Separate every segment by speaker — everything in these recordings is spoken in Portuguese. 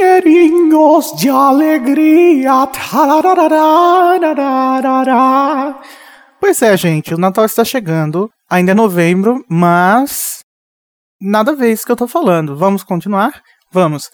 Speaker 1: Cheirinhos de alegria. tararararararará. Pois é, gente, o Natal está chegando. Ainda é novembro, mas nada a ver isso que eu tô falando. Vamos continuar? Vamos.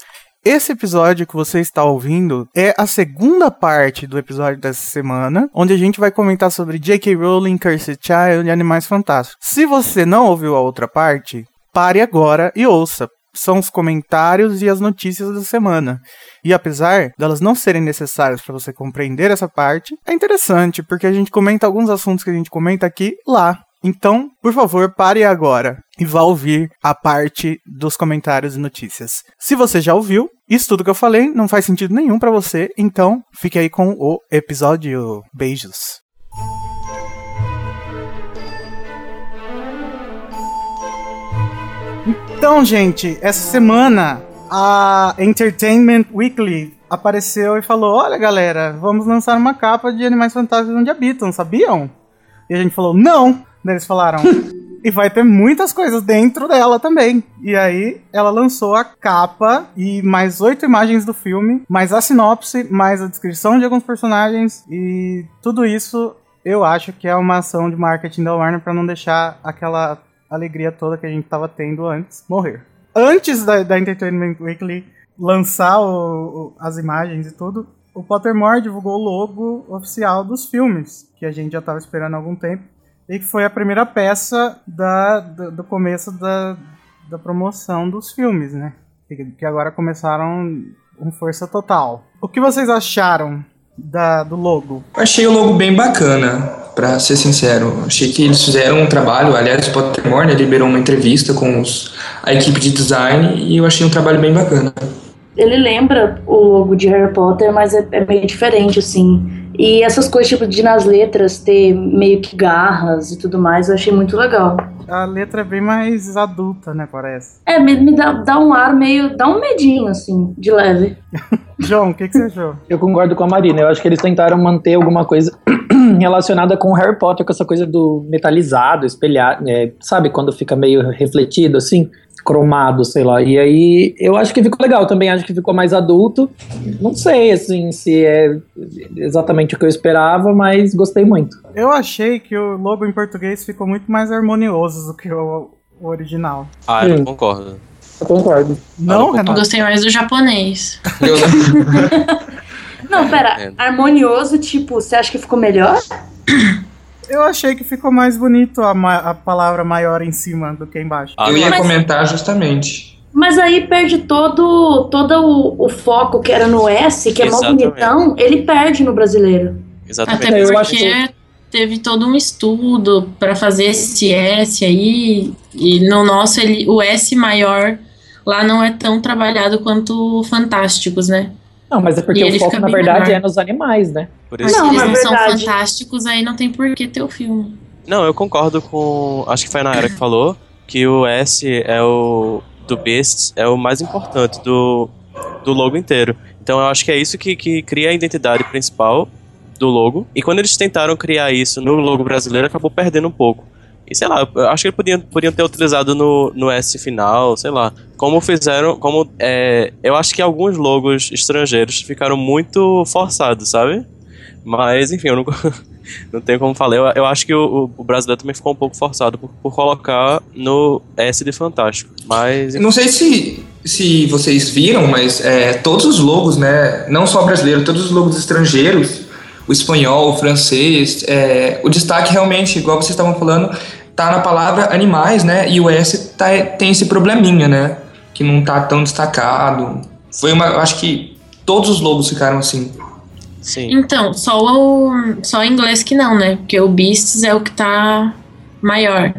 Speaker 1: Esse episódio que você está ouvindo é a segunda parte do episódio dessa semana, onde a gente vai comentar sobre J.K. Rowling, Cursed Child e Animais Fantásticos. Se você não ouviu a outra parte, pare agora e ouça. São os comentários e as notícias da semana. E apesar delas não serem necessárias para você compreender essa parte, é interessante porque a gente comenta alguns assuntos que a gente comenta aqui lá. Então, por favor, pare agora e vá ouvir a parte dos comentários e notícias. Se você já ouviu, isso tudo que eu falei não faz sentido nenhum para você, então fique aí com o episódio. Beijos. Então, gente, essa semana a Entertainment Weekly apareceu e falou: Olha, galera, vamos lançar uma capa de Animais Fantásticos onde habitam, sabiam? E a gente falou: Não! Daí eles falaram: E vai ter muitas coisas dentro dela também. E aí ela lançou a capa e mais oito imagens do filme, mais a sinopse, mais a descrição de alguns personagens e tudo isso. Eu acho que é uma ação de marketing da Warner para não deixar aquela alegria toda que a gente tava tendo antes morrer. Antes da, da Entertainment Weekly lançar o- o- as imagens e tudo, o Pottermore divulgou o logo oficial dos filmes, que a gente já tava esperando há algum tempo, e que foi a primeira peça da, do, do começo da, da promoção dos filmes, né? Que, que agora começaram com força total. O que vocês acharam da, do logo?
Speaker 2: Achei o logo bem bacana, pra ser sincero. Achei que eles fizeram um trabalho, aliás, o Pottermore né, liberou uma entrevista com os- a equipe de design e eu achei um trabalho bem bacana.
Speaker 3: ele lembra o logo de Harry Potter, mas é, é meio diferente, assim. E essas coisas, tipo, de nas letras ter meio que garras e tudo mais, eu achei muito legal.
Speaker 1: A letra é bem mais adulta, né? Parece.
Speaker 3: É, me, me dá, dá um ar meio. dá um medinho, assim, de leve.
Speaker 1: João, o que, que você achou?
Speaker 4: Eu concordo com a Marina. Eu acho que eles tentaram manter alguma coisa relacionada com o Harry Potter, com essa coisa do metalizado, espelhado, é, sabe? Quando fica meio refletido, assim, cromado, sei lá. E aí eu acho que ficou legal também. Acho que ficou mais adulto. Não sei, assim, se é exatamente o que eu esperava, mas gostei muito.
Speaker 1: Eu achei que o logo em português ficou muito mais harmonioso do que o, o original.
Speaker 5: Ah, eu
Speaker 4: Hum.
Speaker 5: não concordo.
Speaker 4: Eu concordo.
Speaker 1: Não,
Speaker 6: Eu
Speaker 1: Renato?
Speaker 6: gostei mais do japonês.
Speaker 2: Eu,
Speaker 3: Não, pera,
Speaker 5: É.
Speaker 3: harmonioso, tipo, você acha que ficou melhor?
Speaker 1: Eu achei que ficou mais bonito a, ma- a palavra maior em cima do que embaixo.
Speaker 5: Ah,
Speaker 2: eu ia
Speaker 3: mas-
Speaker 2: comentar justamente.
Speaker 3: Mas aí perde todo, todo o, o foco que era no S, que é mó
Speaker 5: Exatamente.
Speaker 3: bonitão, ele perde no brasileiro.
Speaker 5: Exatamente.
Speaker 4: Eu
Speaker 6: Até
Speaker 4: acho
Speaker 6: porque teve todo um estudo pra fazer esse S aí. E no nosso, ele, o S maior lá não é tão trabalhado quanto o Fantásticos, né?
Speaker 4: Não, mas é porque
Speaker 6: E
Speaker 4: o
Speaker 6: ele
Speaker 4: foco,
Speaker 6: fica
Speaker 4: na
Speaker 6: bem
Speaker 4: verdade,
Speaker 6: menor.
Speaker 4: é nos animais, né?
Speaker 5: Por
Speaker 6: Mas
Speaker 5: isso.
Speaker 6: se
Speaker 3: Não,
Speaker 6: eles
Speaker 3: mas
Speaker 6: não são
Speaker 3: verdade.
Speaker 6: fantásticos, aí não tem por que ter o filme.
Speaker 5: Não, eu concordo com. Acho que foi a Nayara que falou que o S é o. do Beasts é o mais importante do, do logo inteiro. Então eu acho que é isso que, que cria a identidade principal do logo. E quando eles tentaram criar isso no logo brasileiro, acabou perdendo um pouco. E sei lá, eu acho que eles podiam, podiam ter utilizado no, no S final, sei lá. Como fizeram. Como, é, eu acho que alguns logos estrangeiros ficaram muito forçados, sabe? Mas, enfim, eu não, não tenho como falar. Eu, eu acho que o, o brasileiro também ficou um pouco forçado por, por colocar no S de Fantástico. Mas.
Speaker 2: Não sei se, se vocês viram, mas é, todos os logos, né, não só brasileiro, todos os logos estrangeiros, o espanhol, o francês, é, o destaque realmente, igual vocês estavam falando, tá na palavra animais, né, e o S tá, tem esse probleminha, né, que não tá tão destacado. Foi uma, eu acho que todos os logos ficaram assim.
Speaker 5: Sim.
Speaker 6: Então, só o só o inglês que não, né? Porque o Beasts é o que tá maior.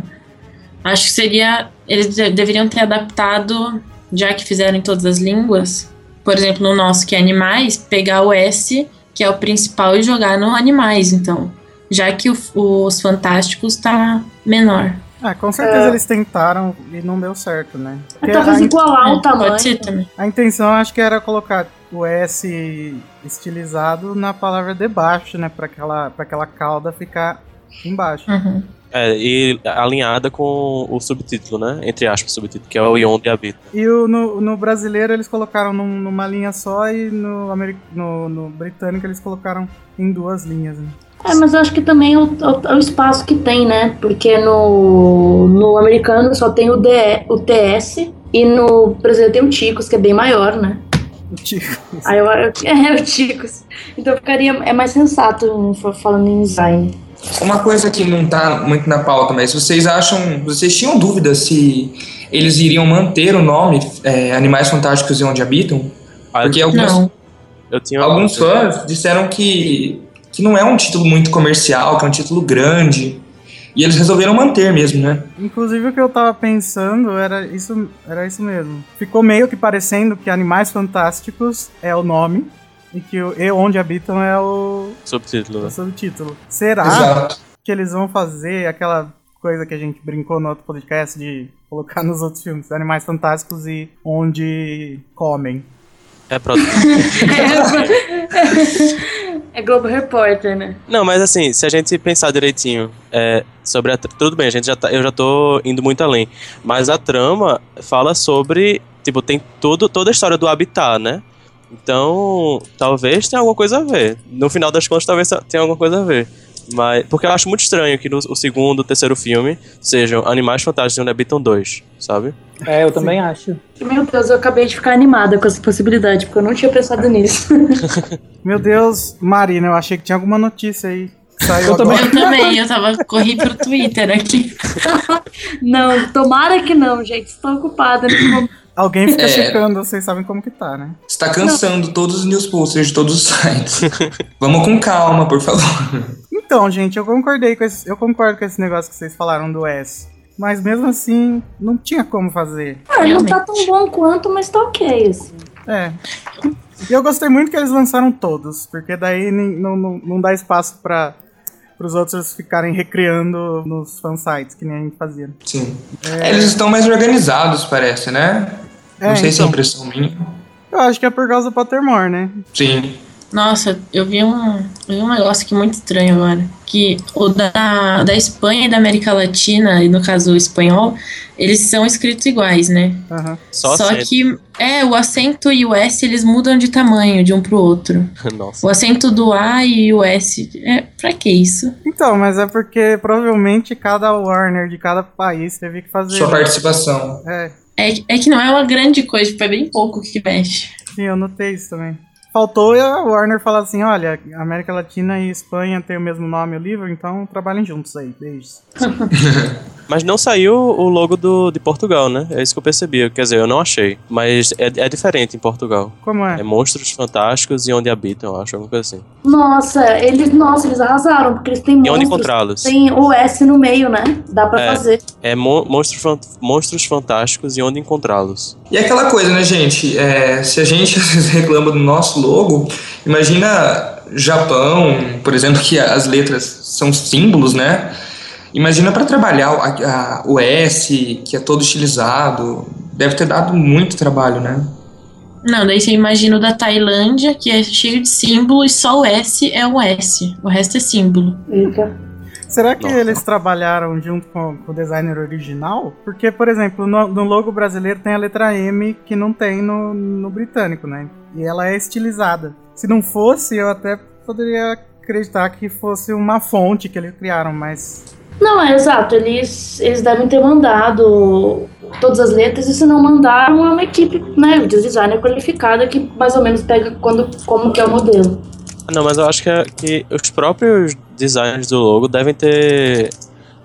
Speaker 6: Acho que seria. Eles de- deveriam ter adaptado, já que fizeram em todas as línguas. Por exemplo, no nosso que é animais, pegar o S, que é o principal, e jogar no animais, então. Já que o- os fantásticos tá menor.
Speaker 1: Ah, com certeza eles tentaram e não deu certo, né? Porque
Speaker 3: Talvez
Speaker 1: a, in-
Speaker 3: igualar o
Speaker 6: É,
Speaker 3: tamanho.
Speaker 6: Pode ser também.
Speaker 1: a intenção acho que era colocar o S estilizado na palavra debaixo, né? Pra aquela, pra aquela cauda ficar embaixo.
Speaker 6: Uhum.
Speaker 5: É, e alinhada com o subtítulo, né? Entre aspas, subtítulo, que é o Yonde Habita.
Speaker 1: E o, no, no brasileiro eles colocaram num- numa linha só e no, ameri- no, no britânico eles colocaram em duas linhas. né?
Speaker 3: É, mas eu acho que também é o, é o espaço que tem, né? Porque no, no americano só tem o, DE, o TS e no brasileiro tem o Ticos, que é bem maior, né?
Speaker 1: O Tico.
Speaker 3: Aí eu, é, o Ticos. Então ficaria, é mais sensato fa- falando em design.
Speaker 2: Uma coisa que não tá muito na pauta, mas vocês acham. Vocês tinham dúvida se eles iriam manter o nome é, Animais Fantásticos e Onde Habitam?
Speaker 5: Ah,
Speaker 2: Porque alguns,
Speaker 6: Não.
Speaker 5: Eu tinha
Speaker 2: alguns fãs disseram que, que não é um título muito comercial, que é um título grande. E eles resolveram manter mesmo, né?
Speaker 1: Inclusive o que eu tava pensando era isso, era isso mesmo. Ficou meio que parecendo que Animais Fantásticos é o nome e que o E Onde Habitam é o, é
Speaker 5: subtítulo.
Speaker 1: o
Speaker 5: né?
Speaker 1: subtítulo. Será
Speaker 2: Exato.
Speaker 1: que eles vão fazer aquela coisa que a gente brincou no outro podcast de colocar nos outros filmes, Animais Fantásticos e Onde Comem?
Speaker 5: É produto.
Speaker 3: É Globo Repórter, né?
Speaker 5: Não, mas assim, se a gente pensar direitinho é, sobre a. tr- Tudo bem, a gente já tá- eu já tô indo muito além. Mas a trama fala sobre. Tipo, tem todo, toda a história do habitat, né? Então, talvez tenha alguma coisa a ver. No final das contas, talvez tenha alguma coisa a ver. Mas, porque eu acho muito estranho que no o segundo, terceiro filme sejam Animais Fantásticos e Onde Habitam 2, sabe?
Speaker 4: É, eu também acho.
Speaker 3: Meu Deus, eu acabei de ficar animada com essa possibilidade, porque eu não tinha pensado nisso.
Speaker 1: Meu Deus, Marina, eu achei que tinha alguma notícia aí. que Saiu
Speaker 4: Eu
Speaker 1: agora.
Speaker 4: também.
Speaker 6: Eu também, eu tava, corri pro Twitter aqui.
Speaker 3: não, tomara que não, gente. Estou ocupada nesse momento.
Speaker 1: Alguém fica
Speaker 2: É.
Speaker 1: checando, vocês sabem como que tá, né?
Speaker 2: Está cansando todos os news posters de todos os sites. Vamos com calma, por favor.
Speaker 1: Então, gente, eu concordei com esse, eu concordo com esse negócio que vocês falaram do S. Mas mesmo assim, não tinha como fazer.
Speaker 3: Ah, não tá tão bom quanto, mas tá ok, assim.
Speaker 1: É. E eu gostei muito que eles lançaram todos, porque daí nem- não, não, não dá espaço para os outros ficarem recriando nos fansites, que nem a gente fazia.
Speaker 2: Sim. Eles estão mais organizados, parece, né?
Speaker 1: É,
Speaker 2: não sei se é
Speaker 1: então.
Speaker 2: impressão minha.
Speaker 1: Eu acho que é por causa do Pottermore, né?
Speaker 2: Sim.
Speaker 6: Nossa, eu vi um, eu vi um negócio aqui muito estranho agora. Que o da, da Espanha e da América Latina, e no caso o espanhol, eles são escritos iguais, né?
Speaker 1: Aham.
Speaker 5: Só, assim.
Speaker 6: que é, o acento e o S eles mudam de tamanho de um pro outro.
Speaker 5: Nossa.
Speaker 6: O acento do A e o S. É, pra que isso?
Speaker 1: Então, mas é porque provavelmente cada Warner de cada país teve que fazer.
Speaker 2: Sua participação.
Speaker 1: É,
Speaker 6: É, é que não é uma grande coisa, tipo, é bem pouco que mexe.
Speaker 1: sim, eu notei isso também. Faltou a Warner falar assim: olha, América Latina e Espanha têm o mesmo nome, o livro, então trabalhem juntos aí. Beijos.
Speaker 5: Mas não saiu o logo do, de Portugal, né? É isso que eu percebi. Quer dizer, eu não achei. Mas é, é diferente em Portugal.
Speaker 1: Como é?
Speaker 5: É Monstros Fantásticos e Onde Habitam, eu acho, alguma coisa assim.
Speaker 3: Nossa, eles, nossa, eles arrasaram, porque eles têm
Speaker 5: E Onde
Speaker 3: monstros.
Speaker 5: Encontrá-los.
Speaker 3: Tem o S no meio, né? Dá pra
Speaker 5: É.
Speaker 3: fazer.
Speaker 5: É Mon- Monstros, Fan- Monstros Fantásticos e Onde Encontrá-los.
Speaker 2: E aquela coisa, né, gente? É, se a gente às vezes reclama do nosso logo, imagina Japão, por exemplo, que as letras são símbolos, né? Imagina para trabalhar a- a- o S, que é todo estilizado. Deve ter dado muito trabalho, né?
Speaker 6: Não, daí você imagina o da Tailândia, que é cheio de símbolo e só o S é um S. O resto é símbolo.
Speaker 3: Eita.
Speaker 1: Será que
Speaker 5: Nossa.
Speaker 1: eles trabalharam junto com, com o designer original? Porque, por exemplo, no, no logo brasileiro tem a letra M que não tem no, no britânico, né? E ela é estilizada. Se não fosse, eu até poderia acreditar que fosse uma fonte que eles criaram, mas.
Speaker 3: Não, é exato. Eles, eles devem ter mandado todas as letras, e se não mandaram, é uma equipe, né? De designer qualificada que mais ou menos pega quando, como que é o modelo.
Speaker 5: Ah, não, mas eu acho que, é- que os próprios designers do logo devem ter.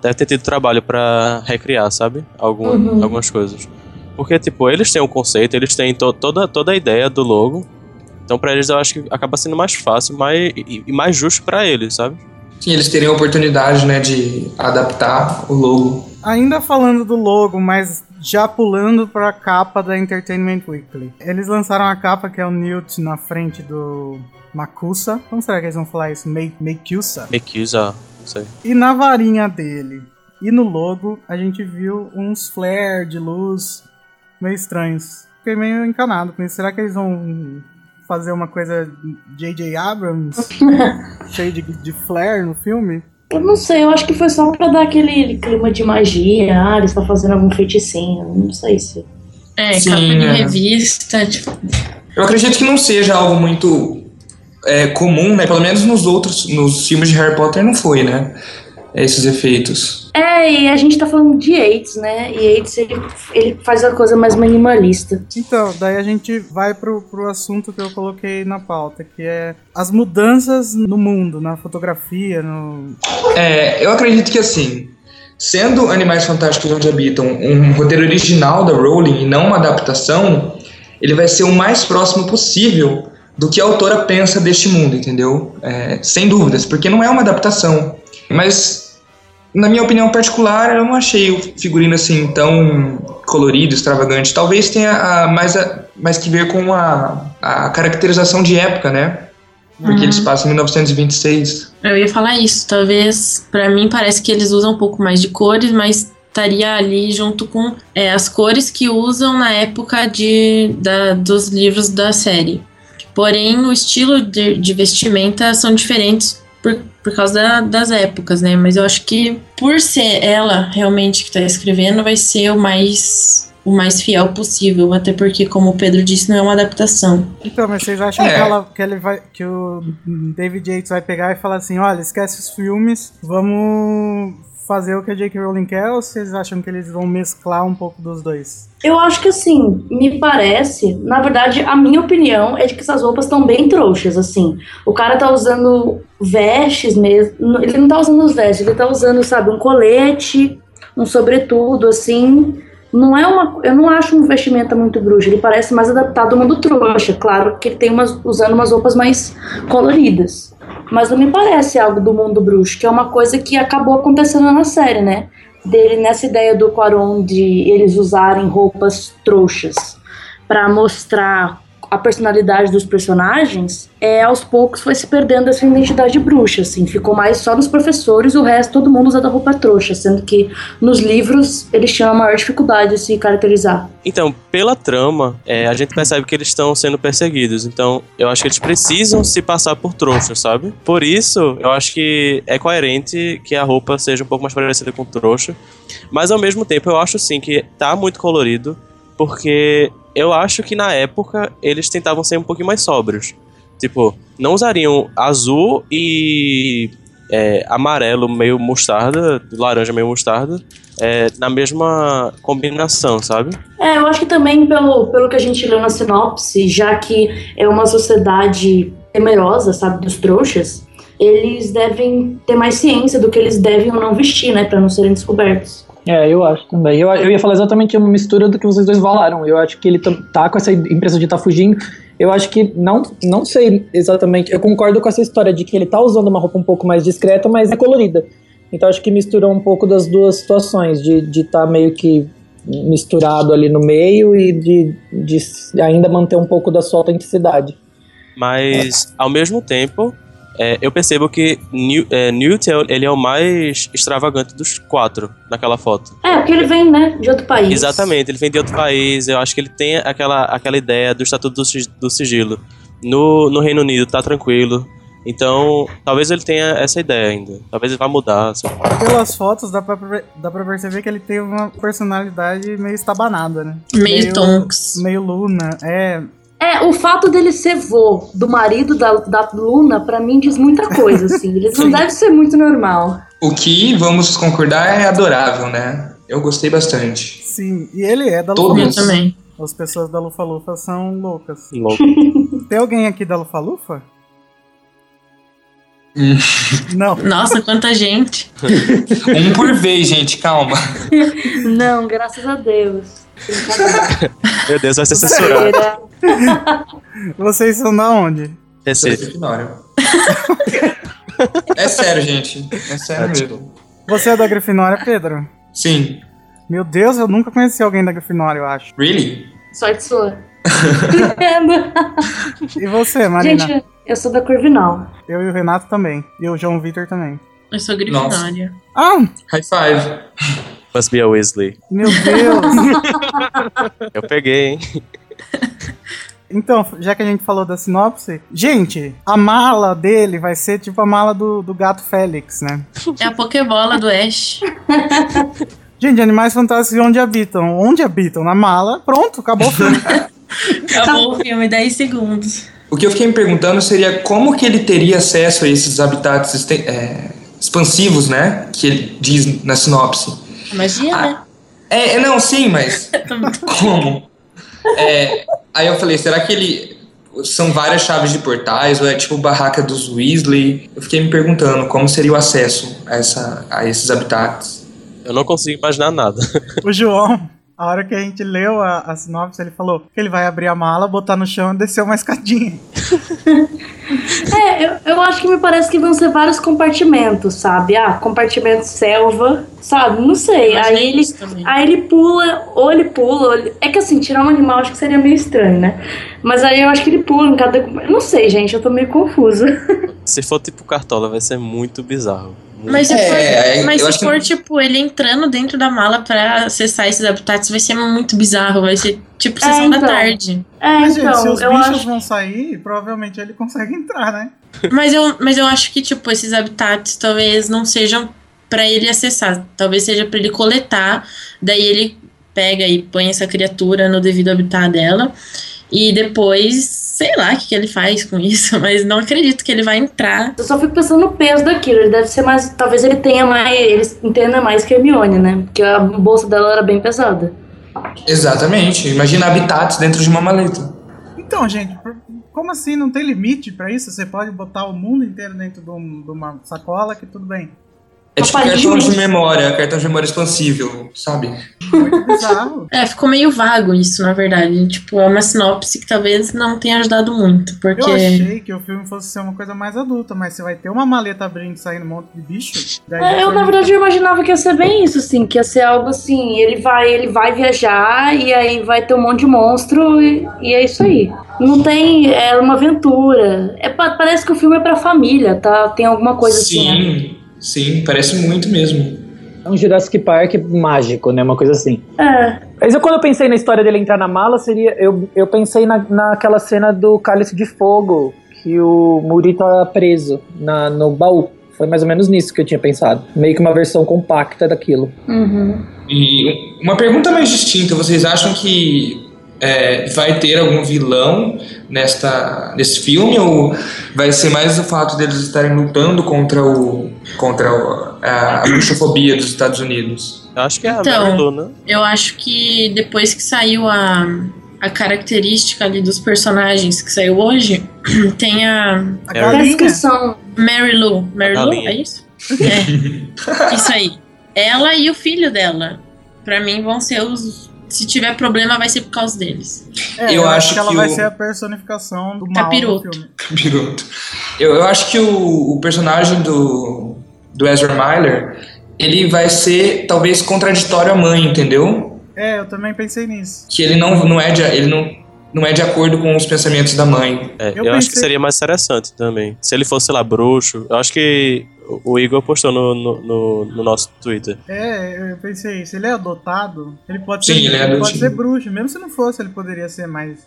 Speaker 5: Deve ter tido trabalho pra recriar, sabe? Algum,
Speaker 3: Uhum.
Speaker 5: Algumas coisas. Porque, tipo, eles têm o conceito, eles têm to- toda, toda a ideia do logo. Então, pra eles, eu acho que acaba sendo mais fácil mais, e, e mais justo pra eles, sabe?
Speaker 2: Sim, eles teriam a oportunidade, né, de adaptar o logo.
Speaker 1: Ainda falando do logo, mas já pulando pra capa da Entertainment Weekly. Eles lançaram a capa que é o Newt na frente do Makusa. Como será que eles vão falar isso? Me- Meikusa?
Speaker 5: Mekiza, não sei.
Speaker 1: E na varinha dele e no logo, a gente viu uns flare de luz meio estranhos. Fiquei meio encanado com isso. Será que eles vão fazer uma coisa J.J. Abrams? cheio de, de flare no filme?
Speaker 3: Eu não sei, eu acho que foi só pra dar aquele clima de magia, ah, eles estão fazendo algum feiticinho, não sei se.
Speaker 6: É,
Speaker 2: Sim,
Speaker 6: capa de
Speaker 2: é.
Speaker 6: revista, tipo,
Speaker 2: Eu acredito que não seja algo muito é, comum, né? Pelo menos nos outros, nos filmes de Harry Potter não foi, né? Esses efeitos.
Speaker 3: É, e a gente tá falando de Yates, né? E Yates, ele, ele faz a coisa mais minimalista.
Speaker 1: Então, daí a gente vai pro, pro assunto que eu coloquei na pauta, que é as mudanças no mundo, na fotografia, no.
Speaker 2: É, eu acredito que assim, sendo Animais Fantásticos Onde Habitam um roteiro original da Rowling e não uma adaptação, ele vai ser o mais próximo possível do que a autora pensa deste mundo, entendeu? É, sem dúvidas, porque não é uma adaptação. Mas, na minha opinião particular, eu não achei o figurino assim tão colorido, extravagante. Talvez tenha a- mais, a- mais que ver com a, a caracterização de época, né? Porque eles passam em 1926.
Speaker 6: eu ia falar isso. Talvez, pra mim, parece que eles usam um pouco mais de cores, mas estaria ali junto com é, as cores que usam na época de, da- dos livros da série. Porém, o estilo de, de vestimenta são diferentes por, por causa da- das épocas, né? Mas eu acho que por ser ela realmente que tá escrevendo, vai ser o mais o mais fiel possível, até porque, como o Pedro disse, não é uma adaptação.
Speaker 1: Então, mas vocês acham
Speaker 2: É.
Speaker 1: que, ela, que, ele vai, que o David Yates vai pegar e falar assim: olha, esquece os filmes, vamos fazer o que a J.K. Rowling quer, ou vocês acham que eles vão mesclar um pouco dos dois?
Speaker 3: Eu acho que assim, me parece, na verdade, a minha opinião é de que essas roupas estão bem trouxas, assim. O cara tá usando vestes mesmo. n- Ele não tá usando as vestes, ele tá usando, sabe, um colete, um sobretudo, assim. Não é uma. Eu não acho um vestimenta muito bruxo. Ele parece mais adaptado ao mundo trouxa. Claro que ele tem umas. usando umas roupas mais coloridas. Mas não me parece algo do mundo bruxo, que é uma coisa que acabou acontecendo na série, né? dele nessa ideia do Quaron de eles usarem roupas trouxas pra mostrar a personalidade dos personagens, é aos poucos foi se perdendo essa identidade bruxa, assim, ficou mais só nos professores, o resto todo mundo usando roupa trouxa, sendo que nos livros eles tinham a maior dificuldade de se caracterizar.
Speaker 5: Então, pela trama, é, a gente percebe que eles estão sendo perseguidos. Então, eu acho que eles precisam se passar por trouxas, sabe? Por isso, eu acho que é coerente que a roupa seja um pouco mais parecida com trouxa. Mas, ao mesmo tempo, eu acho sim que tá muito colorido, porque eu acho que na época eles tentavam ser um pouquinho mais sóbrios. Tipo, não usariam azul e é, amarelo meio mostarda, laranja meio mostarda, é, na mesma combinação, sabe?
Speaker 3: É, eu acho que também pelo, pelo que a gente leu na sinopse, já que é uma sociedade temerosa, sabe, dos trouxas, eles devem ter mais ciência do que eles devem ou não vestir, né, Pra não serem descobertos.
Speaker 4: É, eu acho também. Eu, eu ia falar exatamente uma mistura do que vocês dois falaram. Eu acho que ele tam- tá com essa impressão de estar tá fugindo. Eu acho que não, não sei exatamente. Eu concordo com essa história de que ele tá usando uma roupa um pouco mais discreta, mas é colorida. Então acho que misturou um pouco das duas situações, de estar de tá meio que misturado ali no meio e de, de s- ainda manter um pouco da sua autenticidade.
Speaker 5: Mas, ao mesmo tempo, é, eu percebo que New, é, Newton ele é o mais extravagante dos quatro naquela foto.
Speaker 3: É, porque ele vem, né, de outro país.
Speaker 5: Exatamente, ele vem de outro país, eu acho que ele tem aquela, aquela ideia do estatuto do, sig- do sigilo. No, no Reino Unido tá tranquilo. Então, talvez ele tenha essa ideia ainda. Talvez ele vá mudar. sei lá.
Speaker 1: Pelas fotos, dá pra, per- dá pra perceber que ele tem uma personalidade meio estabanada, né?
Speaker 6: Meio tonks.
Speaker 1: Meio Luna, é.
Speaker 3: É, o fato dele ser vô do marido da, da Luna, pra mim, diz muita coisa, assim. Eles não
Speaker 2: Sim.
Speaker 3: devem ser muito normal.
Speaker 2: O que, vamos concordar, é adorável, né? Eu gostei bastante.
Speaker 1: Sim, e ele é da
Speaker 2: Todo
Speaker 1: Lufa
Speaker 6: Eu
Speaker 2: mundo.
Speaker 1: Lufa.
Speaker 6: também.
Speaker 1: As pessoas da Lufa Lufa são loucas.
Speaker 5: um Louco.
Speaker 1: Tem alguém aqui da Lufa Lufa?
Speaker 2: Hum.
Speaker 1: Não.
Speaker 6: Nossa, quanta gente.
Speaker 2: Um por vez, gente, calma.
Speaker 3: Não, graças a Deus.
Speaker 5: Meu Deus, vai ser censurado.
Speaker 1: Vocês são da onde?
Speaker 5: Receita.
Speaker 2: Ignora. É sério, gente. É sério mesmo.
Speaker 1: Você é da Grifinória, Pedro?
Speaker 2: Sim.
Speaker 1: Meu Deus, eu nunca conheci alguém da Grifinória, eu acho.
Speaker 2: Really?
Speaker 3: Sorte sua.
Speaker 1: E você, Marina?
Speaker 3: Gente, eu sou da Corvinal.
Speaker 1: Eu e o Renato também. E o João Vitor também.
Speaker 6: Eu sou grifinória.
Speaker 1: Ah,
Speaker 2: High five.
Speaker 5: Must be a Weasley.
Speaker 1: meu Deus!
Speaker 5: Eu peguei, hein?
Speaker 1: Então, já que a gente falou da sinopse, gente, a mala dele vai ser tipo a mala do, do gato Félix, né?
Speaker 6: É a Pokébola do Ash.
Speaker 1: Gente, animais fantásticos onde habitam? Onde habitam? Na mala. Pronto, acabou o filme.
Speaker 6: Acabou o filme, 10 segundos.
Speaker 2: O que eu fiquei me perguntando seria como que ele teria acesso a esses habitats este- é, expansivos, né? Que ele diz na sinopse.
Speaker 6: Magia, né?
Speaker 2: É, é, não, sim, mas como? É, aí eu falei, será que ele. São várias chaves de portais, ou é tipo barraca dos Weasley? Eu fiquei me perguntando como seria o acesso a, essa, a esses habitats.
Speaker 5: Eu não consigo imaginar nada.
Speaker 1: o João, a hora que a gente leu a, a sinopse, ele falou que ele vai abrir a mala, botar no chão e descer uma escadinha.
Speaker 3: É, eu, eu acho que me parece que vão ser vários compartimentos, sabe? Ah, compartimento selva, sabe? Não sei. Aí ele,
Speaker 6: é isso também.
Speaker 3: aí ele pula, ou ele pula, ou ele... É que assim, tirar um animal acho que seria meio estranho, né? Mas aí eu acho que ele pula em cada... eu Não sei, gente, eu tô meio confusa.
Speaker 5: Se for tipo cartola, vai ser muito bizarro. Muito-
Speaker 6: Mas se
Speaker 2: É,
Speaker 6: for,
Speaker 2: é,
Speaker 6: mas
Speaker 2: eu
Speaker 6: se
Speaker 2: acho que-
Speaker 6: for tipo, ele entrando dentro da mala pra acessar esses habitats, vai ser muito bizarro. Vai ser tipo
Speaker 3: É,
Speaker 6: sessão da
Speaker 3: então.
Speaker 6: tarde.
Speaker 3: É,
Speaker 1: Mas, gente, se
Speaker 3: então,
Speaker 1: os
Speaker 3: eu
Speaker 1: bichos
Speaker 3: acho...
Speaker 1: vão sair, provavelmente ele consegue entrar, né?
Speaker 6: Mas eu, mas eu acho que, tipo, esses habitats talvez não sejam pra ele acessar. Talvez seja pra ele coletar. Daí ele pega e põe essa criatura no devido habitat dela. E depois, sei lá o que, que ele faz com isso, mas não acredito que ele vai entrar.
Speaker 3: Eu só fico pensando no peso daquilo. Ele deve ser mais... Talvez ele tenha mais... Ele entenda mais que a Hermione, né? Porque a bolsa dela era bem pesada.
Speaker 2: Exatamente, imagina habitats dentro de uma maleta.
Speaker 1: Então, gente, por- como assim? Não tem limite pra isso? Você pode botar o mundo inteiro dentro de, um- de uma sacola que tudo bem.
Speaker 2: É tipo
Speaker 3: Papai,
Speaker 2: cartão de
Speaker 3: gente.
Speaker 2: memória, cartão de memória expansível, sabe?
Speaker 1: Muito bizarro.
Speaker 6: É, ficou meio vago isso, na verdade. Tipo, é uma sinopse que talvez não tenha ajudado muito, porque.
Speaker 1: Eu achei que o filme fosse ser uma coisa mais adulta, mas você vai ter uma maleta abrindo e saindo um monte de bicho. daí
Speaker 3: É, eu,
Speaker 1: foi-
Speaker 3: na verdade, eu imaginava que ia ser bem isso, assim, que ia ser algo assim, ele vai, ele vai viajar e aí vai ter um monte de monstro e, e é isso aí. Não tem, é uma aventura. É, pa- parece que o filme é pra família, tá? Tem alguma coisa assim, né?
Speaker 2: sim, sim, parece muito mesmo.
Speaker 4: É um Jurassic Park mágico, né? Uma coisa assim.
Speaker 3: É,
Speaker 4: Mas eu, quando eu pensei na história dele entrar na mala, seria. Eu, eu pensei na, naquela cena do Cálice de Fogo, que o Muri tá preso na, no baú. Foi mais ou menos nisso que eu tinha pensado. Meio que uma versão compacta daquilo.
Speaker 3: uhum.
Speaker 2: E uma pergunta mais distinta, vocês acham que é, vai ter algum vilão nesta, nesse filme ou vai ser mais o fato deles estarem lutando contra, o, contra o- a, a bruxofobia dos Estados Unidos?
Speaker 5: Eu acho que é a
Speaker 6: Então.
Speaker 5: Mary Lou, né?
Speaker 6: Eu acho que depois que saiu a, a característica ali dos personagens que saiu hoje, tem a
Speaker 1: A
Speaker 5: É.
Speaker 3: A
Speaker 1: galinha.
Speaker 3: descrição.
Speaker 6: Mary Lou. Mary Lou,
Speaker 5: galinha.
Speaker 6: é isso? É. isso aí. Ela e o filho dela. Pra mim vão ser os. Se tiver problema, vai ser por causa deles.
Speaker 1: É,
Speaker 2: Eu acho
Speaker 1: que ela
Speaker 2: que
Speaker 1: vai
Speaker 2: o-
Speaker 1: ser a personificação
Speaker 3: Tá
Speaker 1: do mal
Speaker 6: Capiroto.
Speaker 1: do filme.
Speaker 2: Piroto. Eu, eu acho que o, o personagem do, do Ezra Miller, ele vai ser talvez contraditório à mãe, entendeu?
Speaker 1: É, eu também pensei nisso.
Speaker 2: Que ele não, não é de, ele não, não é de acordo com os pensamentos da mãe.
Speaker 5: É, eu
Speaker 1: Eu
Speaker 5: acho que
Speaker 1: pensei-
Speaker 5: seria mais interessante também. Se ele fosse, sei lá, bruxo. Eu acho que o- o Igor postou no, no, no- no nosso Twitter.
Speaker 1: É, eu pensei, se ele é adotado, ele pode
Speaker 2: Sim,
Speaker 1: ser,
Speaker 2: ele é
Speaker 1: pode
Speaker 2: adotivo.
Speaker 1: ser bruxo. Mesmo se não fosse, ele poderia ser, mas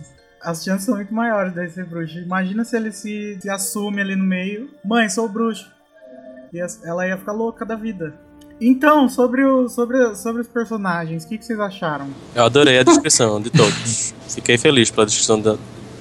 Speaker 1: as chances são muito maiores dele ser bruxo. Imagina se ele se, se assume ali no meio. Mãe, sou bruxo. E as- ela ia ficar louca da vida. Então, sobre, o, sobre, sobre os personagens, o que, que vocês acharam?
Speaker 5: Eu adorei a descrição de todos. Fiquei feliz pela descrição da,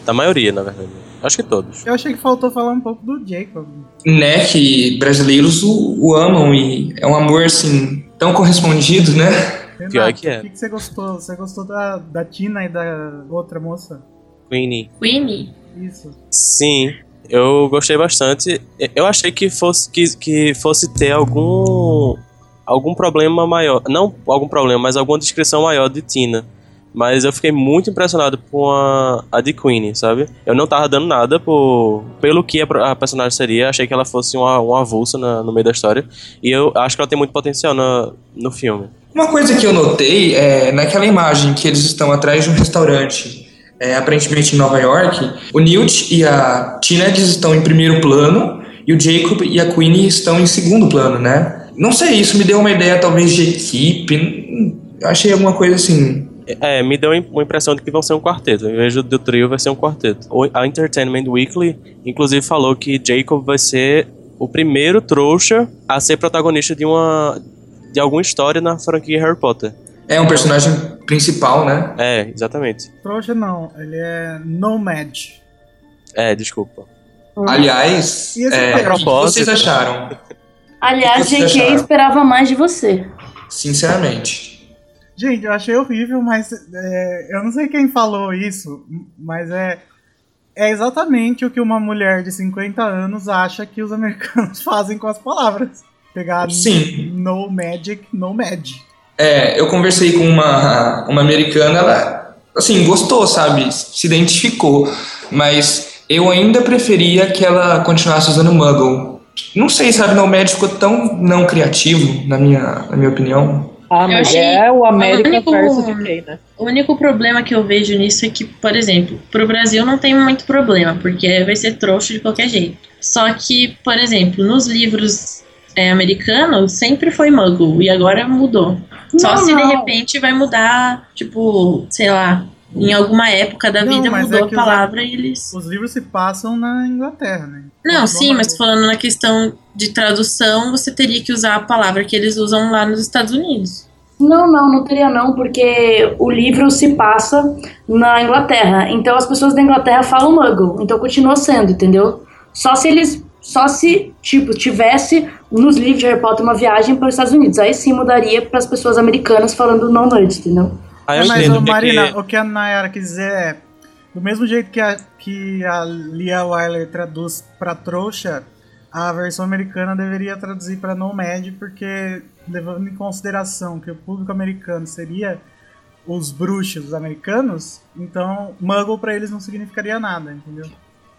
Speaker 5: da maioria, na verdade. Acho que todos.
Speaker 1: Eu achei que faltou falar um pouco do Jacob.
Speaker 2: né, que brasileiros o, o amam e é um amor assim tão correspondido, né?
Speaker 1: Renato,
Speaker 5: Pior que é.
Speaker 1: O que, que você gostou? Você gostou da, da Tina e da outra moça?
Speaker 5: Queenie.
Speaker 6: Queenie.
Speaker 1: Isso.
Speaker 5: Sim, eu gostei bastante. Eu achei que fosse, que, que fosse ter algum algum problema maior, não algum problema, mas alguma descrição maior de Tina. Mas eu fiquei muito impressionado com a, a de Queen, sabe? Eu não tava dando nada por, pelo que a, pro- a personagem seria, achei que ela fosse uma, um avulso na- no meio da história. E eu acho que ela tem muito potencial na, no filme.
Speaker 2: Uma coisa que eu notei é naquela imagem que eles estão atrás de um restaurante, é, aparentemente em Nova York, o Newt e a Tina eles estão em primeiro plano e o Jacob e a Queenie estão em segundo plano, né? Não sei, isso me deu uma ideia talvez de equipe. hum, Eu achei alguma coisa assim.
Speaker 5: É, me deu a impressão de que vão ser um quarteto. Em vez do, do trio, vai ser um quarteto. O- A Entertainment Weekly, inclusive, falou que Jacob vai ser o primeiro trouxa a ser protagonista de uma. de alguma história na franquia Harry Potter.
Speaker 2: É um personagem principal, né?
Speaker 5: É, exatamente.
Speaker 1: Trouxa não, ele é Nomad.
Speaker 5: É, desculpa.
Speaker 2: Aliás,
Speaker 1: Uhum. E esse um
Speaker 2: é,
Speaker 1: cara?
Speaker 2: o que vocês acharam?
Speaker 3: Aliás,
Speaker 2: O que vocês
Speaker 3: JK
Speaker 2: acharam?
Speaker 3: esperava mais de você.
Speaker 2: Sinceramente.
Speaker 1: Gente, eu achei horrível, mas é, eu não sei quem falou isso, mas é, é exatamente o que uma mulher de 50 anos acha que os americanos fazem com as palavras. Pegar
Speaker 2: Sim.
Speaker 1: no magic, no magic.
Speaker 2: É, eu conversei com uma, uma americana, ela, assim, gostou, sabe? Se identificou. Mas eu ainda preferia que ela continuasse usando Muggle. Não sei, sabe? Não, o médico ficou tão não criativo, na minha, na minha opinião.
Speaker 7: Ah,
Speaker 6: Eu
Speaker 7: mas
Speaker 6: achei
Speaker 7: é o América
Speaker 6: único-
Speaker 7: versus UK, né?
Speaker 6: O único problema que eu vejo nisso é que, por exemplo, pro Brasil não tem muito problema, porque vai ser trouxa de qualquer jeito. Só que, por exemplo, nos livros é, americanos sempre foi muggle e agora mudou. Só
Speaker 1: Não,
Speaker 6: se
Speaker 1: não.
Speaker 6: de repente vai mudar, tipo, sei lá, em alguma época da
Speaker 1: Não,
Speaker 6: vida
Speaker 1: mas
Speaker 6: mudou
Speaker 1: é
Speaker 6: a
Speaker 1: que
Speaker 6: palavra e eles.
Speaker 1: Os livros se passam na Inglaterra, né?
Speaker 6: Não,
Speaker 1: Então,
Speaker 6: sim, mas falando na questão de tradução, você teria que usar a palavra que eles usam lá nos Estados Unidos.
Speaker 3: Não, não, não teria não, porque o livro se passa na Inglaterra. Então as pessoas da Inglaterra falam muggle. Então continua sendo, entendeu? Só se eles. Só se, tipo, tivesse nos livros de Harry Potter uma viagem para os Estados Unidos. Aí sim mudaria para as pessoas americanas falando não nerds, entendeu?
Speaker 5: Aí
Speaker 1: É,
Speaker 5: eu
Speaker 1: mas,
Speaker 5: entendo
Speaker 1: ô,
Speaker 5: que-
Speaker 1: Marina, o que a Nayara quis dizer é: do mesmo jeito que a, que a Lia Wyler traduz pra trouxa, a versão americana deveria traduzir pra nomad, porque levando em consideração que o público americano seria os bruxos americanos, então muggle pra eles não significaria nada, entendeu?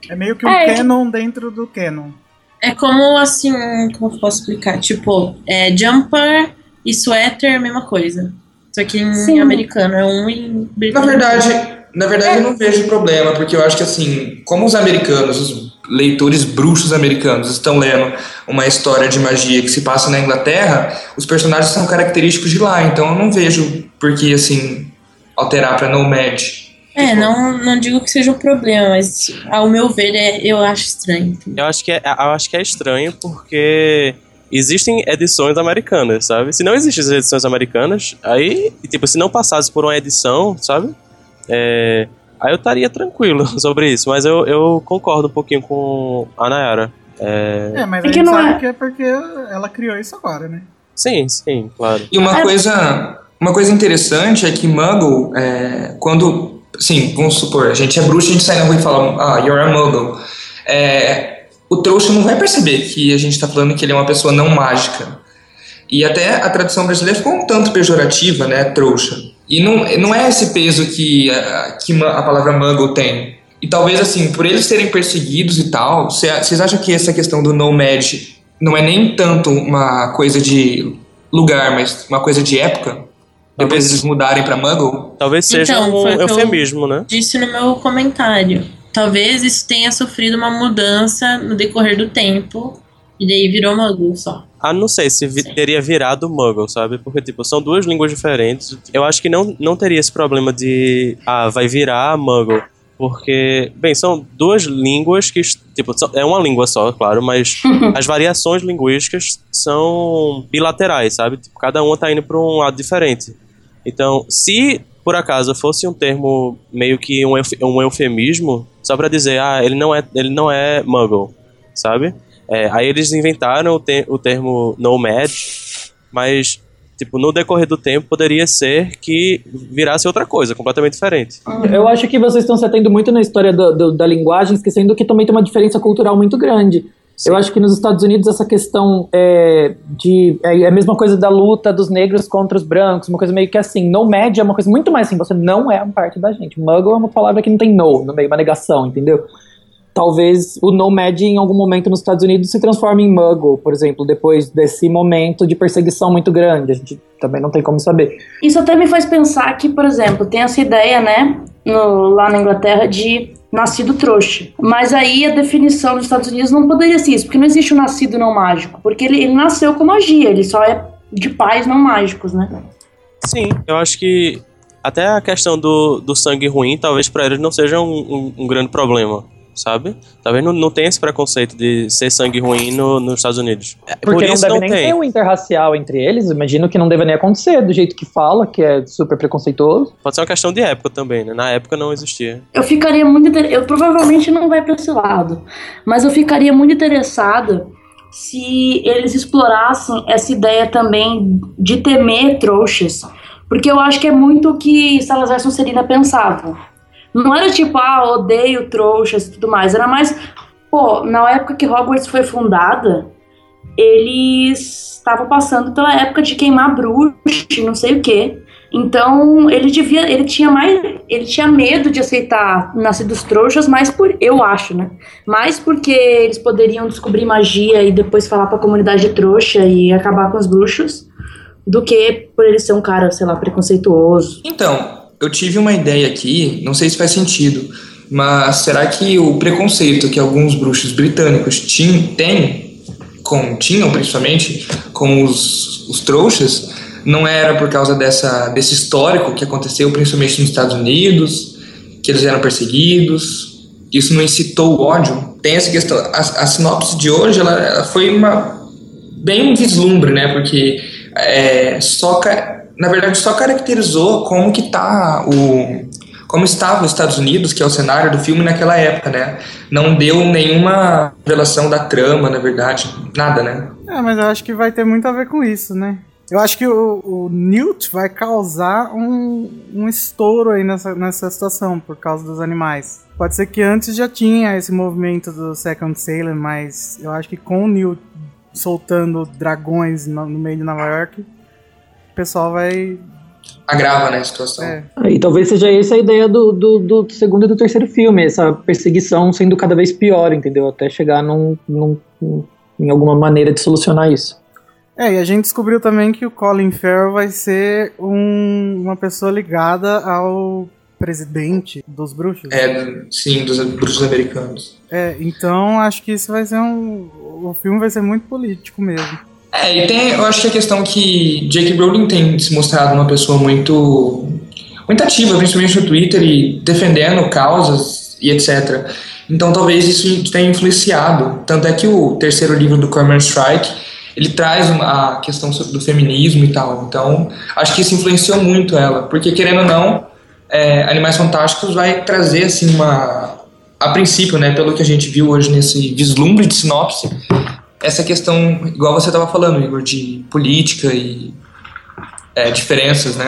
Speaker 1: É meio que um
Speaker 3: É, é que-
Speaker 1: canon dentro do canon.
Speaker 6: É como assim, como eu posso explicar? Tipo, é jumper e sweater, mesma coisa. Só que em
Speaker 3: Sim.
Speaker 6: americano é um em
Speaker 2: Na
Speaker 6: britânico.
Speaker 2: verdade, na verdade eu não vejo problema, porque eu acho que, assim, como os americanos, os leitores bruxos americanos, estão lendo uma história de magia que se passa na Inglaterra, os personagens são característicos de lá. Então eu não vejo por que, assim, alterar pra no match.
Speaker 6: É, não, não digo que seja um problema, mas ao meu ver é, eu acho estranho.
Speaker 5: Eu acho que é, eu acho que é estranho porque existem edições americanas, sabe? Se não existissem edições americanas, aí, e, tipo, se não passasse por uma edição, sabe? É, aí eu estaria tranquilo sobre isso, mas eu, eu concordo um pouquinho com a Nayara. É,
Speaker 1: É, mas
Speaker 3: É
Speaker 1: a
Speaker 3: que
Speaker 1: gente
Speaker 3: não
Speaker 1: sabe
Speaker 3: é-
Speaker 1: que é porque ela criou isso agora, né?
Speaker 5: sim, sim, claro.
Speaker 2: E uma
Speaker 3: É.
Speaker 2: coisa, uma coisa interessante é que Muggle, é, quando, assim, vamos supor, a gente é bruxa, a gente sai na rua e fala, ah, you're a Muggle. É, o trouxa não vai perceber que a gente tá falando que ele é uma pessoa não mágica. E até a tradução brasileira ficou um tanto pejorativa, né, trouxa. E não, não é esse peso que, a- que ma- a palavra Muggle tem. E talvez, assim, por eles serem perseguidos e tal, cê- vocês acham que essa questão do nomad não é nem tanto uma coisa de lugar, mas uma coisa de época. Depois eles mudarem pra Muggle.
Speaker 5: Talvez seja
Speaker 6: Então,
Speaker 5: um
Speaker 6: foi o que eu-
Speaker 5: eufemismo, né?
Speaker 6: Disse no meu comentário. Talvez isso tenha sofrido uma mudança no decorrer do tempo e daí virou Muggle só.
Speaker 5: Ah, não sei se vi-
Speaker 6: Sim.
Speaker 5: teria virado Muggle, sabe? Porque, tipo, são duas línguas diferentes. Eu acho que não, não teria esse problema de, ah, vai virar Muggle. Porque, bem, são duas línguas que, tipo, são- é uma língua só, claro, mas as variações linguísticas são bilaterais, sabe? Tipo, cada uma tá indo para um lado diferente. Então, se por acaso fosse um termo meio que um, euf- um eufemismo, só para dizer, ah, ele não é, ele não é Muggle, sabe? É, aí eles inventaram o, te- o termo nomad, mas tipo no decorrer do tempo poderia ser que virasse outra coisa completamente diferente.
Speaker 4: Eu acho que vocês estão se atendo muito na história do- do- da linguagem, esquecendo que também tem uma diferença cultural muito grande. Eu acho que nos Estados Unidos essa questão é, de. É a mesma coisa da luta dos negros contra os brancos, uma coisa meio que assim. Nomad é uma coisa muito mais assim, você não é uma parte da gente. Muggle é uma palavra que não tem no no meio, uma negação, entendeu? Talvez o nomad em algum momento nos Estados Unidos se transforme em muggle, por exemplo, depois desse momento de perseguição muito grande. A gente também não tem como saber.
Speaker 3: Isso até me faz pensar que, por exemplo, tem essa ideia, né, no- lá na Inglaterra de nascido trouxa. Mas aí a definição dos Estados Unidos não poderia ser isso, porque não existe o nascido não mágico, porque ele, ele nasceu com magia, ele só é de pais não mágicos, né?
Speaker 5: Sim, eu acho que até a questão do, do sangue ruim, talvez para eles não seja um, um, um grande problema, sabe? Talvez não, não tenha esse preconceito de ser sangue ruim no, nos Estados Unidos. É,
Speaker 4: Porque
Speaker 5: Por
Speaker 4: não
Speaker 5: isso
Speaker 4: deve
Speaker 5: não,
Speaker 4: nem
Speaker 5: tem.
Speaker 4: ter um interracial entre eles, imagino que não deve nem acontecer, do jeito que fala, que é super preconceituoso.
Speaker 5: Pode ser uma questão de época também, né? Na época não existia.
Speaker 3: Eu ficaria muito. inter- Eu provavelmente não vai para esse lado, mas eu ficaria muito interessada se eles explorassem essa ideia também de temer trouxas, porque eu acho que é muito o que Salazar Sonserina pensava. Não era tipo, ah, odeio trouxas e tudo mais, era mais, pô, na época que Hogwarts foi fundada, eles estavam passando pela época de queimar bruxo, e não sei o quê. Então, ele devia, ele tinha mais, ele tinha medo de aceitar nascidos trouxas, mas por, eu acho, né? Mas porque eles poderiam descobrir magia e depois falar pra comunidade trouxa e acabar com os bruxos, do que por ele ser um cara, sei lá, preconceituoso.
Speaker 2: Então, eu tive uma ideia aqui, não sei se faz sentido, mas será que o preconceito que alguns bruxos britânicos tin- têm, com, tinham principalmente, com os, os trouxas, não era por causa dessa, desse histórico que aconteceu principalmente nos Estados Unidos, que eles eram perseguidos, isso não incitou o ódio? Tem essa questão, a, a sinopse de hoje ela, ela foi uma bem um vislumbre, né, porque é, só ca- na verdade só caracterizou como que tá o como estava os Estados Unidos, que é o cenário do filme naquela época, né? Não deu nenhuma revelação da trama, na verdade, nada, né?
Speaker 1: É, mas eu acho que vai ter muito a ver com isso, né? Eu acho que o, o Newt vai causar um, um estouro aí nessa, nessa situação, por causa dos animais. Pode ser que antes já tinha esse movimento do Second Salem, mas eu acho que com o Newt soltando dragões no, no meio de Nova York, o pessoal vai...
Speaker 2: Agrava, né, a situação.
Speaker 1: É.
Speaker 4: E talvez seja essa a ideia do, do, do segundo e do terceiro filme, essa perseguição sendo cada vez pior, entendeu? Até chegar num, num- em alguma maneira de solucionar isso.
Speaker 1: É, e a gente descobriu também que o Colin Farrell vai ser um- uma pessoa ligada ao presidente dos bruxos. né?
Speaker 2: É, sim, dos bruxos americanos.
Speaker 1: É, então acho que isso vai ser um. O filme vai ser muito político mesmo.
Speaker 2: É, e tem, eu acho que a questão que Jake Rowling tem se mostrado uma pessoa muito, muito ativa, principalmente no Twitter, e defendendo causas e etc. Então talvez isso tenha influenciado. Tanto é que o terceiro livro do Cormoran Strike, ele traz uma, a questão sobre- do feminismo e tal. Então acho que isso influenciou muito ela, porque querendo ou não, é, Animais Fantásticos vai trazer assim uma... A princípio, né, pelo que a gente viu hoje nesse vislumbre de sinopse, essa questão, igual você estava falando, Igor, de política e é, diferenças, né?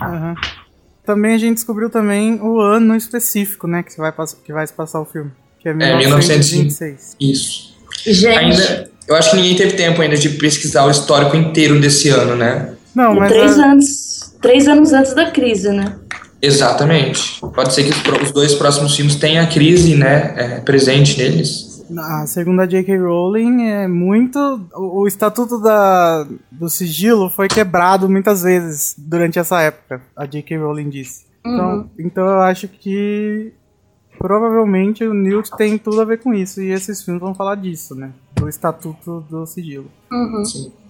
Speaker 1: Aham. Também a gente descobriu também o ano específico, né? Que vai, pass- que vai se passar o filme. Que é 1926.
Speaker 2: Isso.
Speaker 3: Gente,
Speaker 2: Ainda, eu acho que ninguém teve tempo ainda de pesquisar o histórico inteiro desse ano, né?
Speaker 1: Não, mas. é-
Speaker 3: três
Speaker 1: a-
Speaker 3: anos, três anos antes da crise, né?
Speaker 2: Exatamente. Pode ser que os, pro- os dois próximos filmes tenham a crise, né, é, presente neles.
Speaker 1: A segunda J.K. Rowling é muito. O, o estatuto da, do sigilo foi quebrado muitas vezes durante essa época, a J.K. Rowling disse. Então, então eu acho que provavelmente o Newt tem tudo a ver com isso, e esses filmes vão falar disso, né? Do estatuto do sigilo.
Speaker 3: Uhum.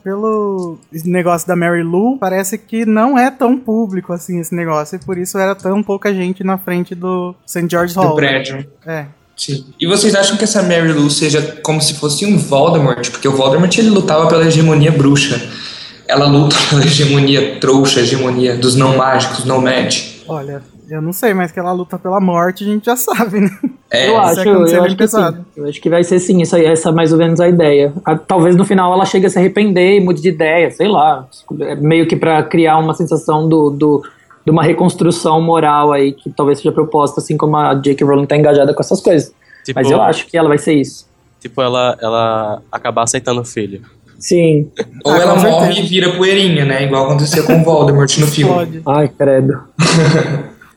Speaker 1: Pelo negócio da Mary Lou, parece que não é tão público assim esse negócio, e por isso era tão pouca gente na frente do St. George
Speaker 2: Do
Speaker 1: Hall. né?
Speaker 2: prédio.
Speaker 1: É.
Speaker 2: Sim. E vocês acham que essa Mary Lou seja como se fosse um Voldemort? Porque o Voldemort ele lutava pela hegemonia bruxa. Ela luta pela hegemonia trouxa, hegemonia dos não mágicos, não médicos.
Speaker 1: Olha, eu não sei, mas que ela luta pela morte, a gente já sabe, né?
Speaker 2: É,
Speaker 4: eu
Speaker 1: isso
Speaker 4: acho,
Speaker 1: é
Speaker 4: eu,
Speaker 1: quando você vem
Speaker 4: acho que
Speaker 1: pesado.
Speaker 4: sim. Eu acho que vai ser sim, essa, essa é mais ou menos a ideia. A- talvez no final ela chegue a se arrepender e mude de ideia, sei lá. É Meio que pra criar uma sensação do, do, de uma reconstrução moral aí, que talvez seja proposta, assim como a J.K. Rowling tá engajada com essas coisas.
Speaker 5: Tipo,
Speaker 4: Mas eu acho que ela vai ser isso.
Speaker 5: Tipo, ela, ela acabar aceitando o filho.
Speaker 4: Sim.
Speaker 2: Ou
Speaker 1: Ah,
Speaker 2: ela
Speaker 1: com
Speaker 2: morre
Speaker 1: certeza.
Speaker 2: e vira poeirinha, né? Igual aconteceu com o Voldemort no filme.
Speaker 1: Pode.
Speaker 4: Ai, credo.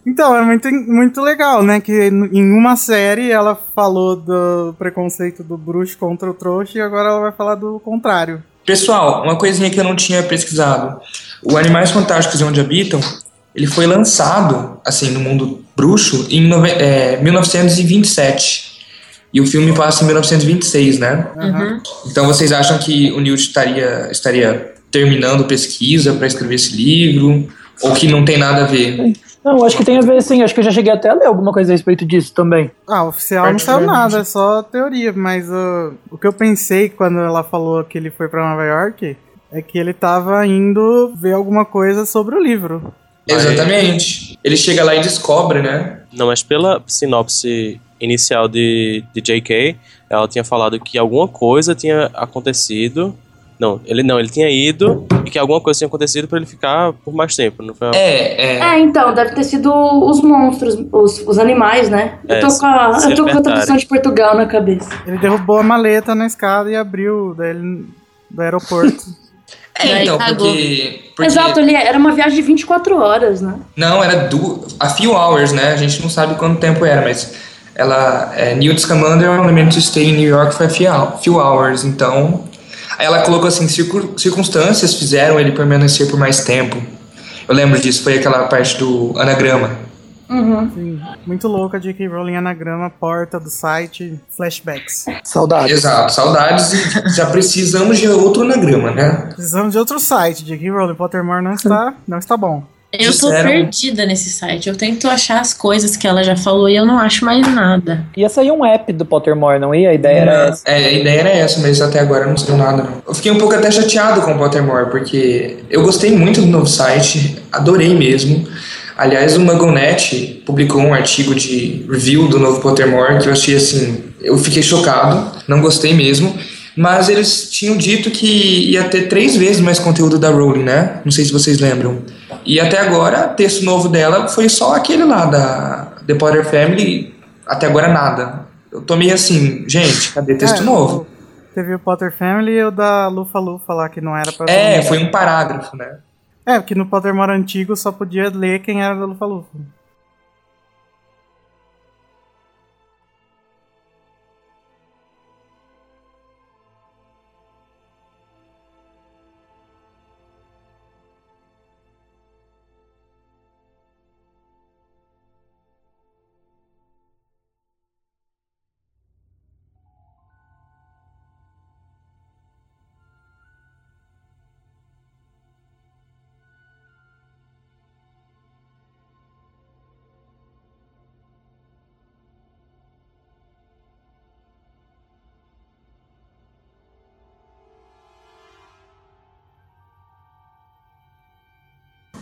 Speaker 1: Então, é muito, muito legal, né? Que n- em uma série ela falou do preconceito do bruxo contra o trouxa e agora ela vai falar do contrário.
Speaker 2: Pessoal, uma coisinha que eu não tinha pesquisado. O Animais Fantásticos e Onde Habitam, ele foi lançado, assim, no mundo bruxo, em nove- é, 1927. E o filme passa em 1926, né?
Speaker 6: Uhum.
Speaker 2: Então vocês acham que o Newt estaria, estaria terminando pesquisa para escrever esse livro? Ou que não tem nada a ver.
Speaker 4: Não, acho que tem a ver sim, acho que eu já cheguei até a ler alguma coisa a respeito disso também.
Speaker 1: Ah, oficial não saiu nada, é só teoria, mas uh, o que eu pensei quando ela falou que ele foi pra Nova York é que ele tava indo ver alguma coisa sobre o livro.
Speaker 2: Exatamente. Ele chega lá e descobre, né?
Speaker 5: Não, mas pela sinopse inicial de, de JK, ela tinha falado que alguma coisa tinha acontecido. Não, ele não, ele tinha ido e que alguma coisa tinha acontecido pra ele ficar por mais tempo, não foi?
Speaker 2: É, é.
Speaker 3: É, então, deve ter sido os monstros, os, os animais, né? Eu
Speaker 5: É,
Speaker 3: tô com a,
Speaker 5: se
Speaker 3: eu tô com a
Speaker 5: libertarem.
Speaker 3: tradução de Portugal na cabeça.
Speaker 1: Ele derrubou a maleta na escada e abriu daí ele- do aeroporto.
Speaker 2: É,
Speaker 6: Daí
Speaker 2: então,
Speaker 6: cagou.
Speaker 2: porque. porque
Speaker 3: Exato, ele era uma viagem de 24 horas, né?
Speaker 2: Não, era do, a few hours, né? A gente não sabe quanto tempo era, mas ela. É, Newt Scamander, o elemento to stay in New York foi a few, hou- few hours, então. Aí ela colocou assim: circu- circunstâncias fizeram ele permanecer por mais tempo. Eu lembro disso, foi aquela parte do anagrama.
Speaker 3: Uhum.
Speaker 1: Sim, muito louca a J.K. Rowling anagrama, porta do site, flashbacks.
Speaker 4: Saudade.
Speaker 2: Exato, saudades e já precisamos de outro anagrama, né?
Speaker 1: Precisamos de outro site, J.K. Rowling. Pottermore não está, não está bom.
Speaker 6: Eu tô
Speaker 2: Disseram-
Speaker 6: perdida nesse site. Eu tento achar as coisas que ela já falou e eu não acho mais nada.
Speaker 4: Ia sair um app do Pottermore, não ia? A ideia era essa.
Speaker 2: É, a ideia era essa, mas até agora não saiu nada. não. Eu fiquei um pouco até chateado com o Pottermore, porque eu gostei muito do novo site, adorei mesmo. Aliás, o Magonet publicou um artigo de review do novo Pottermore que eu achei assim, eu fiquei chocado, não gostei mesmo. Mas eles tinham dito que ia ter três vezes mais conteúdo da Rowling, né? Não sei se vocês lembram. E até agora, texto novo dela foi só aquele lá da The Potter Family, até agora nada. Eu tomei assim, gente, cadê texto
Speaker 1: É,
Speaker 2: novo?
Speaker 1: o- Teve o Potter Family e o da Lufa Lufa lá, que não era pra.
Speaker 2: É, foi um parágrafo, né?
Speaker 1: É, porque no Pottermore antigo só podia ler quem era da Lufa Lufa.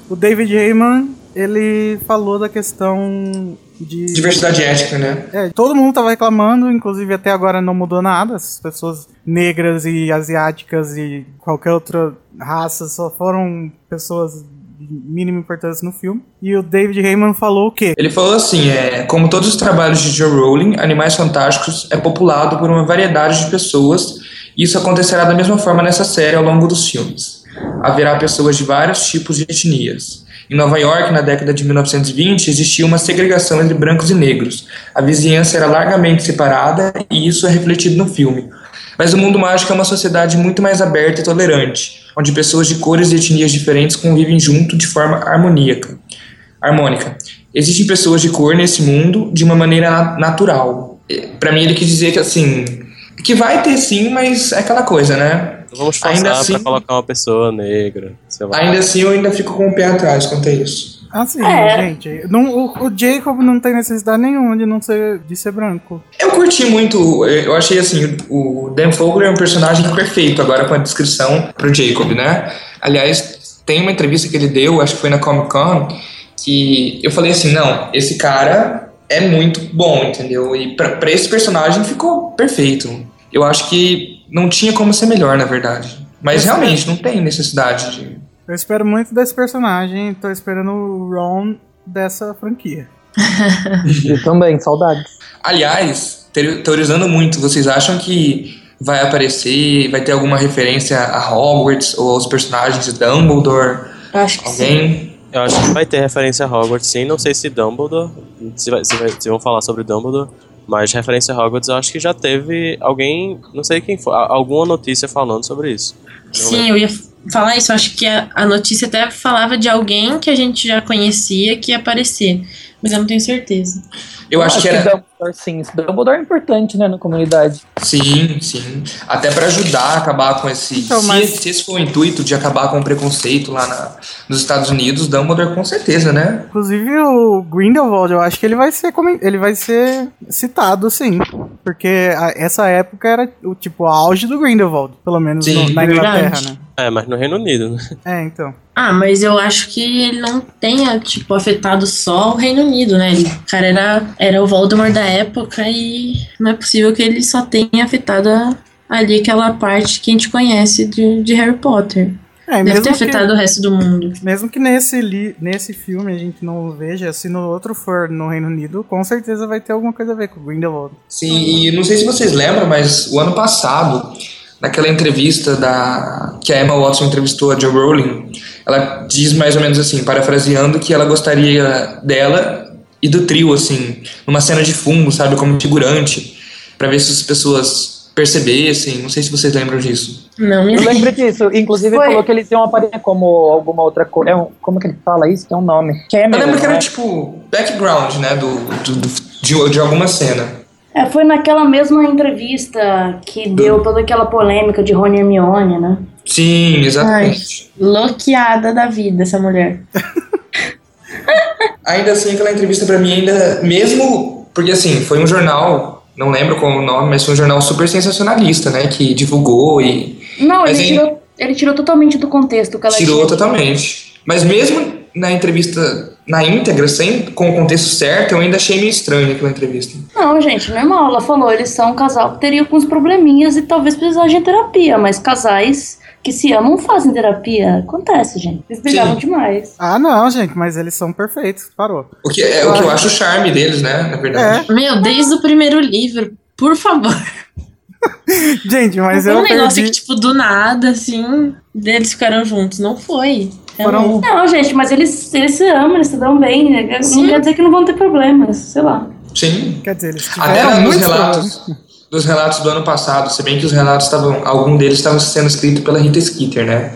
Speaker 1: O David Heyman, ele falou da questão de.
Speaker 2: Diversidade étnica, né?
Speaker 1: É, todo mundo tava reclamando, inclusive até agora não mudou nada. As pessoas negras e asiáticas e qualquer outra raça só foram pessoas de mínima importância no filme. E o David Heyman falou o quê?
Speaker 2: Ele falou assim, é, como todos os trabalhos de Joe Rowling, Animais Fantásticos é populado por uma variedade de pessoas e isso acontecerá da mesma forma nessa série ao longo dos filmes. Haverá pessoas de vários tipos de etnias. Em Nova York, na década de 1920, existia uma segregação entre brancos e negros. A vizinhança era largamente separada e isso é refletido no filme. Mas o mundo mágico é uma sociedade muito mais aberta e tolerante, onde pessoas de cores e etnias diferentes convivem junto de forma harmoníaca. Harmônica. Existem pessoas de cor nesse mundo de uma maneira na- natural. Para mim ele quis dizer que assim, que vai ter sim, mas é aquela coisa, né?
Speaker 5: Não Vamos forçar
Speaker 2: Ainda assim-
Speaker 5: pra colocar uma pessoa negra, sei lá.
Speaker 2: Ainda assim eu ainda fico com o pé atrás quanto a isso.
Speaker 1: Assim,
Speaker 3: É.
Speaker 1: gente, não- o, o Jacob não tem necessidade nenhuma de não ser, de ser branco.
Speaker 2: Eu curti muito, eu achei assim, o Dan Fogler é um personagem perfeito agora com a descrição pro Jacob, né? Aliás, tem uma entrevista que ele deu, acho que foi na Comic Con, que eu falei assim, não, esse cara é muito bom, entendeu? E pra, pra esse personagem ficou perfeito. Eu acho que não tinha como ser melhor, na verdade. Mas realmente, não tem necessidade de...
Speaker 1: Eu espero muito desse personagem, tô esperando o Ron dessa franquia.
Speaker 4: Eu também, saudades.
Speaker 2: Aliás, teo- teorizando muito, vocês acham que vai aparecer, vai ter alguma referência a Hogwarts ou aos personagens de Dumbledore?
Speaker 3: Acho que sim.
Speaker 2: Alguém?
Speaker 5: Eu acho que vai ter referência a Hogwarts, sim. Não sei se Dumbledore, se, vai, se, vai- se vão falar sobre Dumbledore, mas referência a Hogwarts eu acho que já teve alguém, não sei quem foi, a- alguma notícia falando sobre isso. Não
Speaker 6: Sim, eu ia, falar isso, acho que a, a notícia até falava de alguém que a gente já conhecia que ia aparecer, mas eu não tenho certeza.
Speaker 2: Eu acho que era.
Speaker 4: Dumbledore, sim. Esse Dumbledore é importante, né, na comunidade.
Speaker 2: Sim, sim. Até pra ajudar a acabar com esse.
Speaker 1: Então,
Speaker 2: se,
Speaker 1: mas-
Speaker 2: se esse for o intuito de acabar com o preconceito lá na- nos Estados Unidos, Dumbledore com certeza, né?
Speaker 1: Inclusive o Grindelwald, eu acho que ele vai ser comen- ele vai ser citado, sim. Porque a- essa época era o tipo o auge do Grindelwald, pelo menos
Speaker 2: Sim,
Speaker 1: no- na Inglaterra,
Speaker 6: verdade.
Speaker 1: né?
Speaker 5: É, mas no Reino Unido, né?
Speaker 1: É, então.
Speaker 6: Ah, mas eu acho que ele não tenha, tipo, afetado só o Reino Unido, né? Ele, o cara era, era o Voldemort da época e não é possível que ele só tenha afetado a- ali aquela parte que a gente conhece de, de Harry Potter.
Speaker 1: É, e
Speaker 6: Deve ter
Speaker 1: mesmo que,
Speaker 6: afetado o resto do mundo.
Speaker 1: mesmo que nesse, li- nesse filme a gente não veja, se no outro for no Reino Unido, com certeza vai ter alguma coisa a ver com o Grindelwald.
Speaker 2: Sim, e não sei se vocês lembram, mas o ano passado, naquela entrevista da que a Emma Watson entrevistou a Joe Rowling, ela diz mais ou menos assim, parafraseando, que ela gostaria dela e do trio, assim, numa cena de fundo, sabe, como figurante, pra ver se as pessoas percebessem. Não sei se vocês lembram disso.
Speaker 6: Não me
Speaker 4: Eu lembro disso. Inclusive,
Speaker 3: Foi.
Speaker 4: ele falou que eles iam aparecer como alguma outra coisa. como que ele fala isso? Tem um nome.
Speaker 2: Eu
Speaker 4: Cameron,
Speaker 2: lembro que
Speaker 4: né?
Speaker 2: era tipo background, né, do, do- do- de, de alguma cena.
Speaker 3: É, foi naquela mesma entrevista que deu toda aquela polêmica de Rony e Hermione, né?
Speaker 2: Sim, exatamente.
Speaker 6: Loqueada da vida essa mulher.
Speaker 2: Ainda assim, aquela entrevista pra mim ainda, mesmo porque assim, foi um jornal, não lembro qual o nome, mas foi um jornal super sensacionalista, né, que divulgou e
Speaker 3: Não,
Speaker 2: Mas
Speaker 3: ele
Speaker 2: aí-
Speaker 3: tirou, ele tirou totalmente do contexto que ela
Speaker 2: tirou
Speaker 3: tinha.
Speaker 2: totalmente. Mas mesmo na entrevista na íntegra, sem com o contexto certo, eu ainda achei meio estranho aquela entrevista.
Speaker 3: Não, gente, normal. Ela falou, eles são um casal que teria alguns probleminhas e talvez precisassem de terapia, mas casais que se amam fazem terapia. Acontece, gente. Eles brigavam
Speaker 2: Sim.
Speaker 3: demais.
Speaker 1: Ah, não, gente, mas eles são perfeitos, parou.
Speaker 2: O que é o que eu acho o charme deles, né, na verdade.
Speaker 6: Meu, desde o primeiro livro, por favor.
Speaker 1: Gente, mas
Speaker 6: não
Speaker 1: eu
Speaker 6: foi um negócio
Speaker 1: perdi.
Speaker 6: que, tipo, do nada, assim, deles ficaram juntos. Não foi. É um-
Speaker 1: Foram,
Speaker 3: Não, gente, mas eles, eles se amam, eles se dão bem. né? Não
Speaker 6: Sim.
Speaker 3: quer dizer que não vão ter problemas, sei lá.
Speaker 2: Sim.
Speaker 1: quer dizer, eles
Speaker 2: Até
Speaker 1: tiveram
Speaker 2: nos
Speaker 1: muitos problemas.
Speaker 2: relatos, dos relatos do ano passado, se bem que os relatos estavam, algum deles estava sendo escrito pela Rita Skeeter, né?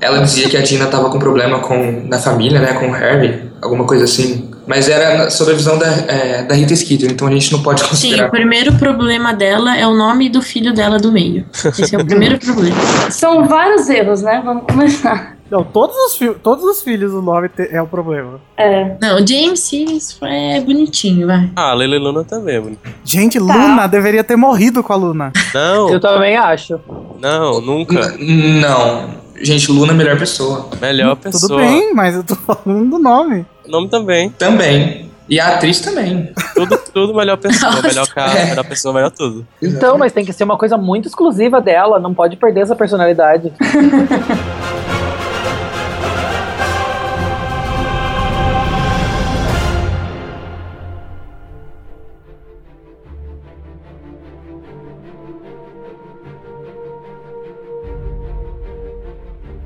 Speaker 2: Ela dizia que a Dina estava com problema com na família, né, com o Harry, alguma coisa assim. Mas era na- sob a visão da, é, da Rita Skeeter, então a gente não pode
Speaker 6: Sim,
Speaker 2: considerar.
Speaker 6: o primeiro problema dela é o nome do filho dela do meio. Esse é o primeiro problema.
Speaker 3: São vários erros, né? Vamos começar.
Speaker 1: Não, todos os, fi- todos os filhos do Love te- é o problema.
Speaker 3: É.
Speaker 6: Não, o James Sims é bonitinho, vai.
Speaker 5: Ah, a Lele Luna também, mano.
Speaker 1: Gente, Luna deveria ter morrido com a Luna.
Speaker 5: Não,
Speaker 2: tipo-
Speaker 4: Eu também acho.
Speaker 5: não, nunca.
Speaker 2: N- Não. Gente, Luna é a melhor pessoa.
Speaker 5: Melhor pessoa.
Speaker 1: Tudo bem, mas eu tô falando do nome.
Speaker 5: Nome também.
Speaker 2: Também. E a atriz também.
Speaker 5: Tudo, tudo melhor pessoa.
Speaker 6: Nossa.
Speaker 5: Melhor cara,
Speaker 2: É.
Speaker 5: melhor pessoa, melhor tudo.
Speaker 4: Então, mas tem que ser uma coisa muito exclusiva dela. Não pode perder essa personalidade.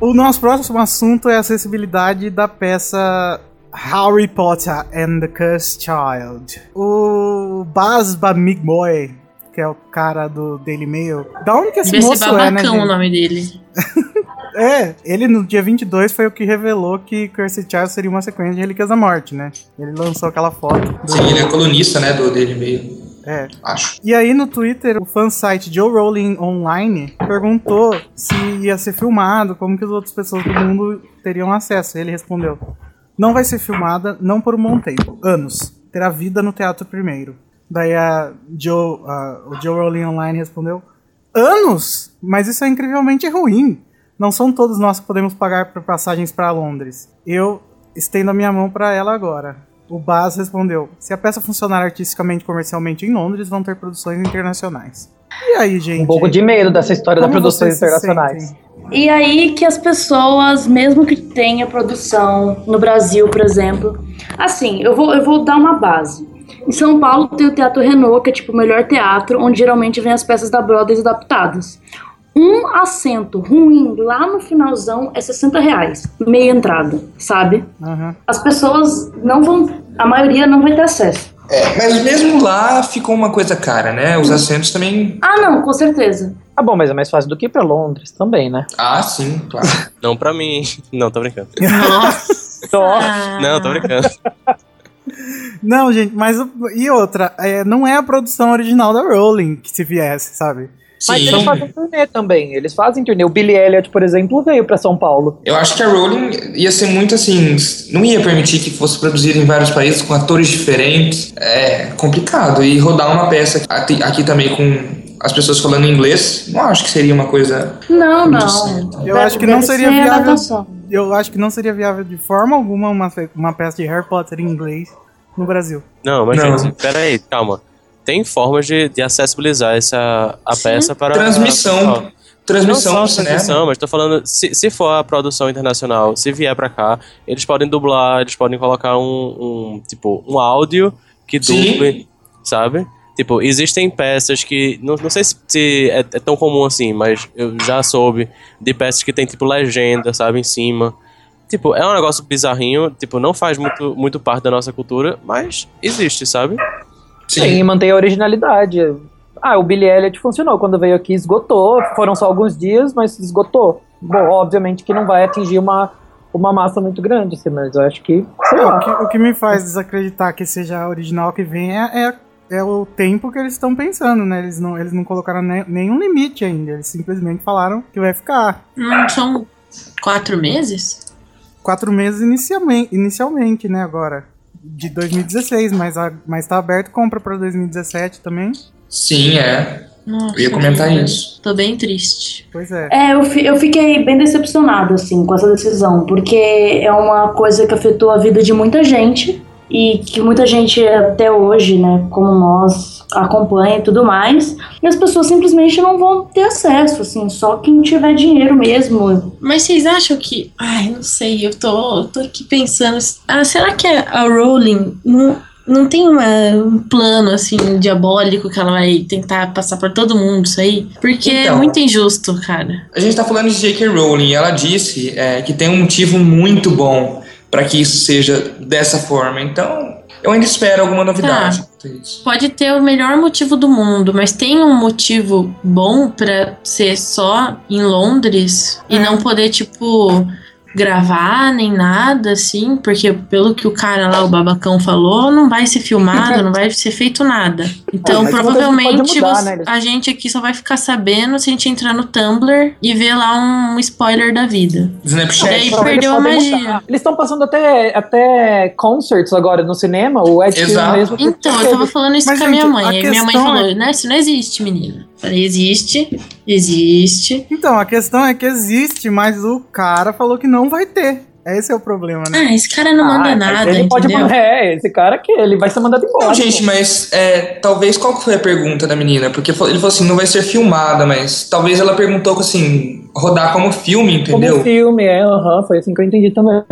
Speaker 1: O nosso próximo assunto é a acessibilidade da peça Harry Potter and the Cursed Child. O Baz Bamigboy, que é o cara do Daily Mail. Da onde que esse
Speaker 6: Deve ser
Speaker 1: moço é, né,
Speaker 6: babacão o
Speaker 1: gente?
Speaker 6: nome dele.
Speaker 1: É, ele no dia 22 foi o que revelou que Cursed Child seria uma sequência de Relíquias da Morte, né? Ele lançou aquela foto. do-
Speaker 2: Sim, ele é colunista, né, do Daily Mail,
Speaker 1: É.
Speaker 2: acho.
Speaker 1: E aí no Twitter, o fansite Joe Rowling Online perguntou se ia ser filmado, como que as outras pessoas do mundo teriam acesso. Ele respondeu: Não vai ser filmada, não por um bom tempo, anos. Terá vida no teatro primeiro. Daí a Joe, a- o Joe Rowling Online respondeu: Anos? Mas isso é incrivelmente ruim. Não são todos nós que podemos pagar por passagens para Londres. Eu estendo a minha mão para ela agora. O Baz respondeu: Se a peça funcionar artisticamente e comercialmente em Londres, vão ter produções internacionais. E aí, gente?
Speaker 4: Um pouco de medo dessa história das
Speaker 1: como
Speaker 4: produções
Speaker 1: vocês se
Speaker 4: internacionais.
Speaker 1: sentem?
Speaker 3: E aí que as pessoas, mesmo que tenha produção no Brasil, por exemplo. Assim, eu vou, eu vou dar uma base. Em São Paulo tem o Teatro Renault, que é tipo o melhor teatro, onde geralmente vem as peças da Brothers adaptadas. Um assento ruim lá no finalzão é 60 reais, meia entrada, sabe?
Speaker 1: Aham.
Speaker 3: As pessoas não vão, a maioria não vai ter acesso.
Speaker 2: É, mas mesmo lá ficou uma coisa cara, né? Os assentos também
Speaker 3: Ah, não, com certeza.
Speaker 4: Ah, bom, mas é mais fácil do que ir pra Londres também, né?
Speaker 2: Ah, sim, claro.
Speaker 5: Não pra mim. Não, tô brincando.
Speaker 6: Ah.
Speaker 4: Nossa.
Speaker 5: Não, tô brincando.
Speaker 1: Não, gente, mas. o- E outra, é, não é a produção original da Rowling que se viesse, sabe?
Speaker 4: Mas
Speaker 2: sim.
Speaker 4: eles fazem turnê também. Eles fazem turnê. O Billy Elliot, por exemplo, veio pra São Paulo.
Speaker 2: Eu acho que a Rowling ia ser muito assim, não ia permitir que fosse produzido em vários países com atores diferentes. É complicado. E rodar uma peça aqui, aqui também com as pessoas falando inglês, não acho que seria uma coisa.
Speaker 3: Não,
Speaker 2: muito
Speaker 3: não.
Speaker 2: certa.
Speaker 1: Eu
Speaker 3: Deve-
Speaker 1: acho que não
Speaker 3: deve
Speaker 1: seria
Speaker 3: ser
Speaker 1: viável.
Speaker 3: adaptação.
Speaker 1: Eu acho que não seria viável de forma alguma uma, fe- uma peça de Harry Potter em inglês no Brasil.
Speaker 5: Não, mas
Speaker 2: Não.
Speaker 5: gente, peraí, calma. Tem formas de, de acessibilizar essa, a
Speaker 6: Sim.
Speaker 5: peça para.
Speaker 2: Transmissão.
Speaker 5: Não
Speaker 2: Transmissão né?
Speaker 5: só
Speaker 2: no cinema.
Speaker 5: transmissão, mas tô falando, se, se for a produção internacional, se vier pra cá, eles podem dublar, eles podem colocar um, um, tipo, um áudio que
Speaker 2: Sim.
Speaker 5: duble, sabe? Tipo, existem peças que, não, não sei se, se é, é tão comum assim, mas eu já soube de peças que tem, tipo, legenda, sabe, em cima. Tipo, é um negócio bizarrinho, tipo, não faz muito, muito parte da nossa cultura, mas existe, sabe?
Speaker 2: Sim.
Speaker 4: Sim, e mantém a originalidade. Ah, o Billy Elliot funcionou. Quando veio aqui, esgotou. Foram só alguns dias, mas esgotou. Bom, obviamente que não vai atingir uma, uma massa muito grande, assim, mas eu acho que. Sei
Speaker 1: O
Speaker 4: lá.
Speaker 1: que, o que me faz desacreditar que seja a original que vem é, é, é o tempo que eles estão pensando, né? Eles não, eles não colocaram ne- nenhum limite ainda. Eles simplesmente falaram que vai ficar
Speaker 6: Não são quatro meses?
Speaker 1: quatro meses inicialmente, inicialmente né? Agora. De 2016, mas, a, mas tá aberto compra pra 2017 também.
Speaker 2: Sim, é.
Speaker 6: Nossa,
Speaker 2: Eu ia comentar
Speaker 6: tô-
Speaker 2: isso.
Speaker 6: Tô bem triste.
Speaker 1: Pois é.
Speaker 3: É, eu, fi- eu fiquei bem decepcionada, assim, com essa decisão, porque é uma coisa que afetou a vida de muita gente e que muita gente até hoje, né, como nós, acompanha e tudo mais, e as pessoas simplesmente não vão ter acesso, assim, só quem tiver dinheiro mesmo.
Speaker 6: Mas vocês acham que. Ai, não sei, eu tô, tô aqui pensando. Ah, será que a Rowling não, não tem uma- um plano assim diabólico que ela vai tentar passar pra todo mundo isso aí? Porque é
Speaker 2: Então.
Speaker 6: muito injusto, cara.
Speaker 2: A gente tá falando de J.K. Rowling e ela disse é, que tem um motivo muito bom pra que isso seja dessa forma. Então, eu ainda espero alguma novidade.
Speaker 4: Tá.
Speaker 2: Isso.
Speaker 6: Pode ter o melhor motivo do mundo, mas tem um motivo bom pra ser só em Londres
Speaker 4: É.
Speaker 6: e não poder, tipo, gravar nem nada, assim, porque pelo que o cara lá, o babacão, falou, não vai ser filmado, não vai ser feito nada. Então,
Speaker 4: mas é
Speaker 6: provavelmente,
Speaker 4: pode mudar,
Speaker 6: você-
Speaker 4: né? Eles-
Speaker 6: a gente aqui só vai ficar sabendo se a gente entrar no Tumblr e ver lá um spoiler da vida. É, E aí
Speaker 2: Snapchat.
Speaker 4: Então, eles
Speaker 6: perdeu a
Speaker 4: podem
Speaker 6: magia.
Speaker 4: mudar. Eles estão passando até, até concerts agora no cinema, o Ed Sheeran
Speaker 2: Exato.
Speaker 4: mesmo.
Speaker 6: Então, eu tava falando isso
Speaker 1: Mas,
Speaker 6: com a minha
Speaker 1: gente,
Speaker 6: mãe.
Speaker 1: a
Speaker 6: aí minha mãe
Speaker 1: questão
Speaker 4: é
Speaker 6: falou, né? Isso não existe, menina. Eu Falei, existe, existe.
Speaker 1: Então, a questão é que existe, mas o cara falou que não vai ter. Esse é o problema, né?
Speaker 6: Ah, esse cara não manda
Speaker 4: Ah, mas
Speaker 6: nada,
Speaker 4: ele
Speaker 6: entendeu?
Speaker 4: pode mandar, é, esse cara que ele vai ser mandado embora.
Speaker 2: Não, gente, mas é, talvez qual que foi a pergunta da menina? Porque fal- ele falou assim, não vai ser filmada, mas talvez ela perguntou assim, rodar como filme,
Speaker 4: Como
Speaker 2: entendeu?
Speaker 4: filme, é, aham, foi assim que eu entendi também.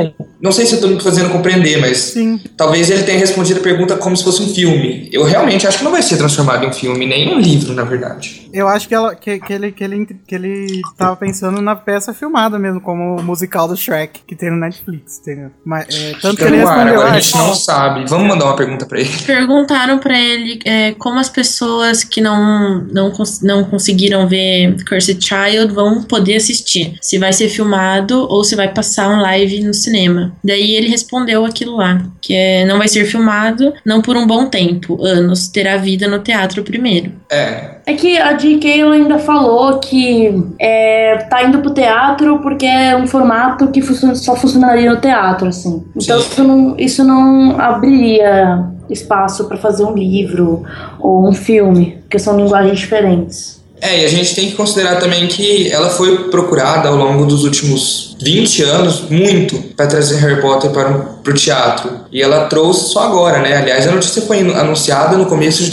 Speaker 2: Não sei se eu tô me fazendo compreender, mas
Speaker 1: Sim.
Speaker 2: talvez ele tenha respondido a pergunta como se fosse um filme. Eu realmente acho que não vai ser transformado em um filme, nem em um livro, na verdade.
Speaker 1: Eu acho que, ela, que, que ele, que, ele, que ele tava pensando na peça filmada mesmo, como o musical do Shrek, que tem no Netflix, entendeu? Mas, é, tanto que
Speaker 2: Fica
Speaker 1: ele
Speaker 2: tá no ar,
Speaker 1: respondeu,
Speaker 2: agora
Speaker 1: ah,
Speaker 2: Então, a gente não sabe. Vamos mandar uma pergunta pra ele.
Speaker 6: Perguntaram pra ele é, como as pessoas que não, não, cons- não conseguiram ver Cursed Child vão poder assistir. Se vai ser filmado ou se vai passar um live no cinema. Daí ele respondeu aquilo lá, que é, não vai ser filmado, não por um bom tempo, anos, terá vida no teatro primeiro.
Speaker 2: É,
Speaker 3: É que a J.K. ela ainda falou que é, tá indo pro teatro porque é um formato que funcio- só funcionaria no teatro, assim. Então
Speaker 2: Sim.
Speaker 3: isso não, isso não abriria espaço pra fazer um livro ou um filme, porque são linguagens diferentes.
Speaker 2: É, e a gente tem que considerar também que ela foi procurada ao longo dos últimos 20 anos, muito, para trazer Harry Potter para o teatro. E ela trouxe só agora, né? Aliás, a notícia foi anunciada no começo de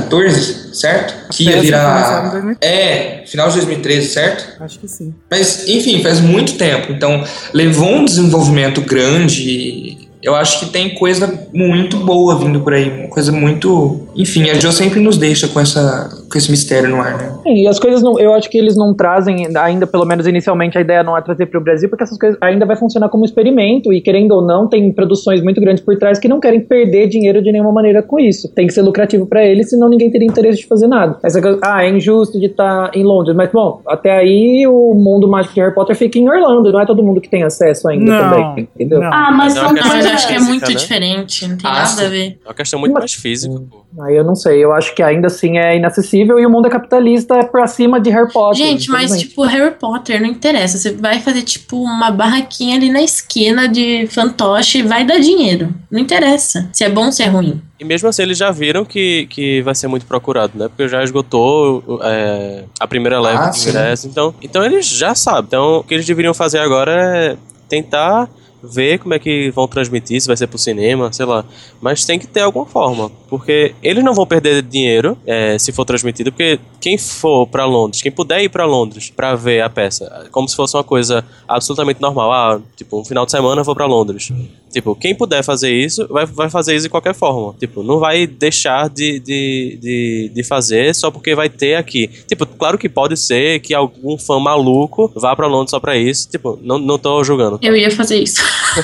Speaker 2: 2014, certo? Que ia
Speaker 1: peça foi anunciada em
Speaker 2: virar.
Speaker 1: 2013.
Speaker 2: É, final de 2013, certo?
Speaker 1: Acho que sim.
Speaker 2: Mas, enfim, faz muito tempo. Então, levou um desenvolvimento grande. e Eu acho que tem coisa muito boa vindo por aí. Uma coisa muito. Enfim, a Jo sempre nos deixa com essa com esse mistério no ar, né?
Speaker 4: Sim, e as coisas não. Eu acho que eles não trazem, ainda, pelo menos inicialmente, a ideia não é trazer para o Brasil, porque essas coisas ainda vai funcionar como experimento. E querendo ou não, tem produções muito grandes por trás que não querem perder dinheiro de nenhuma maneira com isso. Tem que ser lucrativo para eles, senão ninguém teria interesse de fazer nada. Essa coisa, ah, é injusto de estar em Londres. Mas bom, até aí o mundo mágico de Harry Potter fica em Orlando, não é todo mundo que tem acesso ainda
Speaker 1: Não,
Speaker 4: também. Entendeu?
Speaker 1: não.
Speaker 3: Ah, mas
Speaker 5: Não,
Speaker 3: são
Speaker 5: quer dizer,
Speaker 6: Mas
Speaker 3: coisas.
Speaker 5: Mas
Speaker 6: acho que é
Speaker 5: física,
Speaker 6: muito
Speaker 5: né?
Speaker 6: diferente, não tem
Speaker 2: Ah,
Speaker 6: nada
Speaker 2: sim.
Speaker 6: a ver.
Speaker 5: É uma questão muito
Speaker 4: Mas-
Speaker 5: mais física, pô.
Speaker 4: Aí eu não sei, eu acho que ainda assim é inacessível e o mundo é capitalista é pra cima de Harry Potter.
Speaker 6: Gente, mas
Speaker 4: infelizmente.
Speaker 6: tipo, Harry Potter não interessa. Você vai fazer tipo uma barraquinha ali na esquina de fantoche e vai dar dinheiro. Não interessa se é bom ou se é ruim.
Speaker 5: E mesmo assim, eles já viram que, que vai ser muito procurado, né? Porque já esgotou é, a primeira leva
Speaker 2: Ah,
Speaker 5: de
Speaker 2: sim.
Speaker 5: ingresso. Então, então eles já sabem. Então, o que eles deveriam fazer agora é tentar ver como é que vão transmitir, se vai ser pro cinema, sei lá. Mas tem que ter alguma forma. Porque eles não vão perder dinheiro é, se for transmitido. Porque quem for pra Londres, quem puder ir pra Londres pra ver a peça, é como se fosse uma coisa absolutamente normal. Ah, tipo, um final de semana eu vou pra Londres. Tipo, quem puder fazer isso, vai, vai fazer isso de qualquer forma. Tipo, não vai deixar de, de, de, de fazer só porque vai ter aqui. Tipo, claro que pode ser que algum fã maluco vá pra Londres só pra isso. Tipo, não, não tô julgando.
Speaker 6: Eu ia fazer isso.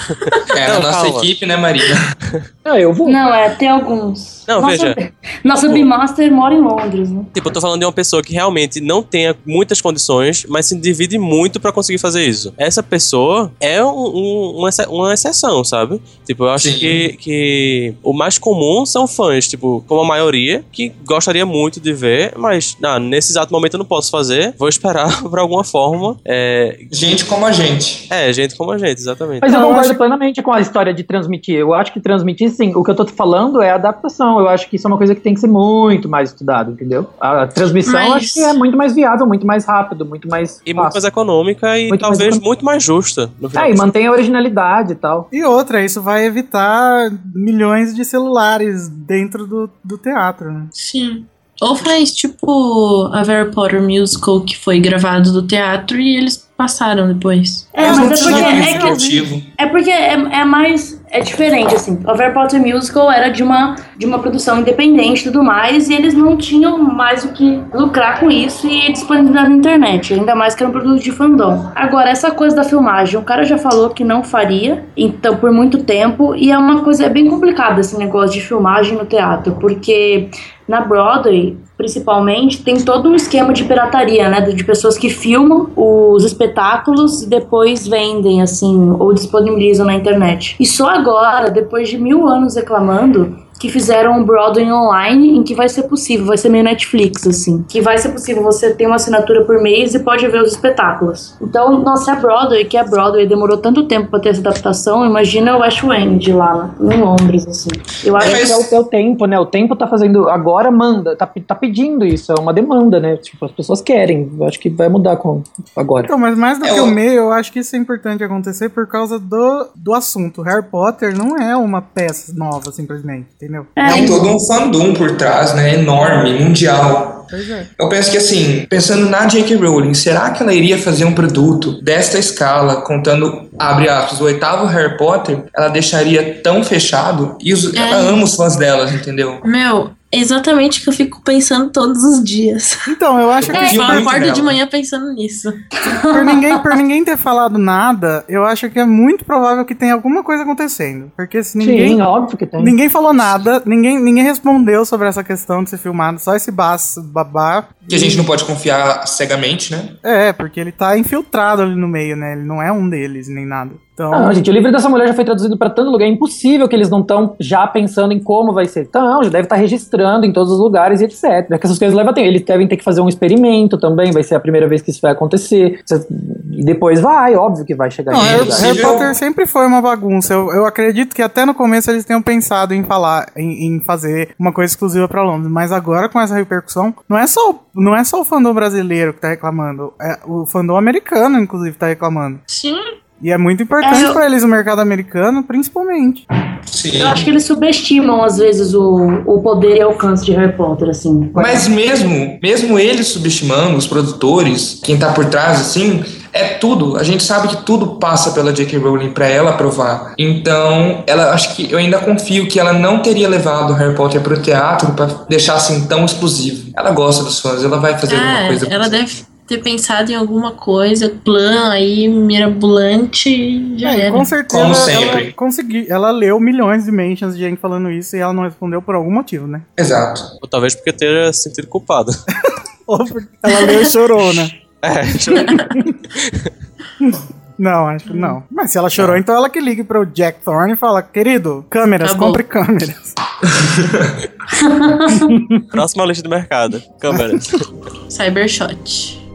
Speaker 2: É,
Speaker 5: Não,
Speaker 2: a nossa
Speaker 5: calma.
Speaker 2: equipe, né, Marina?
Speaker 4: Ah, eu vou.
Speaker 3: Não, é, tem alguns.
Speaker 5: Não,
Speaker 3: nossa,
Speaker 5: veja.
Speaker 3: Nossa
Speaker 5: Pô.
Speaker 3: Beemaster mora em Londres, né?
Speaker 5: Tipo, eu tô falando de uma pessoa que realmente não tenha muitas condições, mas se divide muito pra conseguir fazer isso. Essa pessoa é um- um- uma, exce- uma exceção, sabe? Tipo, eu acho
Speaker 2: Sim.
Speaker 5: que, que o mais comum são fãs, tipo, como a maioria, que gostaria muito de ver, mas ah, nesse exato momento eu não posso fazer, vou esperar por alguma forma. É,
Speaker 2: Gente como a gente.
Speaker 5: é, gente como a gente, exatamente.
Speaker 4: Mas eu
Speaker 1: Não, Então, eu
Speaker 4: concordo
Speaker 1: acho-
Speaker 4: plenamente com a história de transmitir. Eu acho que transmitir, sim. O que eu tô falando é a adaptação. Eu acho que isso é uma coisa que tem que ser muito mais estudado, entendeu? A transmissão
Speaker 6: Mas-
Speaker 4: eu acho que é muito mais viável, muito mais rápido, muito mais.
Speaker 5: E muito mais
Speaker 4: fácil.
Speaker 5: econômica e
Speaker 4: Muito mais
Speaker 5: talvez
Speaker 4: econômica.
Speaker 5: muito mais justa. No final
Speaker 4: É, e
Speaker 5: das
Speaker 4: mantém a originalidade e tal.
Speaker 1: E outra, isso vai evitar milhões de celulares dentro do, do teatro, né?
Speaker 6: Sim. Ou faz tipo a Harry Potter Musical que foi gravado do teatro e eles passaram depois.
Speaker 3: É,
Speaker 2: não
Speaker 3: mas é
Speaker 2: tinha
Speaker 3: porque
Speaker 2: um
Speaker 3: é, que-
Speaker 2: executivo.
Speaker 3: é porque é, é mais. É diferente, assim. O Harry Potter Musical era de uma, de uma produção independente e tudo mais, e eles não tinham mais o que lucrar com isso e disponibilizar na internet, ainda mais que era um produto de fandom. Agora, essa coisa da filmagem, o cara já falou que não faria, então, por muito tempo, e é uma coisa é bem complicada esse negócio de filmagem no teatro, porque na Broadway, principalmente, tem todo um esquema de pirataria, né? De pessoas que filmam os espetáculos e depois vendem, assim, ou disponibilizam na internet. E só agora, depois de mil anos reclamando, que fizeram um Broadway online em que vai ser possível, vai ser meio Netflix, assim. Que vai ser possível, você tem uma assinatura por mês e pode ver os espetáculos. Então, nossa, a Broadway, que é a Broadway, demorou tanto tempo pra ter essa adaptação, imagina o West End lá, em Londres, assim. Eu acho
Speaker 2: É,
Speaker 4: É
Speaker 2: mas-
Speaker 4: que é o, é o tempo, né? O tempo tá fazendo. Agora manda, tá, pe- tá pedindo isso. É uma demanda, né? Tipo, as pessoas querem. Eu acho que vai mudar com agora.
Speaker 1: Então, mas mais do
Speaker 2: É,
Speaker 1: que
Speaker 2: eu-
Speaker 1: o meio, eu acho que isso é importante acontecer por causa do, do assunto. Harry Potter não é uma peça nova, simplesmente, entendeu?
Speaker 3: É,
Speaker 2: Tem todo um fandom por trás, né? Enorme, mundial.
Speaker 1: Pois é.
Speaker 2: Eu penso que assim, pensando na J.K. Rowling, será que ela iria fazer um produto desta escala, contando, abre aspas, o oitavo Harry Potter, ela deixaria tão fechado? E os,
Speaker 6: É.
Speaker 2: ela ama os fãs delas, entendeu?
Speaker 6: Meu, é exatamente o que eu fico pensando todos os dias.
Speaker 1: Então, eu acho que
Speaker 2: É,
Speaker 6: Eu
Speaker 2: muito
Speaker 6: acordo de
Speaker 2: nela.
Speaker 6: manhã pensando nisso.
Speaker 1: por ninguém, por ninguém ter falado nada, eu acho que é muito provável que tenha alguma coisa acontecendo. Porque se ninguém.
Speaker 4: Sim, óbvio que tem.
Speaker 1: Ninguém falou nada, ninguém, ninguém respondeu sobre essa questão de ser filmado, só esse baço babá.
Speaker 2: Que a gente não pode confiar cegamente, né?
Speaker 1: É, porque ele tá infiltrado ali no meio, né? Ele não é um deles, nem nada. Então,
Speaker 4: Ah, Não, gente, o livro dessa mulher já foi traduzido pra tanto lugar. É impossível que eles não estão já pensando em como vai ser. Então, já deve estar registrando em todos os lugares e etc. É que essas coisas levam tempo. Eles devem ter que fazer um experimento também. Vai ser a primeira vez que isso vai acontecer. E depois vai, óbvio que vai chegar
Speaker 1: Não,
Speaker 4: em
Speaker 2: é
Speaker 4: algum
Speaker 1: Harry,
Speaker 4: lugar.
Speaker 1: Harry
Speaker 2: possível.
Speaker 1: Potter sempre foi uma bagunça. Eu, eu acredito que até no começo eles tenham pensado em falar, em, em fazer uma coisa exclusiva pra Londres. Mas agora com essa repercussão, não é só, o- não é só o fandom brasileiro que tá reclamando, é o fandom americano, inclusive, tá reclamando.
Speaker 6: Sim.
Speaker 1: E é muito importante
Speaker 3: É, eu-
Speaker 1: pra eles o mercado americano, principalmente.
Speaker 2: Sim.
Speaker 3: Eu acho que eles subestimam, às vezes, o, o poder e alcance de Harry Potter, assim.
Speaker 2: Mas mesmo, mesmo eles subestimando os produtores, quem tá por trás, assim, é tudo. A gente sabe que tudo passa pela J.K. Rowling para ela aprovar. Então, ela acho que eu ainda confio que ela não teria levado Harry Potter pro teatro para deixar assim tão exclusivo. Ela gosta dos fãs, ela vai fazer alguma
Speaker 6: É,
Speaker 2: coisa. com
Speaker 6: ela
Speaker 2: isso.
Speaker 6: deve ter pensado em alguma coisa, plano aí, mirabolante, e já
Speaker 1: É,
Speaker 6: era.
Speaker 1: com certeza
Speaker 2: Como
Speaker 1: ela
Speaker 2: sempre.
Speaker 1: conseguiu. Ela leu milhões de mentions de gente falando isso e ela não respondeu por algum motivo, né?
Speaker 2: Exato.
Speaker 5: Ou talvez porque tenha se sentido culpado.
Speaker 1: Ou porque ela leu e chorou, né?
Speaker 5: É,
Speaker 1: Não, acho que não. Mas se ela chorou, então ela que ligue pro Jack Thorne e fala: querido, câmeras,
Speaker 6: Tá bom.
Speaker 1: compre câmeras.
Speaker 5: próxima lista do mercado. Câmera.
Speaker 6: Cybershot.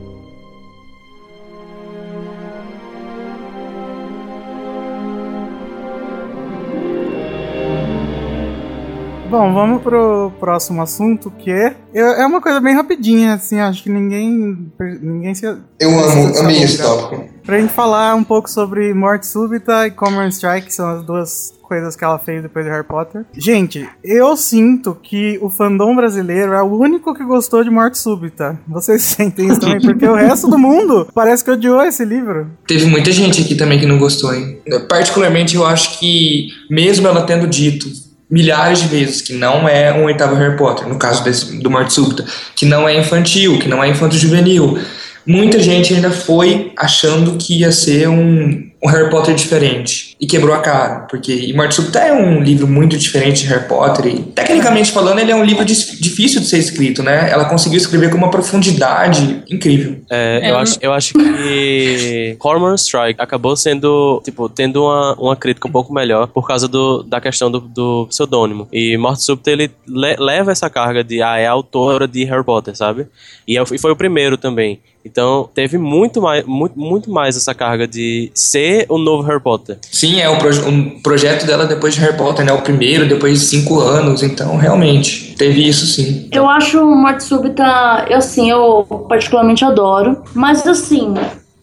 Speaker 1: Bom, vamos pro próximo assunto, que é, é uma coisa bem rapidinha, assim, acho que ninguém. ninguém se.
Speaker 2: Eu amo, amei esse
Speaker 1: Sabe,
Speaker 2: tópico.
Speaker 1: Pra gente falar um pouco sobre Morte Súbita e Common Strike, que são as duas coisas que ela fez depois de Harry Potter. Gente, eu sinto que o fandom brasileiro é o único que gostou de Morte Súbita. Vocês sentem isso também, porque o resto do mundo parece que odiou esse livro.
Speaker 2: Teve muita gente aqui também que não gostou, hein? É, Particularmente, eu acho que, mesmo ela tendo dito milhares de vezes que não é um oitavo Harry Potter, no caso desse, do Morte Súbita, que não é infantil, que não é infanto-juvenil, muita gente ainda foi achando que ia ser um, um Harry Potter diferente. E quebrou a cara, porque e Morte Súbita é um livro muito diferente de Harry Potter, e tecnicamente falando, ele é um livro dis- difícil de ser escrito, né? Ela conseguiu escrever com uma profundidade incrível.
Speaker 5: É, eu,
Speaker 6: É,
Speaker 5: acho, eu acho que Cormoran Strike acabou sendo, tipo, tendo uma, uma crítica um pouco melhor por causa do, da questão do, do pseudônimo. E Morte Súbita, ele le- leva essa carga de, ah, é autora de Harry Potter, sabe? E, é o- e foi o primeiro também. Então, teve muito mais, muito, muito mais essa carga de ser o novo Harry Potter.
Speaker 2: Sim, é o proje- um projeto dela depois de Harry Potter, né? O primeiro, depois de cinco anos, então realmente teve isso sim.
Speaker 3: Eu acho Morte Súbita, eu, assim, eu particularmente adoro, mas assim,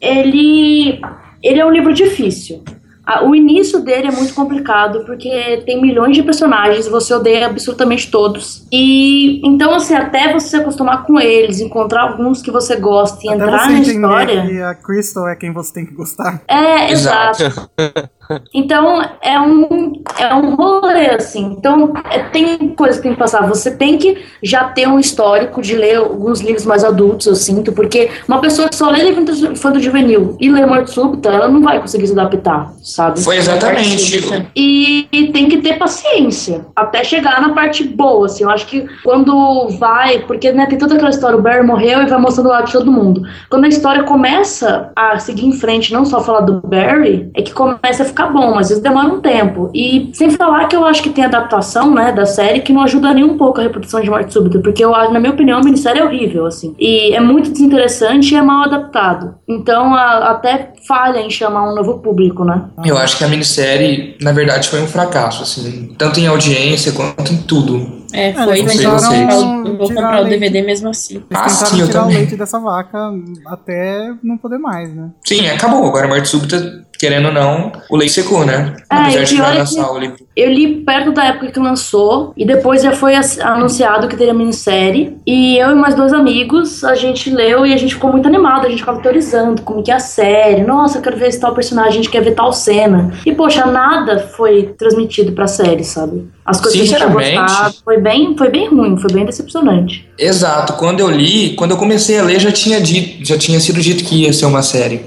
Speaker 3: ele ele é um livro difícil. A- O início dele é muito complicado porque tem milhões de personagens, você odeia absolutamente todos. E então assim, até você se acostumar com eles, encontrar alguns que você gosta e
Speaker 1: Até
Speaker 3: entrar
Speaker 1: você
Speaker 3: na
Speaker 1: entender
Speaker 3: história.
Speaker 1: que a Crystal é quem você tem que gostar.
Speaker 3: É,
Speaker 2: Exato.
Speaker 3: exato. Então, é um, é um rolê, assim. Então, é- tem coisa que tem que passar. Você tem que já ter um histórico de ler alguns livros mais adultos, eu sinto, porque uma pessoa que só lê livro infanto- infanto-juvenil e lê Morte Súbita, ela não vai conseguir se adaptar, sabe?
Speaker 2: Foi exatamente. tipo,
Speaker 3: Na parte súbita. E, e tem que ter paciência até chegar na parte boa, assim. Eu acho que quando vai, porque né, tem toda aquela história, o Barry morreu e vai mostrando o lado de todo mundo. Quando a história começa a seguir em frente, não só falar do Barry, é que começa a ficar bom, mas isso demora um tempo. E sem falar que eu acho que tem adaptação, né, da série que não ajuda nem um pouco a reprodução de Morte Súbita, porque eu acho, na minha opinião, a minissérie é horrível, assim. E é muito desinteressante e é mal adaptado. Então, a- até falha em chamar um novo público, né?
Speaker 2: Eu acho que a minissérie, na verdade, foi um fracasso, assim, tanto em audiência quanto em tudo.
Speaker 6: É,
Speaker 1: Ah,
Speaker 6: foi.
Speaker 1: eles
Speaker 6: eu vou
Speaker 2: tentaram
Speaker 6: comprar o- eu vou
Speaker 1: tirar
Speaker 6: comprar o
Speaker 1: leite.
Speaker 6: DVD mesmo assim.
Speaker 1: Eles
Speaker 2: Ah,
Speaker 1: tentaram
Speaker 2: sim, eu
Speaker 1: tirar o
Speaker 2: também.
Speaker 1: leite dessa vaca até não poder mais, né?
Speaker 2: Sim, acabou. Agora Morte Súbita, querendo ou não, o leite secou, né?
Speaker 3: É,
Speaker 2: Apesar
Speaker 3: e
Speaker 2: de
Speaker 3: pior
Speaker 2: vai
Speaker 3: é
Speaker 2: lançar
Speaker 3: que-
Speaker 2: o livro.
Speaker 3: Eu li perto da época que lançou, e depois já foi as- anunciado que teria minissérie. E eu e mais dois amigos, a gente leu e a gente ficou muito animado, a gente ficava teorizando como que é a série. Nossa, eu quero ver esse tal personagem, a gente quer ver tal cena. E, poxa, nada foi transmitido pra série, sabe? As coisas que a gente tinha
Speaker 2: Sinceramente.
Speaker 3: gostado, foi bem, foi bem ruim, foi bem decepcionante.
Speaker 2: Exato, quando eu li, quando eu comecei a ler já tinha dito, já tinha sido dito que ia ser uma série.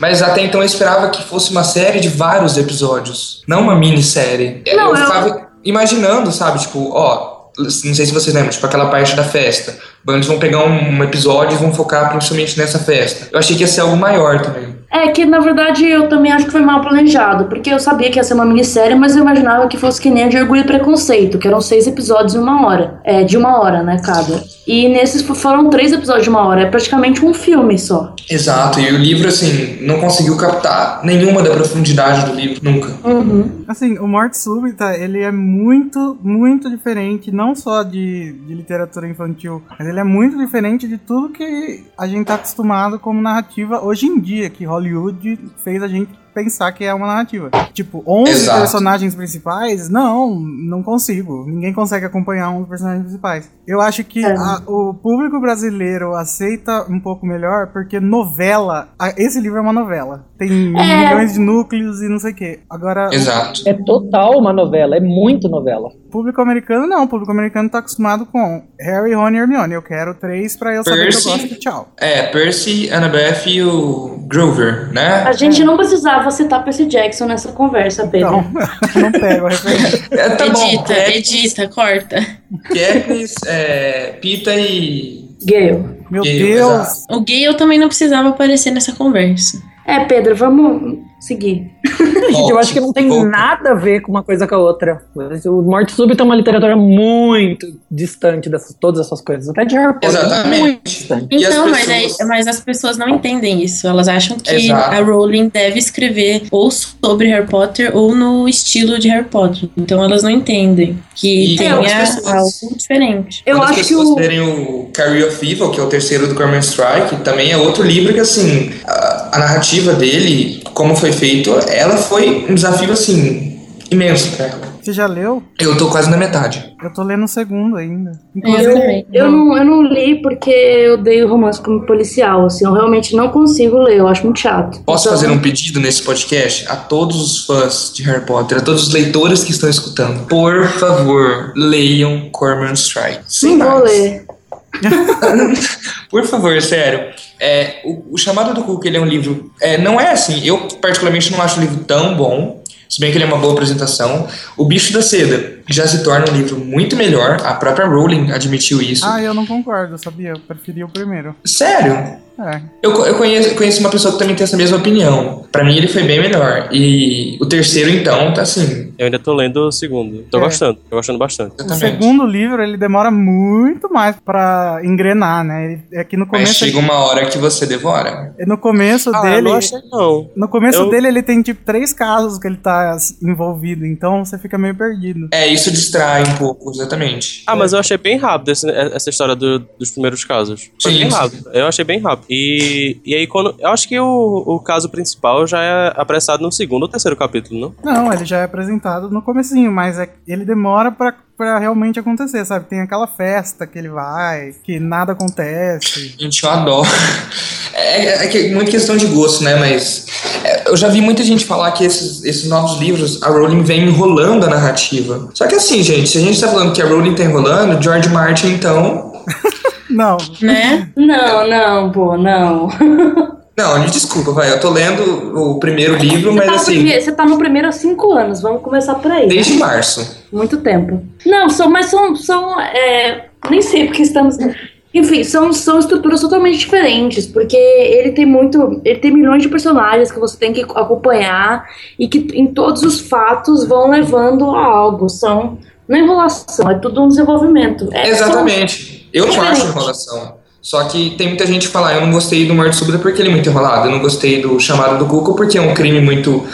Speaker 2: Mas até então eu esperava que fosse uma série de vários episódios, não uma minissérie.
Speaker 3: Não, é um
Speaker 2: eu
Speaker 3: eu-
Speaker 2: ficava imaginando, sabe, tipo, ó, não sei se vocês lembram, tipo aquela parte da festa. Eles vão pegar um, um episódio e vão focar principalmente nessa festa. Eu achei que ia ser algo maior também.
Speaker 3: É que, na verdade, eu também acho que foi mal planejado, porque eu sabia que ia ser uma minissérie, mas eu imaginava que fosse que nem a de Orgulho e Preconceito, que eram seis episódios de uma hora. É, de uma hora, né, cada. E nesses fo- foram três episódios de uma hora, é praticamente um filme só.
Speaker 2: Exato, e o livro, assim, não conseguiu captar nenhuma da profundidade do livro, nunca.
Speaker 3: Uhum.
Speaker 1: Assim, o Morte Súbita, ele é muito, muito diferente, não só de, de literatura infantil, mas ele é muito diferente de tudo que a gente tá acostumado como narrativa hoje em dia, que Hollywood fez a gente pensar que é uma narrativa. Tipo, 11
Speaker 2: Exato.
Speaker 1: personagens principais? Não, não consigo. Ninguém consegue acompanhar um dos personagens principais. Eu acho que
Speaker 3: É.
Speaker 1: a- o público brasileiro aceita um pouco melhor, porque novela. a- esse livro é uma novela. Tem milhões de núcleos e não sei o quê. Agora,
Speaker 2: Exato.
Speaker 4: É total uma novela, é muito novela.
Speaker 1: o público americano não. O público americano tá acostumado com Harry, Rony e Hermione. Eu quero três pra eu saber
Speaker 2: Percy.
Speaker 1: que eu gosto. Tchau.
Speaker 2: É, Percy, Annabeth e o Grover, né?
Speaker 3: A gente não precisava citar Percy Jackson nessa conversa, Pedro.
Speaker 1: Então, não pego a referência.
Speaker 2: É, tá bom.
Speaker 6: edita,
Speaker 2: Katniss-
Speaker 6: edita, corta.
Speaker 2: Katniss, é, Pita e...
Speaker 3: Gale.
Speaker 1: Meu
Speaker 2: Gale,
Speaker 1: Deus.
Speaker 2: exato.
Speaker 6: O gay eu também não precisava aparecer nessa conversa.
Speaker 3: É, Pedro, vamos seguir.
Speaker 4: Gente, eu
Speaker 2: Volta,
Speaker 4: acho que não tem
Speaker 2: volta.
Speaker 4: nada a ver com uma coisa com a outra. O Morte Súbita é uma literatura muito distante dessas todas essas coisas. Até de Harry Potter.
Speaker 2: Exatamente.
Speaker 4: Muito distante.
Speaker 2: E as
Speaker 6: Então, mas,
Speaker 2: pessoas-
Speaker 6: aí- mas as pessoas não entendem isso. Elas acham que
Speaker 2: Exato.
Speaker 6: a Rowling deve escrever ou sobre Harry Potter ou no estilo de Harry Potter. Então elas não entendem que
Speaker 2: E
Speaker 6: tem
Speaker 2: algumas
Speaker 6: a-
Speaker 2: pessoas-
Speaker 6: algo diferente.
Speaker 3: Eu
Speaker 2: Quando as
Speaker 3: acho que
Speaker 2: pessoas
Speaker 3: o.
Speaker 2: verem o Career of Evil, que é o terceiro do Cormoran Strike, também é outro livro que, assim, a, a narrativa dele, como foi feito, ela foi um desafio, assim, imenso pra ela.
Speaker 1: Você já leu?
Speaker 2: Eu tô quase na metade.
Speaker 1: Eu tô lendo o segundo ainda.
Speaker 6: Eu também.
Speaker 3: Eu não, eu não li porque eu dei o romance como policial, assim, eu realmente não consigo ler, eu acho muito chato.
Speaker 2: Posso
Speaker 3: Então,
Speaker 2: fazer um pedido nesse podcast a todos os fãs de Harry Potter, a todos os leitores que estão escutando? Por favor, leiam Cormoran Strike. Sem
Speaker 3: Não vou
Speaker 2: mais.
Speaker 3: ler.
Speaker 2: Por favor, sério. É, o, o Chamado do Cook, ele é um livro. é, não é assim. Eu, particularmente, não acho o livro tão bom. Se bem que ele é uma boa apresentação. O Bicho da Seda já se torna um livro muito melhor. A própria Rowling admitiu isso.
Speaker 1: Ah, eu não concordo, sabia? Eu preferi o primeiro.
Speaker 2: Sério.
Speaker 1: É.
Speaker 2: Eu, co- eu conheço, conheço uma pessoa que também tem essa mesma opinião. Pra mim, ele foi bem melhor. E o terceiro, então, tá assim.
Speaker 5: Eu ainda tô lendo o segundo. Tô
Speaker 1: É.
Speaker 5: gostando, tô gostando bastante.
Speaker 1: O
Speaker 2: Exatamente.
Speaker 1: segundo livro, ele demora muito mais pra engrenar, né? Ele- É que no
Speaker 2: Mas
Speaker 1: começo,
Speaker 2: chega uma hora que você devora.
Speaker 1: no começo
Speaker 5: Ah, eu
Speaker 1: dele...
Speaker 5: não achei não.
Speaker 1: No começo
Speaker 5: Eu-
Speaker 1: dele, ele tem, tipo, três casos que ele tá envolvido. Então, você fica meio perdido.
Speaker 2: É, isso distrai um pouco, exatamente.
Speaker 5: Ah, mas eu achei bem rápido esse- é, essa história do- dos primeiros casos. Foi
Speaker 2: Sim.
Speaker 5: bem rápido. Eu achei bem rápido. E, e aí, quando. Eu acho que o, o caso principal já é apressado no segundo ou terceiro capítulo, não?
Speaker 1: Não, ele já é apresentado no comecinho, mas é- ele demora pra, pra realmente acontecer, sabe? Tem aquela festa que ele vai, que nada acontece.
Speaker 2: Gente, eu adoro. É, é que é muito questão de gosto, né? Mas é, eu já vi muita gente falar que esses, esses novos livros, a Rowling vem enrolando a narrativa. Só que assim, gente, se a gente tá falando que a Rowling tá enrolando, George Martin, então.
Speaker 1: Não,
Speaker 6: Né?
Speaker 3: Não, não, pô, não.
Speaker 2: Não, me desculpa, vai. Eu tô lendo o primeiro livro,
Speaker 3: Você
Speaker 2: mas
Speaker 3: tá, no
Speaker 2: assim,
Speaker 3: primeiro, você tá no primeiro há cinco anos, vamos começar por aí. né?
Speaker 2: desde março.
Speaker 3: Muito tempo. Não, são, mas são. são é, nem sei porque estamos. Enfim, são, são estruturas totalmente diferentes, porque ele tem muito. Ele tem milhões de personagens que você tem que acompanhar e que em todos os fatos vão levando a algo. São. Não é enrolação, é tudo um desenvolvimento. É,
Speaker 2: Exatamente. Eu não acho
Speaker 3: Diferente.
Speaker 2: enrolação. Só que tem muita gente que fala, "Ah, eu não gostei do Morte Súbita porque ele é muito enrolado. Eu não gostei do Chamado do Cuco porque é um crime muito.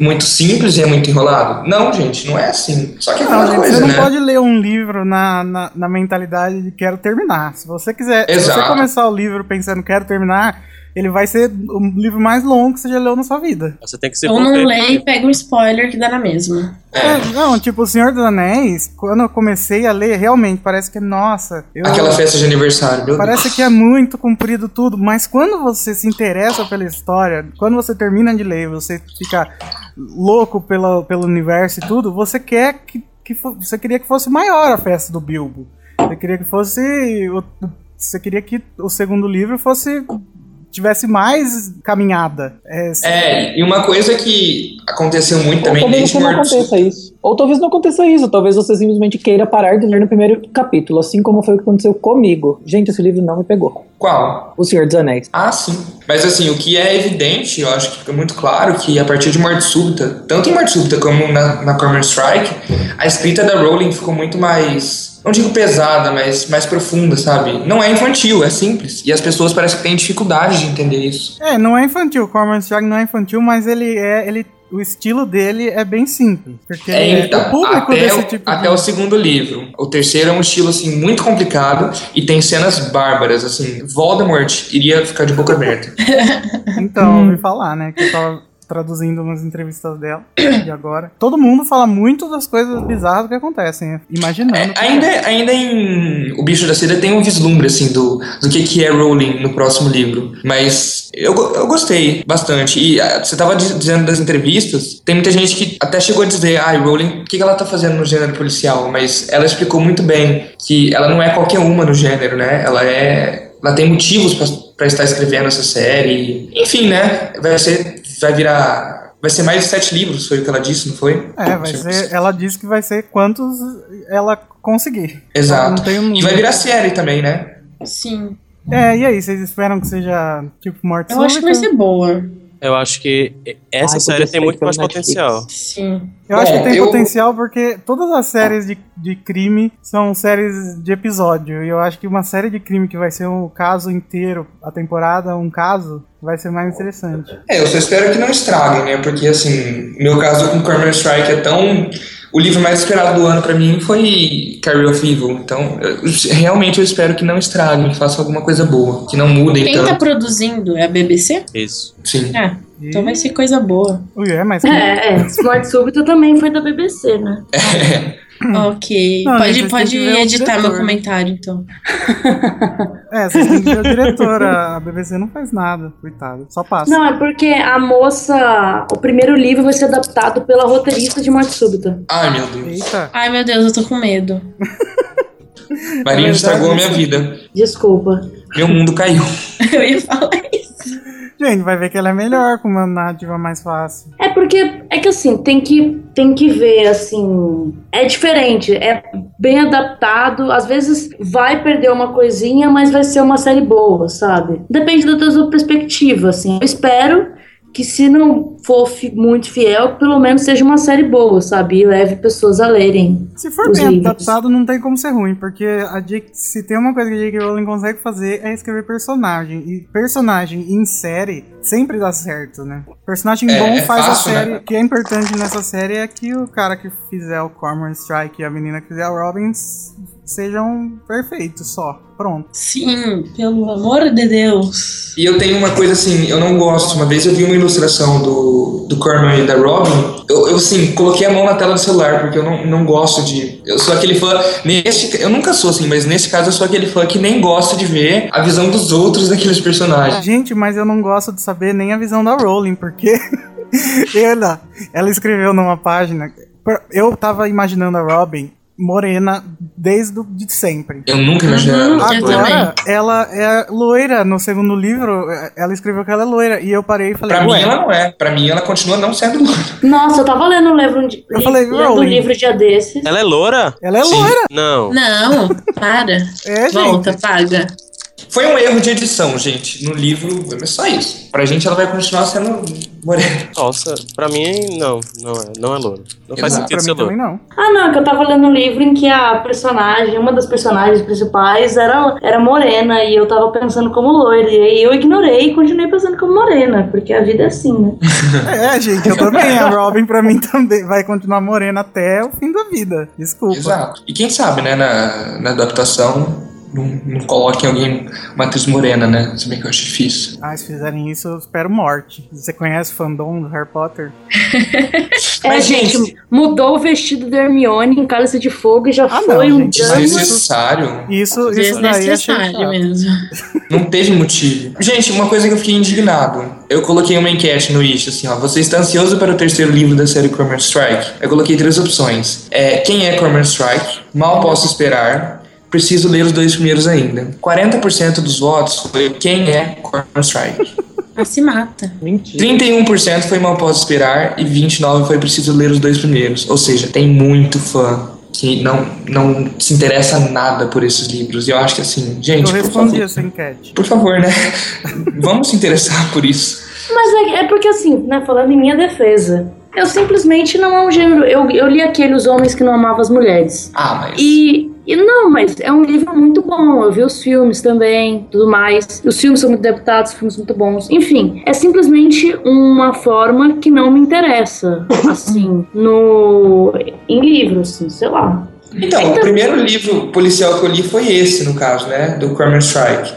Speaker 2: Muito simples e é muito enrolado? Não, gente, não é assim. Só que é
Speaker 1: Não,
Speaker 2: aquela
Speaker 1: gente,
Speaker 2: coisa,
Speaker 1: você não
Speaker 2: né?
Speaker 1: pode ler um livro na, na, na mentalidade de quero terminar. Se você quiser, se você
Speaker 2: Exato.
Speaker 1: começar o livro pensando quero terminar, ele vai ser o livro mais longo que você já leu na sua vida.
Speaker 5: Você tem que se
Speaker 6: Ou não
Speaker 5: conter.
Speaker 6: lê e pega um spoiler que dá na mesma.
Speaker 1: É, não, tipo, O Senhor dos Anéis, quando eu comecei a ler, realmente parece que, nossa, eu-
Speaker 2: Aquela festa de aniversário, meu
Speaker 1: parece que é muito comprido tudo, mas quando você se interessa pela história, quando você termina de ler, você fica louco pelo, pelo universo e tudo, você quer que, que fo- você queria que fosse maior a festa do Bilbo. Você queria que fosse. o- Você queria que o segundo livro fosse. tivesse mais caminhada. É,
Speaker 2: Deus. É, e uma coisa que aconteceu muito
Speaker 4: Ou
Speaker 2: também
Speaker 4: talvez
Speaker 2: desde
Speaker 4: isso não
Speaker 2: Morte
Speaker 4: aconteça isso. Ou talvez não aconteça isso. Talvez você simplesmente queira parar de ler no primeiro capítulo, assim como foi o que aconteceu comigo. Gente, esse livro não me pegou.
Speaker 2: Qual?
Speaker 4: O Senhor dos Anéis.
Speaker 2: Ah, sim. Mas assim, o que é evidente, eu acho que fica muito claro que a partir de Morte Súbita, tanto em Morte Súbita como na, na Cormoran Strike, a escrita da Rowling ficou muito mais. Não digo pesada, mas mais profunda, sabe? Não é infantil, é simples. E as pessoas parecem que têm dificuldade de entender isso.
Speaker 1: É, não é infantil. O Cormorant Strike não é infantil, mas ele é. Ele, o estilo dele é bem simples. Porque
Speaker 2: É,
Speaker 1: ele é-
Speaker 2: então,
Speaker 1: o público
Speaker 2: até,
Speaker 1: desse
Speaker 2: o,
Speaker 1: tipo
Speaker 2: até
Speaker 1: de...
Speaker 2: o segundo livro. O terceiro é um estilo assim muito complicado e tem cenas bárbaras assim. Voldemort iria ficar de boca aberta.
Speaker 1: Então, eu ouvi falar, né? Que eu tava traduzindo umas entrevistas dela de agora. Todo mundo fala muito das coisas bizarras que acontecem, né? imaginando.
Speaker 2: É, ainda, ainda em O Bicho da Seda tem um vislumbre, assim, do, do que, que é Rowling no próximo livro. Mas eu, go- eu gostei bastante. E ah, você tava di- dizendo das entrevistas, tem muita gente que até chegou a dizer, ai, Rowling, o que, que ela tá fazendo no gênero policial? Mas ela explicou muito bem que ela não é qualquer uma no gênero, né? Ela é. Ela tem motivos pra- pra estar escrevendo essa série. Enfim, né? Vai ser. Vai virar. Vai ser mais de sete livros, foi o que ela disse, não foi?
Speaker 1: É, vai ser. Ela disse que vai ser quantos ela conseguir.
Speaker 2: Exato.
Speaker 1: Não tem um
Speaker 2: E vai virar série também, né?
Speaker 6: Sim.
Speaker 1: É, e aí, vocês esperam que seja tipo morte
Speaker 6: Eu acho que vai
Speaker 2: então.
Speaker 6: ser boa.
Speaker 5: Eu acho que essa
Speaker 4: Ai, podia
Speaker 5: série
Speaker 4: ser
Speaker 5: tem muito
Speaker 4: pelo
Speaker 5: mais
Speaker 4: Netflix.
Speaker 5: potencial.
Speaker 6: Sim.
Speaker 1: Eu acho
Speaker 2: É,
Speaker 1: que tem
Speaker 2: eu-
Speaker 1: potencial porque todas as séries de, de crime são séries de episódio. E eu acho que uma série de crime que vai ser o caso inteiro, a temporada, um caso, vai ser mais interessante.
Speaker 2: É, eu só espero que não estraguem, né? Porque, assim, meu caso com Counter Strike é tão. O livro mais esperado do ano pra mim foi Carrie of Evil. Então, eu- realmente eu espero que não estraguem, que façam alguma coisa boa, que não mudem
Speaker 6: Quem tá
Speaker 1: Então-
Speaker 2: tanto.
Speaker 6: produzindo é a BBC?
Speaker 5: Isso.
Speaker 2: Sim.
Speaker 6: É,
Speaker 1: E...
Speaker 6: então vai ser coisa boa.
Speaker 1: Ui, é, mas.
Speaker 3: É, é. Morte Súbita também foi da BBC, né?
Speaker 6: Ok.
Speaker 1: Hum. Não, mas
Speaker 6: pode
Speaker 1: vocês
Speaker 6: pode
Speaker 1: têm que ver um o
Speaker 6: editar meu
Speaker 1: diretor.
Speaker 6: comentário, então.
Speaker 1: É, vocês têm que ver o diretor. A BBC não faz nada, coitado. Só passa.
Speaker 3: Não, é porque a moça. O primeiro livro vai ser adaptado pela roteirista de Morte Súbita.
Speaker 2: Ai, meu Deus.
Speaker 1: Eita.
Speaker 6: Ai, meu Deus, eu tô com medo.
Speaker 2: Marinho
Speaker 1: verdade,
Speaker 2: estragou a minha
Speaker 1: isso-
Speaker 2: vida.
Speaker 3: Desculpa.
Speaker 2: Meu mundo caiu.
Speaker 6: Eu ia falar isso.
Speaker 1: Gente, vai ver que ela é melhor com uma narrativa mais fácil.
Speaker 3: É porque é que assim, tem que, tem que ver assim, é diferente, é bem adaptado, às vezes vai perder uma coisinha, mas vai ser uma série boa, sabe? Depende da da sua perspectiva, assim. Eu espero que se não for fi- muito fiel, pelo menos seja uma série boa, sabe? E leve pessoas a lerem.
Speaker 1: Se for
Speaker 3: Os
Speaker 1: bem
Speaker 3: livros.
Speaker 1: adaptado, não tem como ser ruim, porque a J- se tem uma coisa que a J.K. Rowling consegue fazer é escrever personagem. E personagem em série sempre dá certo, né? Personagem
Speaker 2: É,
Speaker 1: bom
Speaker 2: é
Speaker 1: faz
Speaker 2: fácil,
Speaker 1: a série.
Speaker 2: né?
Speaker 1: O que é importante nessa série é que o cara que fizer o Cormoran Strike e a menina que fizer a Robin s- sejam perfeitos só. Pronto.
Speaker 6: Sim, pelo amor de Deus.
Speaker 2: E eu tenho uma coisa assim, eu não gosto. Uma vez eu vi uma ilustração do, do Corman e da Robin. Eu, eu assim, coloquei a mão na tela do celular, porque eu não, não gosto de. Eu sou aquele fã. Neste, eu nunca sou assim, mas nesse caso eu sou aquele fã que nem gosta de ver a visão dos outros daqueles personagens.
Speaker 1: Gente, mas eu não gosto de saber nem a visão da Rowling, porque ela, ela escreveu numa página. Eu tava imaginando a Robin morena desde o- de sempre.
Speaker 2: Eu nunca imaginei.
Speaker 6: Uhum.
Speaker 2: ela-
Speaker 6: Eu
Speaker 1: Agora, ela é loira. No segundo livro, eh, ela escreveu que ela é loira. E eu parei e falei,
Speaker 2: Pra mim
Speaker 1: ué.
Speaker 2: ela não é. Pra mim ela continua não sendo loira.
Speaker 3: Nossa, eu tava lendo um livro, um di-
Speaker 1: Eu falei,
Speaker 3: lendo um
Speaker 1: Rowling.
Speaker 3: livro dia desses.
Speaker 5: Ela é loura?
Speaker 1: Ela é
Speaker 2: Sim.
Speaker 1: loira.
Speaker 5: Não.
Speaker 6: Não, para.
Speaker 1: É, gente.
Speaker 6: Volta, paga.
Speaker 2: Foi um erro de edição, gente. No livro, é só isso. Pra gente ela vai continuar sendo morena.
Speaker 5: Nossa, pra mim, não. Não é, não é loura. Não faz
Speaker 2: Exato.
Speaker 5: sentido
Speaker 1: Pra
Speaker 5: ser
Speaker 1: mim
Speaker 5: loura.
Speaker 1: também não.
Speaker 3: Ah, não, é que eu tava lendo um livro em que a personagem, uma das personagens principais, era, era morena e eu tava pensando como loira. E aí eu ignorei e continuei pensando como morena, porque a vida é assim, né?
Speaker 1: É, gente, eu também. A Robin, pra mim, também vai continuar morena até o fim da vida. Desculpa.
Speaker 2: Exato. E quem sabe, né, na, na adaptação, não, não coloquem alguém uma atriz morena, né? Se bem que eu acho difícil.
Speaker 1: Ah, se fizerem isso, eu espero morte. Você conhece o fandom do Harry Potter?
Speaker 3: é, gente, mudou o vestido da Hermione em Cálice de Fogo e já
Speaker 1: Ah,
Speaker 3: foi
Speaker 1: não,
Speaker 3: um
Speaker 1: gente,
Speaker 2: é
Speaker 3: drama.
Speaker 1: isso-
Speaker 2: Desnecessário.
Speaker 1: Isso, isso daí achei
Speaker 6: Desnecessário
Speaker 1: chato.
Speaker 6: mesmo.
Speaker 2: Não teve motivo. Gente, uma coisa que eu fiquei indignado. Eu coloquei uma enquete no Ish, assim, ó. Você está ansioso para o terceiro livro da série Cormoran Strike? Eu coloquei três opções. É, quem é Cormoran Strike? Mal posso esperar. Preciso ler os dois primeiros ainda. 40% dos votos foi quem é Cormoran Strike.
Speaker 6: Ah, se mata.
Speaker 4: Mentira.
Speaker 2: 31% foi mal posso esperar e 29% foi preciso ler os dois primeiros. Ou seja, tem muito fã que não, não se interessa nada por esses livros. E eu acho que assim, gente,
Speaker 1: Eu
Speaker 2: por
Speaker 1: respondi
Speaker 2: favor,
Speaker 1: essa enquete.
Speaker 2: por favor, né? Vamos se interessar por isso.
Speaker 3: Mas é, é porque assim, né, falando em minha defesa, eu simplesmente não é um gênero. Eu, eu li aquele Os Homens que Não Amavam as Mulheres.
Speaker 2: Ah, mas.
Speaker 3: E, e não, mas é um livro muito bom. Eu vi os filmes também, tudo mais. Os filmes são muito adaptados, os filmes muito bons. Enfim, é simplesmente uma forma que não me interessa, assim, no em livros, assim, sei lá.
Speaker 2: Então, o primeiro livro policial que eu li foi esse, no caso, né? Do Cormoran Strike.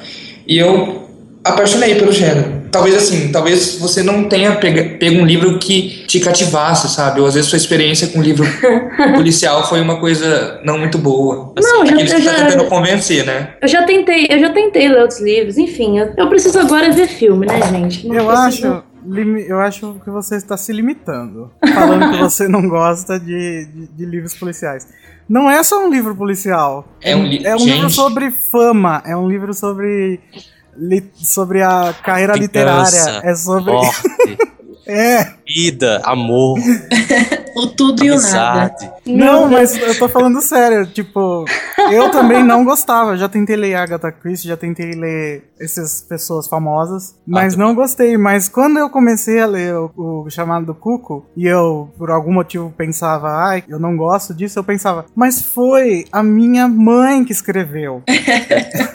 Speaker 2: E eu apaixonei pelo gênero. Talvez assim, talvez você não tenha pega, pego um livro que te cativasse, sabe? Ou às vezes sua experiência com o livro policial foi uma coisa não muito boa. Assim,
Speaker 3: Não, eu já-
Speaker 2: aqueles que
Speaker 3: eu
Speaker 2: tá
Speaker 3: já-
Speaker 2: tentando convencer, né?
Speaker 3: Eu já tentei, eu já tentei ler outros livros, enfim, eu, eu preciso agora ver filme, né, gente? Não
Speaker 1: Eu
Speaker 3: preciso-
Speaker 1: acho, limi- eu acho que você está se limitando, falando que você não gosta de, de, de livros policiais. Não é só um livro policial.
Speaker 2: É um li-
Speaker 1: É um livro
Speaker 2: gente.
Speaker 1: sobre fama. É um livro sobre li- sobre a carreira
Speaker 5: Vingança.
Speaker 1: literária. É sobre
Speaker 5: Morte,
Speaker 1: é.
Speaker 5: vida, amor,
Speaker 6: O tudo e o nada.
Speaker 5: amizade.
Speaker 1: Não, mas eu tô falando sério. Tipo, eu também não gostava. Já tentei ler Agatha Christie, já tentei ler essas pessoas famosas, mas
Speaker 5: Ah,
Speaker 1: não gostei. Mas quando eu comecei a ler o, o chamado do Cuco, e eu, por algum motivo, pensava, ai, eu não gosto disso, eu pensava, mas foi a minha mãe que escreveu.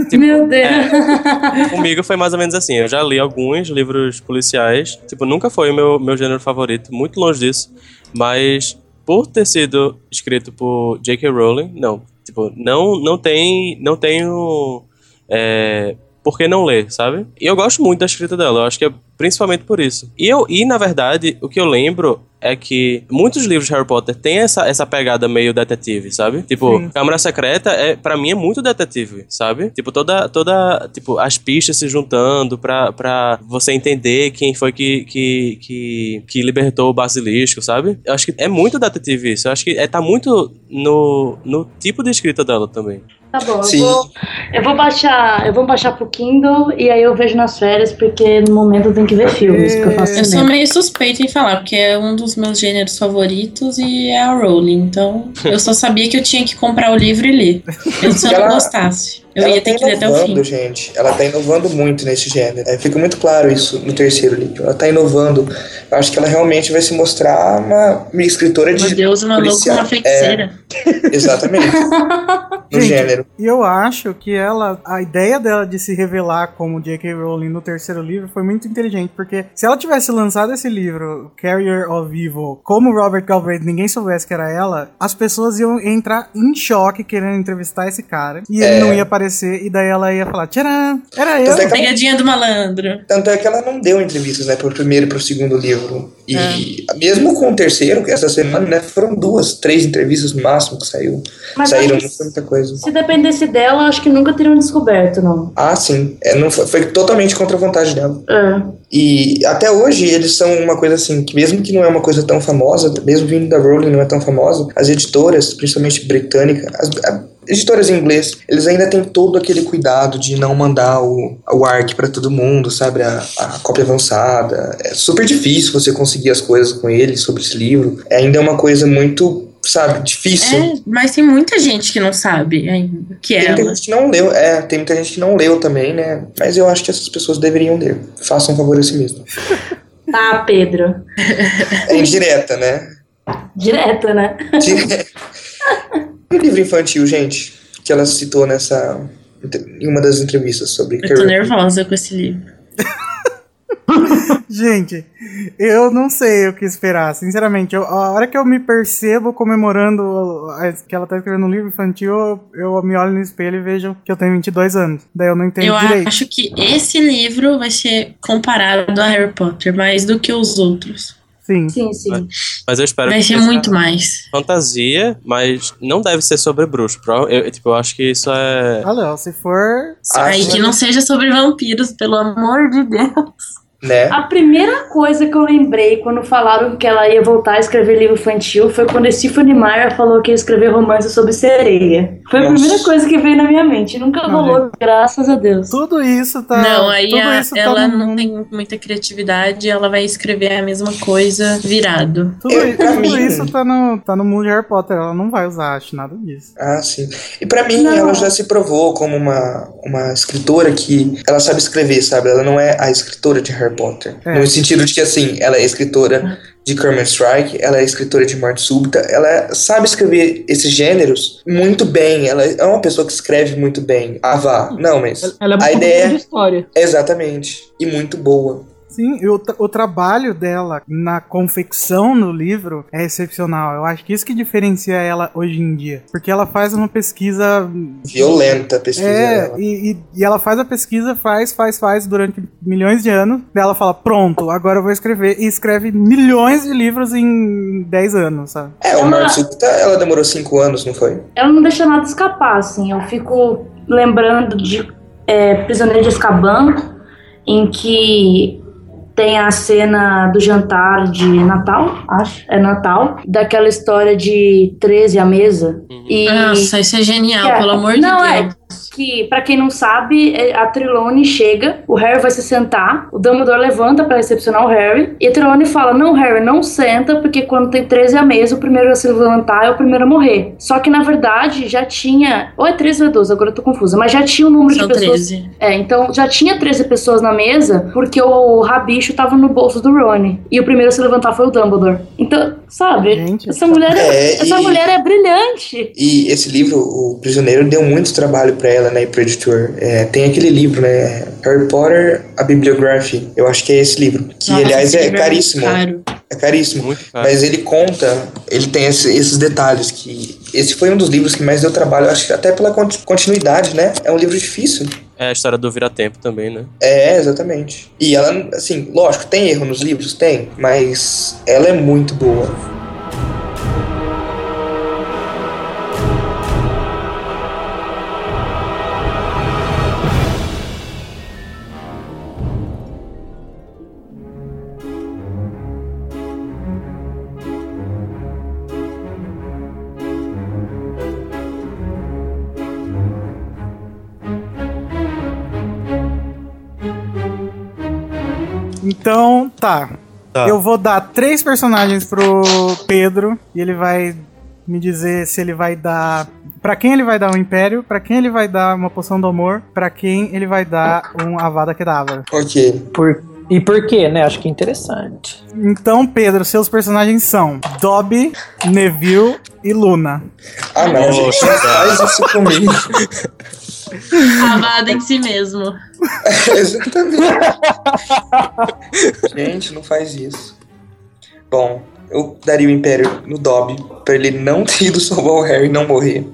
Speaker 1: tipo,
Speaker 3: Meu Deus.
Speaker 1: é.
Speaker 5: Comigo foi mais ou menos assim. Eu já li alguns livros policiais. Tipo, nunca foi o meu, meu gênero favorito, muito longe disso. Mas por ter sido escrito por J.K. Rowling, não. Tipo, não, não tem. Não tenho. É, por que não ler, sabe? E eu gosto muito da escrita dela, eu acho que é principalmente por isso. E, eu, e na verdade, o que eu lembro é que muitos livros de Harry Potter têm essa, essa pegada meio detetive, sabe? Tipo, Câmara Secreta, é para mim, é muito detetive, sabe? Tipo, toda, toda tipo, as pistas se juntando pra, pra você entender quem foi que, que, que, que libertou o basilisco, sabe? Eu acho que é muito detetive isso, eu acho que é, tá muito no, no tipo de escrita dela também.
Speaker 3: Tá bom,
Speaker 2: Sim.
Speaker 3: eu vou, eu vou baixar, eu vou baixar pro Kindle e aí eu vejo nas férias, porque no momento eu tenho que ver filmes, que eu faço
Speaker 1: É.
Speaker 6: Eu sou
Speaker 3: cinema.
Speaker 6: meio suspeita em falar, porque é um dos meus gêneros favoritos e é a Rowling. Então, eu só sabia que eu tinha que comprar o livro e ler. Eu se eu
Speaker 2: Ela-
Speaker 6: não gostasse. Eu ia ter que ler até o fim.
Speaker 2: tá inovando, gente. Ela tá inovando muito nesse gênero. É, fica muito claro isso no terceiro livro. Ela tá inovando. Eu acho que ela realmente vai se mostrar uma, uma escritora
Speaker 6: Meu
Speaker 2: de.
Speaker 6: Deus, mandou com
Speaker 2: policial. É,
Speaker 6: uma feiticeira.
Speaker 2: Exatamente. no
Speaker 1: Gente,
Speaker 2: gênero.
Speaker 1: E eu acho que ela, a ideia dela de se revelar como J.K. Rowling no terceiro livro foi muito inteligente, porque se ela tivesse lançado esse livro, Carrier of Evil, como Robert Galbraith, ninguém soubesse que era ela, as pessoas iam entrar em choque querendo entrevistar esse cara, e ele
Speaker 2: É.
Speaker 1: não ia aparecer, e daí ela ia falar, tcharam, era eu.
Speaker 2: Tanto é, que ela,
Speaker 6: Pegadinha do malandro.
Speaker 2: tanto é que ela não deu entrevistas, né? Pro primeiro e pro segundo livro.
Speaker 3: É.
Speaker 2: E mesmo com o terceiro, que essa semana, né? Foram duas, três entrevistas no máximo que saiu.
Speaker 3: Mas é
Speaker 2: Saíram,
Speaker 3: acho que
Speaker 2: não foi muita coisa.
Speaker 3: se dependesse dela, eu acho que nunca teriam descoberto, não.
Speaker 2: Ah, sim. É, não foi, foi totalmente contra a vontade dela.
Speaker 3: É.
Speaker 2: E até hoje eles são uma coisa assim, que mesmo que não é uma coisa tão famosa, mesmo vindo da Rowling não é tão famosa, as editoras, principalmente britânica, as a- editoras em inglês, eles ainda têm todo aquele cuidado de não mandar o, o ARC pra todo mundo, sabe? A, a cópia avançada. É super difícil você conseguir as coisas com eles sobre esse livro. É, ainda é uma coisa muito, sabe, difícil.
Speaker 6: É, mas tem muita gente que não sabe ainda que é
Speaker 2: Tem muita
Speaker 6: ela.
Speaker 2: gente que não leu, é, tem muita gente que não leu também, né? Mas eu acho que essas pessoas deveriam ler. Façam um favor a si mesmo.
Speaker 3: Tá, Pedro.
Speaker 2: É indireta, né?
Speaker 3: Direto, né?
Speaker 2: Dire- e o livro infantil, gente, que ela citou nessa. em uma das entrevistas sobre
Speaker 6: Eu tô nervosa com esse livro.
Speaker 1: Gente, eu não sei o que esperar, sinceramente. eu- a hora que eu me percebo comemorando a- que ela tá escrevendo um livro infantil, eu, eu me olho no espelho e vejo que eu tenho 22 anos. Daí eu não entendo
Speaker 6: eu
Speaker 1: direito.
Speaker 6: acho que esse livro vai ser comparado a Harry Potter mais do que os outros.
Speaker 1: Sim.
Speaker 3: Sim, sim.
Speaker 5: Mas eu espero
Speaker 6: Vai
Speaker 5: que
Speaker 6: ser
Speaker 5: essa-
Speaker 6: é muito mais.
Speaker 5: fantasia, mas não deve ser sobre bruxo. Pro- Eu, eu, tipo, eu acho que isso é.
Speaker 1: Ah, Léo, se for.
Speaker 2: Ah,
Speaker 6: Aí
Speaker 2: sim.
Speaker 6: que não seja sobre vampiros, pelo amor de Deus.
Speaker 2: né?
Speaker 3: A primeira coisa que eu lembrei quando falaram que ela ia voltar a escrever livro infantil foi quando a Stephanie Meyer falou que ia escrever romance sobre sereia. Foi a
Speaker 2: Nossa.
Speaker 3: primeira coisa que veio na minha mente. Nunca
Speaker 1: Não,
Speaker 3: rolou, graças a Deus.
Speaker 1: Tudo isso tá.
Speaker 6: não, aí
Speaker 1: tudo
Speaker 6: a-
Speaker 1: isso tá
Speaker 6: ela
Speaker 1: no-
Speaker 6: não tem muita criatividade, ela vai escrever a mesma coisa virado.
Speaker 1: Tudo,
Speaker 2: Eu, pra
Speaker 1: tudo
Speaker 2: mim-
Speaker 1: isso tá no, tá no mundo de Harry Potter. Ela não vai usar, acho, nada disso.
Speaker 2: Ah, sim. E pra mim,
Speaker 3: Não.
Speaker 2: ela já se provou como uma, uma escritora que ela sabe escrever, sabe? Ela não é a escritora de Harry Potter.
Speaker 1: É.
Speaker 2: No sentido de que, assim, ela é escritora de Kerman Strike, ela é escritora de Morte Súbita, ela sabe escrever esses gêneros muito bem. Ela é uma pessoa que escreve muito bem. Ah, vá. Não, mas.
Speaker 7: Ela é
Speaker 2: A
Speaker 7: muito
Speaker 2: ideia-
Speaker 7: boa de história.
Speaker 2: Exatamente. E muito boa.
Speaker 1: Sim, e o, tra- o trabalho dela na confecção do livro é excepcional. Eu acho que isso que diferencia ela hoje em dia. Porque ela faz uma pesquisa
Speaker 2: Violenta a pesquisa
Speaker 1: é,
Speaker 2: dela.
Speaker 1: e, e- e ela faz a pesquisa, faz, faz, faz durante milhões de anos. Daí ela fala, pronto, agora eu vou escrever. E escreve milhões de livros em 10 anos, sabe?
Speaker 2: É, o
Speaker 3: Ela-
Speaker 2: Marzuki, tá- ela demorou cinco anos, não foi?
Speaker 3: ela não deixa nada escapar, assim. Eu fico lembrando de é, Prisioneiro de Azkaban, em que tem a cena do jantar de Natal, acho, é Natal, daquela história de 13 à mesa.
Speaker 5: Uhum.
Speaker 3: E
Speaker 6: Nossa, isso é genial,
Speaker 3: É.
Speaker 6: pelo amor
Speaker 3: Não,
Speaker 6: de
Speaker 3: é.
Speaker 6: Deus.
Speaker 3: que, pra quem não sabe, é, a Trilone chega, o Harry vai se sentar, o Dumbledore levanta pra recepcionar o Harry, e a Trilone fala: Não, Harry, não senta, porque quando tem 13 à mesa, o primeiro a se levantar é o primeiro a morrer. Só que na verdade já tinha. Ou é 13 ou é 12, agora eu tô confusa, mas já tinha um número
Speaker 6: São
Speaker 3: de pessoas
Speaker 6: 13.
Speaker 3: é, então já tinha 13 pessoas na mesa, porque o rabicho tava no bolso do Rony. E o primeiro a se levantar foi o Dumbledore. Então, sabe?
Speaker 1: Gente,
Speaker 3: Essa mulher é,
Speaker 2: É,
Speaker 3: essa
Speaker 2: e-
Speaker 3: mulher é brilhante.
Speaker 2: E esse livro, O Prisioneiro, deu muito trabalho pra ela né, na Predator. É, tem aquele livro, né? Harry Potter, a Bibliography. Eu acho que é esse livro. Que,
Speaker 6: Nossa,
Speaker 2: aliás,
Speaker 6: esse
Speaker 2: é
Speaker 6: livro muito
Speaker 2: caríssimo.
Speaker 6: caro.
Speaker 2: É caríssimo.
Speaker 5: Muito caro.
Speaker 2: Mas ele conta, ele tem esse- esses detalhes que esse foi um dos livros que mais deu trabalho, acho que até pela conti- continuidade, né? É um livro difícil.
Speaker 5: É a história do vira-tempo também, né?
Speaker 2: É, exatamente. E ela, assim, lógico, tem erro nos livros, tem, mas ela é muito boa.
Speaker 1: então tá.
Speaker 5: Tá.
Speaker 1: Eu vou dar três personagens pro Pedro e ele vai me dizer se ele vai dar. Pra quem ele vai dar um império, pra quem ele vai dar uma poção do amor, pra quem ele vai dar um Avada Kedavra.
Speaker 2: Ok.
Speaker 4: Por- e por quê, né? Acho que é interessante.
Speaker 1: Então, Pedro, seus personagens são Dobby, Neville e Luna.
Speaker 2: Ah, não,
Speaker 5: Poxa,
Speaker 2: gente,
Speaker 5: cara.
Speaker 2: não faz isso comigo.
Speaker 6: Avada em si mesmo.
Speaker 2: Exatamente. Gente, não faz isso. Bom, eu daria o Império no Dobby pra ele não ter ido salvar o Harry e não morrer.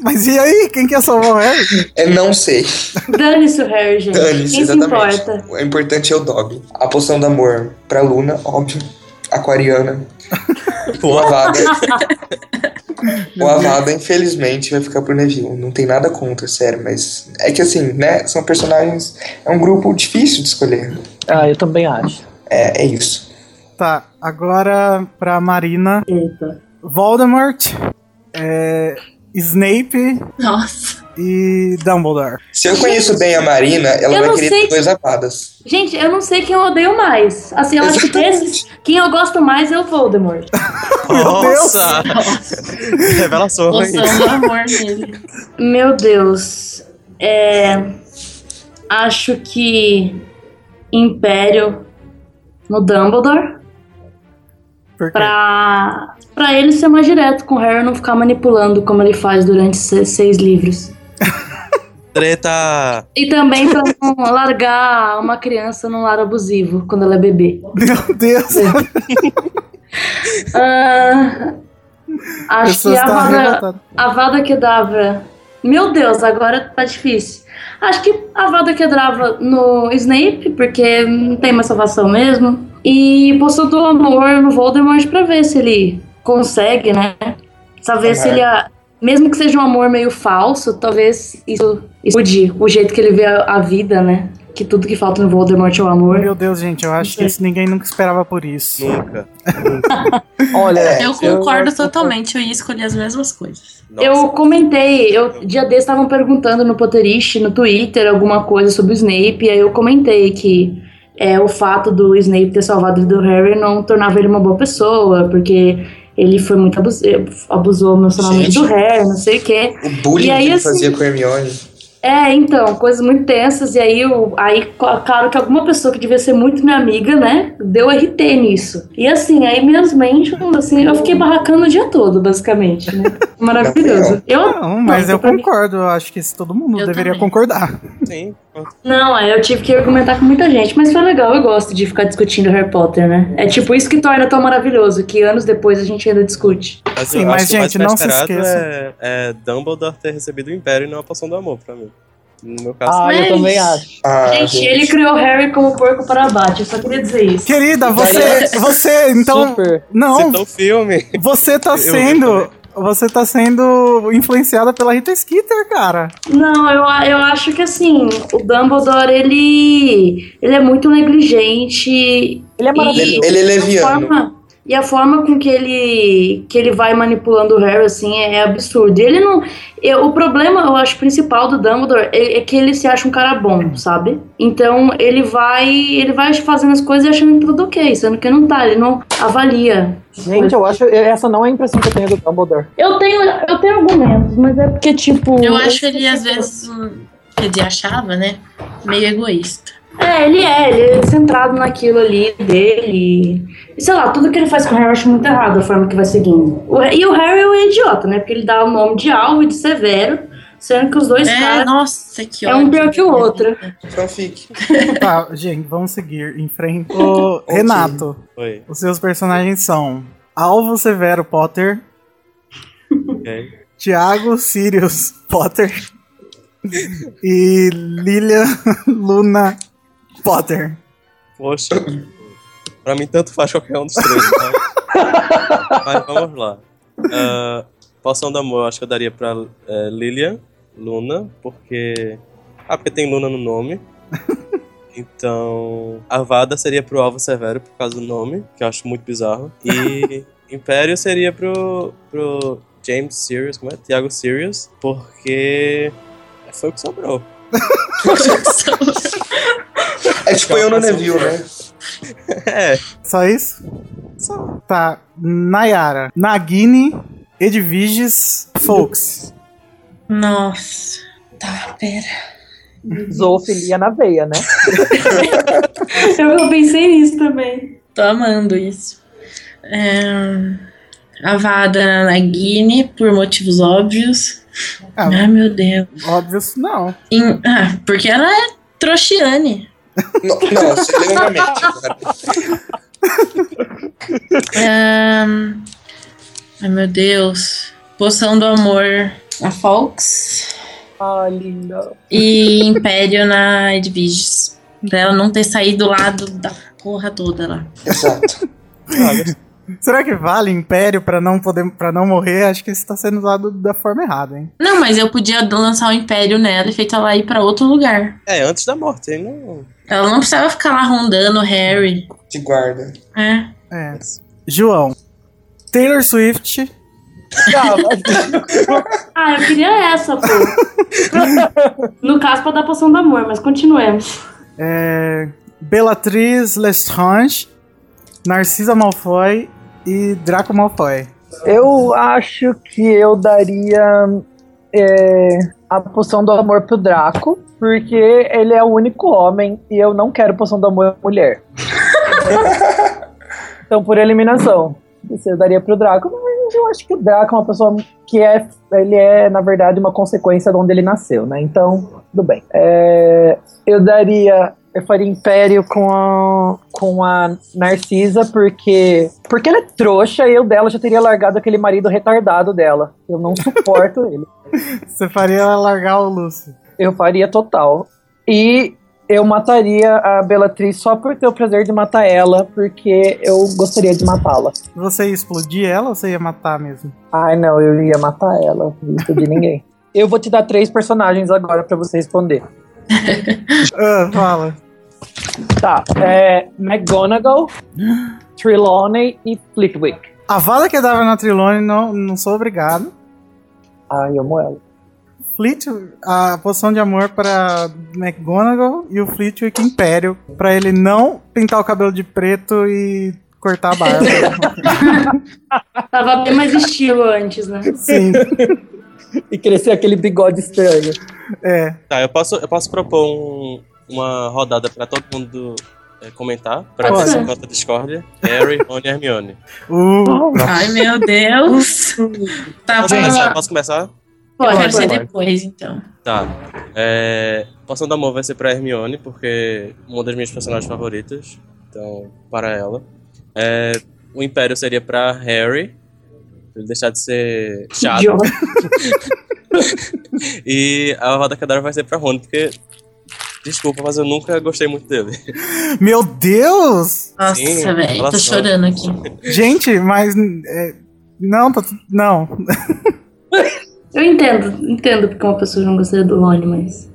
Speaker 1: Mas e aí? Quem quer salvar o Harry?
Speaker 2: É não sei.
Speaker 3: Dane-se o Harry, gente.
Speaker 2: Dane-se,
Speaker 3: Quem se
Speaker 2: exatamente.
Speaker 3: importa?
Speaker 2: O importante é o Dobby. A poção do amor pra Luna, óbvio. Aquariana. O Avada. o Avada, infelizmente, vai ficar pro Neville. Não tem nada contra, sério, mas é que assim, né? São personagens. É um grupo difícil de escolher.
Speaker 4: Ah, eu também acho.
Speaker 2: É, é isso.
Speaker 1: Tá, agora pra Marina.
Speaker 3: Eita.
Speaker 1: Voldemort, é, Snape
Speaker 6: Nossa.
Speaker 1: e Dumbledore.
Speaker 2: Se eu conheço bem a Marina, ela
Speaker 3: Eu
Speaker 2: vai
Speaker 3: não
Speaker 2: querer
Speaker 3: sei.
Speaker 2: dois Avadas.
Speaker 3: Gente, eu não sei quem eu odeio mais. Assim, eu acho que desses, quem eu gosto mais é o Voldemort.
Speaker 5: Nossa! Revelação, hein?
Speaker 6: Poção do amor nele.
Speaker 3: Meu Deus. É, acho que Império no Dumbledore
Speaker 1: Por quê?
Speaker 3: pra, pra ele ser mais direto com o Harry não ficar manipulando como ele faz durante se- seis livros.
Speaker 5: Treta!
Speaker 3: E também pra não largar uma criança num lar abusivo quando ela é bebê.
Speaker 1: Meu Deus!
Speaker 3: Ah, acho que é
Speaker 1: Pessoas
Speaker 3: a
Speaker 1: tá
Speaker 3: Vada,
Speaker 1: arrebatadas.
Speaker 3: a Vada Kedavra. Meu Deus, agora tá difícil. Acho que a Vada Kedavra no Snape, porque não tem mais salvação mesmo. E postou do amor no Voldemort pra ver se ele consegue, né? Saber se
Speaker 2: Aham.
Speaker 3: ele. a- Mesmo que seja um amor meio falso, talvez isso mude o jeito que ele vê a, a vida, né? Que tudo que falta no Voldemort é o amor.
Speaker 1: Meu Deus, gente, eu acho que isso ninguém nunca esperava por isso.
Speaker 5: Nunca.
Speaker 4: Olha,
Speaker 6: É,
Speaker 2: É,
Speaker 6: Eu concordo totalmente, eu ia escolher as mesmas coisas.
Speaker 5: Nossa.
Speaker 3: Eu comentei, eu, dia desses estavam perguntando no Potterist, no Twitter, alguma coisa sobre o Snape, e aí eu comentei que é, o fato do Snape ter salvado ele do Harry não tornava ele uma boa pessoa, porque ele foi muito abusivo, abusou emocionalmente
Speaker 2: Gente.
Speaker 3: do Harry, não sei o quê.
Speaker 2: O bullying
Speaker 3: E aí,
Speaker 2: que ele
Speaker 3: assim,
Speaker 2: fazia com a Hermione.
Speaker 3: É, então, coisas muito tensas, e aí, eu, aí, co- claro que alguma pessoa que devia ser muito minha amiga, né, deu RT nisso. E assim, aí minhas mentes, assim, eu fiquei barracando o dia todo, basicamente, né? Maravilhoso. Eu
Speaker 1: Não, mas
Speaker 3: Não,
Speaker 1: eu
Speaker 3: pra mim-
Speaker 1: concordo, eu acho que isso todo mundo
Speaker 6: Eu
Speaker 1: deveria
Speaker 6: também.
Speaker 1: concordar.
Speaker 5: Sim.
Speaker 3: Não, é, eu tive que argumentar com muita gente, mas foi legal, eu gosto de ficar discutindo Harry Potter, né? É tipo isso que torna tão maravilhoso, que anos depois a gente ainda discute.
Speaker 5: Mas
Speaker 1: Sim,
Speaker 5: eu
Speaker 1: mas,
Speaker 5: assim, acho que o mais
Speaker 1: gente, não se
Speaker 5: inesperado
Speaker 1: esqueça.
Speaker 5: É, é Dumbledore ter recebido o Império e não a poção do amor, pra mim. No meu caso.
Speaker 4: Ah,
Speaker 3: Mas-
Speaker 4: eu também acho.
Speaker 2: Ah,
Speaker 3: gente, ele criou Harry como porco para abate, eu só queria dizer isso.
Speaker 1: Querida, você. Você, então.
Speaker 4: Super.
Speaker 1: Não,
Speaker 5: Citou o filme.
Speaker 1: você tá
Speaker 5: Eu-
Speaker 1: sendo. Você tá sendo influenciada pela Rita Skeeter, cara.
Speaker 3: Não, eu, a- eu acho que assim, o Dumbledore, ele, ele é muito negligente
Speaker 4: Ele é
Speaker 3: E-
Speaker 4: maravilhoso.
Speaker 2: Ele é
Speaker 3: e a
Speaker 2: leviano.
Speaker 3: forma- E a forma com que ele, que ele vai manipulando o Harry, assim, é, é absurdo. E Ele não... eu- o problema, eu acho, principal do Dumbledore é, é que ele se acha um cara bom, sabe? Então, ele vai ele vai fazendo as coisas e achando que tudo ok, sendo que não tá, ele não avalia.
Speaker 4: Gente, eu acho. Essa não é a impressão que eu tenho do Dumbledore.
Speaker 3: Eu tenho, eu tenho argumentos, mas é porque, tipo...
Speaker 6: Eu acho ele, às vezes, um, quer dizer, achava, né? Meio egoísta.
Speaker 3: É, ele é, ele é centrado naquilo ali dele. E sei lá, tudo que ele faz com o Harry eu acho muito errado a forma que vai seguindo. O- e o Harry é um idiota, né? Porque ele dá o nome de alvo e de severo, sendo que os dois
Speaker 6: É,
Speaker 3: caras.
Speaker 6: nossa, que
Speaker 3: é um
Speaker 6: ódio.
Speaker 3: pior que o outro.
Speaker 2: Fanfic.
Speaker 1: Tá, gente, vamos seguir em frente. Ô, Renato,
Speaker 5: Oi.
Speaker 1: os seus personagens são Alvo Severo Potter,
Speaker 5: ok.
Speaker 1: Tiago Sirius Potter e Lilian Luna Potter.
Speaker 5: Poxa. pra mim, tanto faz qualquer um dos três. Mas, mas vamos lá. Ah, poção do amor, eu acho que eu daria pra eh, Lilian, Luna, porque. Ah, porque tem Luna no nome. Então. A Vada seria pro Alvo Severo, por causa do nome, que eu acho muito bizarro. E. Império seria pro. pro James Sirius, como é? Tiago Sirius, porque. Foi o que sobrou.
Speaker 2: É tipo eu no Neville, né?
Speaker 5: É,
Speaker 1: Só isso?
Speaker 5: só.
Speaker 1: Tá. Nayara, Nagini, Edviges, Folks.
Speaker 6: Nossa. Tá, pera.
Speaker 4: Zoofilia na veia, né?
Speaker 3: Eu pensei nisso também.
Speaker 6: Tô amando isso. É, a Vada na Guine, por motivos óbvios.
Speaker 1: Ah.
Speaker 6: Ai, meu Deus.
Speaker 1: Óbvio, não.
Speaker 6: Em- ah, porque ela é trouxiane.
Speaker 2: No- Nossa, é um legalmente agora.
Speaker 6: Ahn, Ai, meu Deus. Poção do amor na Fox.
Speaker 4: Ah, linda.
Speaker 6: E Império na Edviges. Pra ela não ter saído do lado da porra toda lá.
Speaker 2: Exato.
Speaker 1: Será que vale Império pra não poder para não morrer? Acho que isso tá sendo usado da forma errada, hein?
Speaker 6: Não, mas eu podia lançar o Império nela e feito ela ir pra outro lugar.
Speaker 5: É, antes da morte, hein? né? Não...
Speaker 6: Ela não precisava ficar lá rondando o Harry.
Speaker 2: De guarda.
Speaker 6: É.
Speaker 1: É. João. Taylor Swift,
Speaker 3: Ah, eu queria essa, pô. no caso, pra dar poção do amor, mas continuemos.
Speaker 1: é, Bellatriz Lestrange, Narcisa Malfoy e Draco Malfoy.
Speaker 4: Eu acho que eu daria é, a poção do amor pro Draco, porque ele é o único homem e eu não quero poção do amor pra mulher. então, por eliminação, isso eu daria pro Draco, mas eu acho que o Draco é uma pessoa que é, ele é, na verdade, uma consequência de onde ele nasceu, né? Então, tudo bem. É, eu daria. Eu faria Império com a, com a Narcisa, porque. Porque ela é trouxa e eu dela já teria largado aquele marido retardado dela. Eu não suporto ele.
Speaker 1: Você faria ela largar o Lúcio.
Speaker 4: Eu faria total. E eu mataria a Belatriz só por ter o prazer de matar ela, porque eu gostaria de matá-la.
Speaker 1: Você ia explodir ela ou você ia matar mesmo?
Speaker 4: Ai, não, eu ia matar ela, não ia de ninguém. Eu vou te dar três personagens agora pra você responder.
Speaker 1: Ah, fala.
Speaker 4: Tá, é McGonagall, Trelawney e Flitwick.
Speaker 1: A vala que dava na Trilone, não, não sou obrigado.
Speaker 4: Ai, eu amo ela.
Speaker 1: Fleet, a poção de amor pra McGonagall e o Fleetwick Império, pra ele não pintar o cabelo de preto e cortar a barba.
Speaker 3: Tava bem mais estilo antes, né?
Speaker 1: Sim,
Speaker 4: E crescer aquele bigode estranho.
Speaker 1: é.
Speaker 5: Tá, eu posso, eu posso propor um- uma rodada pra todo mundo é, comentar, pra
Speaker 1: Pode
Speaker 5: ver se
Speaker 3: ser.
Speaker 5: encontra discórdia. Harry, Rony e Hermione.
Speaker 1: Uh,
Speaker 6: Ai, meu Deus. Tá,
Speaker 5: Posso
Speaker 6: vai
Speaker 5: começar?
Speaker 6: lá.
Speaker 3: Tá
Speaker 5: Posso começar?
Speaker 6: Eu
Speaker 3: Pode,
Speaker 6: quero ser
Speaker 5: é
Speaker 3: pode.
Speaker 6: depois, então.
Speaker 5: Tá. É, Poção do Amor vai ser pra Hermione, porque é uma das minhas personagens favoritas. Então, para ela. É, o Império seria pra Harry. Pra ele deixar de ser chato.
Speaker 3: Idiota.
Speaker 5: E a Avada Kedavra vai ser pra Rony, porque... Desculpa, mas eu nunca gostei muito dele.
Speaker 1: Meu Deus!
Speaker 5: Sim,
Speaker 6: Nossa, velho, tô
Speaker 5: relação. é
Speaker 6: chorando aqui.
Speaker 1: Gente, mas. é, não, tá, tu- não.
Speaker 3: Eu entendo, entendo porque uma pessoa não gostaria do Rony, mas.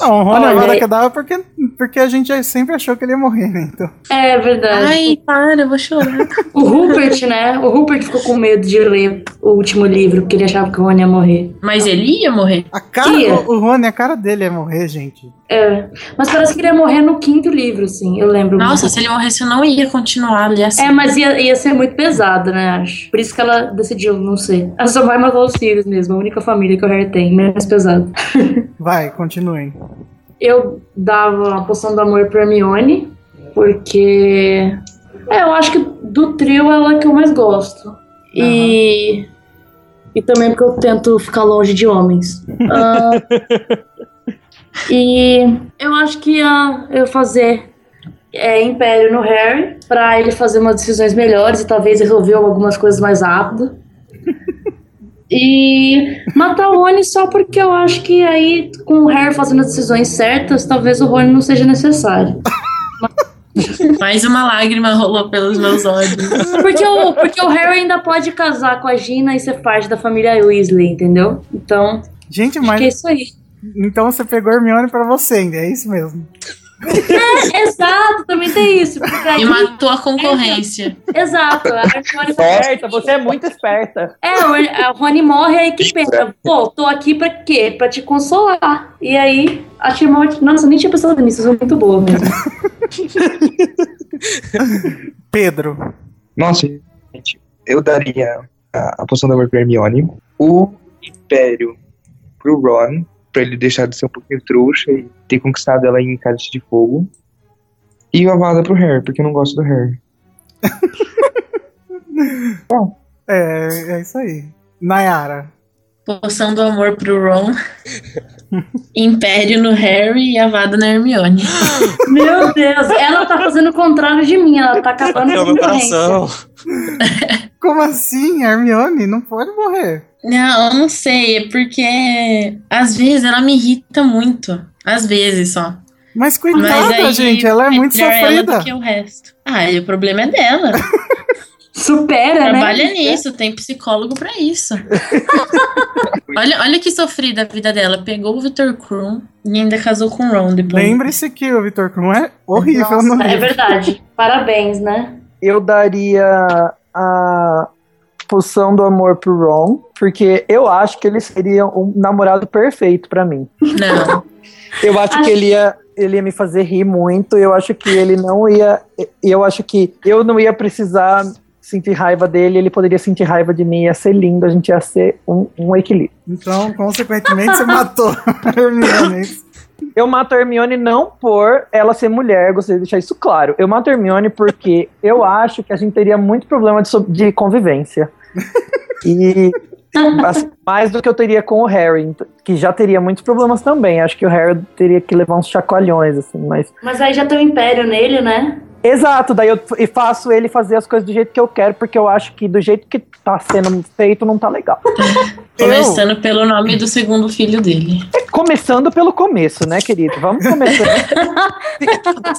Speaker 1: Não, o Rony
Speaker 3: Olha, é-
Speaker 1: agora
Speaker 3: aí-
Speaker 1: que dava porque, porque a gente sempre achou que ele ia morrer, né? Então.
Speaker 3: É verdade.
Speaker 6: Ai, para, eu vou chorar.
Speaker 3: O Rupert, né? O Rupert ficou com medo de ler o último livro, porque ele achava que o Rony ia morrer.
Speaker 6: Mas ele ia morrer?
Speaker 1: A cara,
Speaker 3: Tia.
Speaker 1: o, o Rony, a cara dele é morrer, gente.
Speaker 3: É. Mas parece que ele ia morrer no quinto livro, sim. Eu lembro.
Speaker 6: Nossa, se ele morresse, eu não ia continuar ali assim.
Speaker 3: É, mas ia, ia ser muito pesado, né, acho. Por isso que ela decidiu, não sei. Ela só vai matar os Sirius mesmo, a única família que o Harry tem, menos pesado.
Speaker 1: Vai, continuem.
Speaker 3: Eu dava a poção do amor pra Hermione, porque... É, eu acho que do trio ela é a que eu mais gosto. E... E também porque eu tento ficar longe de homens. Ah, e eu acho que ia eu fazer é, império no Harry pra ele fazer umas decisões melhores e talvez resolver algumas coisas mais rápido. E matar o Rony só porque eu acho que aí, com o Harry fazendo as decisões certas, talvez o Rony não seja necessário.
Speaker 6: Mais uma lágrima rolou pelos meus olhos.
Speaker 3: Porque o, porque o Harry ainda pode casar com a Gina e ser parte da família Weasley, entendeu? Então,
Speaker 1: Gente,
Speaker 3: acho que é
Speaker 1: mas.
Speaker 3: isso aí.
Speaker 1: Então você pegou Hermione pra você ainda, é isso mesmo.
Speaker 3: Exato, também tem isso. Porque aí,
Speaker 6: E matou a concorrência.
Speaker 3: Exato, a Hermione
Speaker 4: Esperta, você é muito esperta.
Speaker 3: É, o- a Rony morre aí que pensa, pô, tô aqui pra quê? Pra te consolar. E aí, a Timothy. Nossa, nem tinha pensado nisso, isso é muito boa mesmo.
Speaker 1: Pedro.
Speaker 2: Nossa, gente, eu daria a, a poção do amor pra Hermione, o Império pro Ron, pra ele deixar de ser um pouquinho trouxa e ter conquistado ela em Cálice de Fogo. E a Avada pro Harry, porque eu não gosto do Harry.
Speaker 1: É, é isso aí. Nayara.
Speaker 6: Poção do amor pro Ron. Império no Harry e Avada na Hermione.
Speaker 3: Meu Deus, ela tá fazendo o contrário de mim, ela tá acabando com
Speaker 5: Bateu É meu
Speaker 3: a concorrência.
Speaker 5: coração.
Speaker 1: Como assim? A Hermione não pode morrer.
Speaker 6: Não, eu não sei, é porque às vezes ela me irrita muito. Às vezes só.
Speaker 1: Mas
Speaker 6: Mas
Speaker 1: coitada,
Speaker 6: aí,
Speaker 1: gente, ela é muito
Speaker 6: melhor ela
Speaker 1: sofrida.
Speaker 6: do que o resto. Ah, e o problema é dela.
Speaker 3: Supera,
Speaker 6: Trabalha
Speaker 3: né?
Speaker 6: nisso, tem psicólogo pra isso. olha, olha que sofrida a vida dela. Pegou o Victor Krum e ainda casou com o Ron depois.
Speaker 1: Lembre-se que o Vitor Krum é horrível no
Speaker 3: Nossa, é
Speaker 1: livro.
Speaker 3: verdade. Parabéns, né?
Speaker 4: Eu daria a poção do amor pro Ron, porque eu acho que ele seria um namorado perfeito pra mim.
Speaker 6: Não.
Speaker 4: Eu acho
Speaker 3: Acho-
Speaker 4: que ele ia, ele ia me fazer rir muito. Eu acho que ele não ia. Eu acho que eu não ia precisar sentir raiva dele. Ele poderia sentir raiva de mim. Ia ser lindo. A gente ia ser um, um equilíbrio.
Speaker 1: Então, consequentemente, você matou a Hermione. é isso?
Speaker 4: Eu mato a Hermione não por ela ser mulher. Gostaria de deixar isso claro. Eu mato a Hermione porque eu acho que a gente teria muito problema de, so- de convivência. E assim, mais do que eu teria com o Harry, ent- que já teria muitos problemas também. Acho que o Harry teria que levar uns chacoalhões, assim, mas.
Speaker 3: Mas aí já tem um império nele, né?
Speaker 4: Exato, daí eu f- e faço ele fazer as coisas do jeito que eu quero, porque eu acho que do jeito que tá sendo feito não tá legal.
Speaker 6: Começando pelo nome do segundo filho dele.
Speaker 4: Começando pelo começo, né, querido? Vamos começar.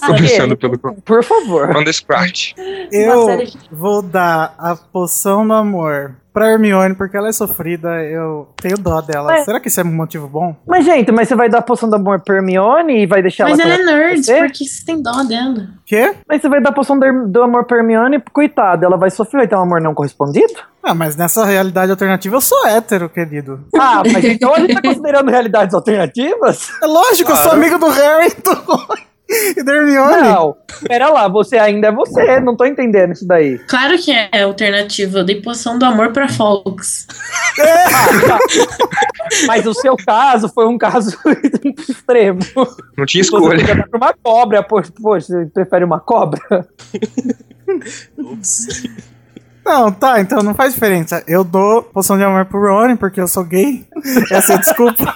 Speaker 2: Começando pelo
Speaker 4: Por favor.
Speaker 2: Ron Scratch.
Speaker 1: Eu
Speaker 3: série de-
Speaker 1: vou dar a poção do amor pra Hermione, porque ela é sofrida. Eu tenho dó dela.
Speaker 4: É.
Speaker 1: Será que isso é um motivo bom?
Speaker 4: Mas, gente, mas você vai dar a poção do amor pra Hermione e vai deixar
Speaker 6: Mas
Speaker 4: ela.
Speaker 6: ela é nerd,
Speaker 4: você?
Speaker 6: por que você tem dó dela?
Speaker 1: Quê?
Speaker 4: Mas você vai dar a poção do, do amor pra Hermione, coitada, ela vai sofrer, vai ter um amor não correspondido?
Speaker 1: Ah, mas nessa realidade alternativa eu sou hétero, querido.
Speaker 4: Ah, mas então a gente tá considerando realidades alternativas?
Speaker 1: É lógico, eu sou amigo do Harry do Rony e da Hermione.
Speaker 4: Não, pera lá, você ainda é você, não tô entendendo isso daí.
Speaker 6: Claro que é alternativa. Eu dei poção do amor pra Fox.
Speaker 4: Mas o seu caso foi um caso extremo.
Speaker 2: Não tinha
Speaker 4: Você podia dar pra uma cobra, pô, pô, você prefere uma cobra?
Speaker 5: Ups.
Speaker 1: Não, tá, então não faz diferença. Eu dou poção de amor pro Rony, porque eu sou gay. Essa é a desculpa.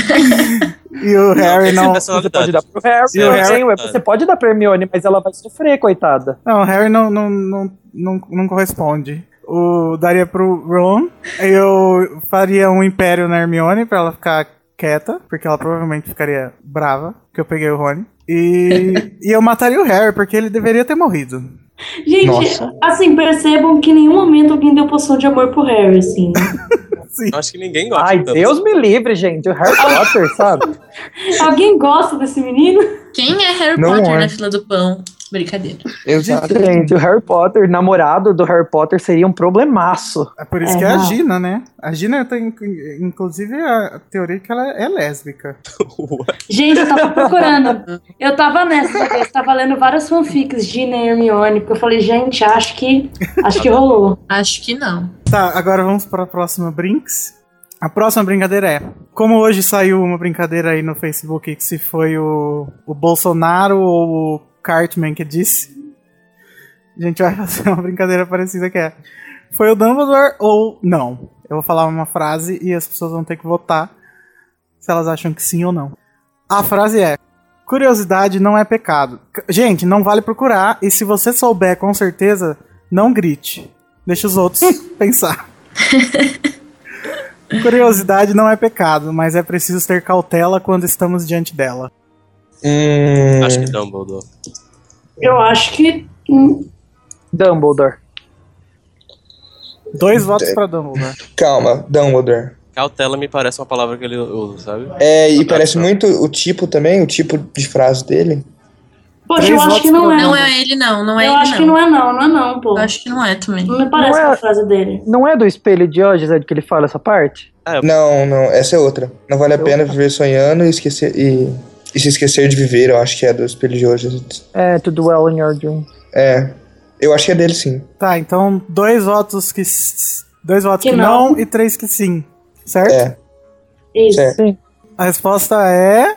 Speaker 1: e o Harry
Speaker 5: Não,
Speaker 1: não.
Speaker 5: essa é a
Speaker 7: Você pode
Speaker 5: verdade.
Speaker 7: dar pro Harry,
Speaker 5: Sim,
Speaker 7: pro
Speaker 1: é
Speaker 7: Harry,
Speaker 5: verdade.
Speaker 7: ué, você pode dar pra Hermione, mas ela vai sofrer, coitada.
Speaker 1: Não, o Harry não, não, não, não, não corresponde. O, daria pro Ron. Eu faria um império na Hermione pra ela ficar quieta, porque ela provavelmente ficaria brava, que eu peguei o Rony. E, e eu mataria o Harry, porque ele deveria ter morrido.
Speaker 3: Gente,
Speaker 4: Nossa.
Speaker 3: assim, percebam que em nenhum momento alguém deu poção de amor pro Harry, assim.
Speaker 1: Sim.
Speaker 5: Acho que ninguém gosta.
Speaker 7: Ai,
Speaker 5: tanto.
Speaker 7: Deus me livre, gente. O Harry Potter, sabe?
Speaker 3: alguém gosta desse menino?
Speaker 6: Quem é Harry
Speaker 7: Não
Speaker 6: Potter
Speaker 7: é.
Speaker 6: na fila do pão? Brincadeira.
Speaker 2: Exato.
Speaker 7: Gente, o Harry Potter, namorado do Harry Potter, seria um problemaço.
Speaker 1: É por isso
Speaker 3: É,
Speaker 1: que é a
Speaker 3: não.
Speaker 1: Gina, né? A Gina tem, in- inclusive, a teoria que ela é lésbica.
Speaker 3: Gente, eu tava procurando. Eu tava nessa, eu tava lendo várias fanfics de Gina e Hermione, porque eu falei, gente, acho que acho que rolou.
Speaker 6: Acho que não.
Speaker 1: Tá, agora vamos para a próxima Brinks. A próxima brincadeira é: como hoje saiu uma brincadeira aí no Facebook que se foi o, o Bolsonaro ou o Cartman que disse, a gente vai fazer uma brincadeira parecida que é: foi o Dumbledore ou não? Eu vou falar uma frase e as pessoas vão ter que votar se elas acham que sim ou não. A frase é: curiosidade não é pecado. C- Gente, não vale procurar e se você souber com certeza, não grite. Deixa os outros pensar. Curiosidade não é pecado, mas é preciso ter cautela quando estamos diante dela.
Speaker 7: Hum...
Speaker 5: Acho que Dumbledore.
Speaker 3: Eu acho que hum,
Speaker 7: Dumbledore.
Speaker 1: Dois votos pra Dumbledore.
Speaker 2: Calma, um Dumbledore.
Speaker 5: Cautela me parece uma palavra que ele usa, sabe?
Speaker 2: É, e
Speaker 5: Ah, tá,
Speaker 2: parece
Speaker 5: tá.
Speaker 2: muito o tipo também, o tipo de frase dele.
Speaker 3: Poxa,
Speaker 1: Três
Speaker 3: eu acho
Speaker 1: votos
Speaker 3: que não
Speaker 1: pro
Speaker 3: é.
Speaker 6: Não é ele, não. Não é
Speaker 3: eu
Speaker 6: ele,
Speaker 3: acho
Speaker 6: não.
Speaker 3: que não é não, não é não, pô.
Speaker 6: Eu acho que não é também.
Speaker 3: Não me parece
Speaker 7: Não é-
Speaker 3: com a frase dele.
Speaker 7: Não é do espelho de Diógenes que ele fala essa parte?
Speaker 2: Não, não, essa é outra. Não vale a
Speaker 7: É
Speaker 2: pena viver sonhando e esquecer e, e se esquecer de viver, eu acho que é do espelho de hoje.
Speaker 7: É, to dwell in your dream.
Speaker 2: É. Eu acho que é dele sim.
Speaker 1: Tá, então dois votos que. s- Dois votos que,
Speaker 3: Que
Speaker 1: não.
Speaker 3: não.
Speaker 1: e três que sim. Certo?
Speaker 2: É.
Speaker 3: Isso.
Speaker 2: Certo.
Speaker 1: A resposta é. É.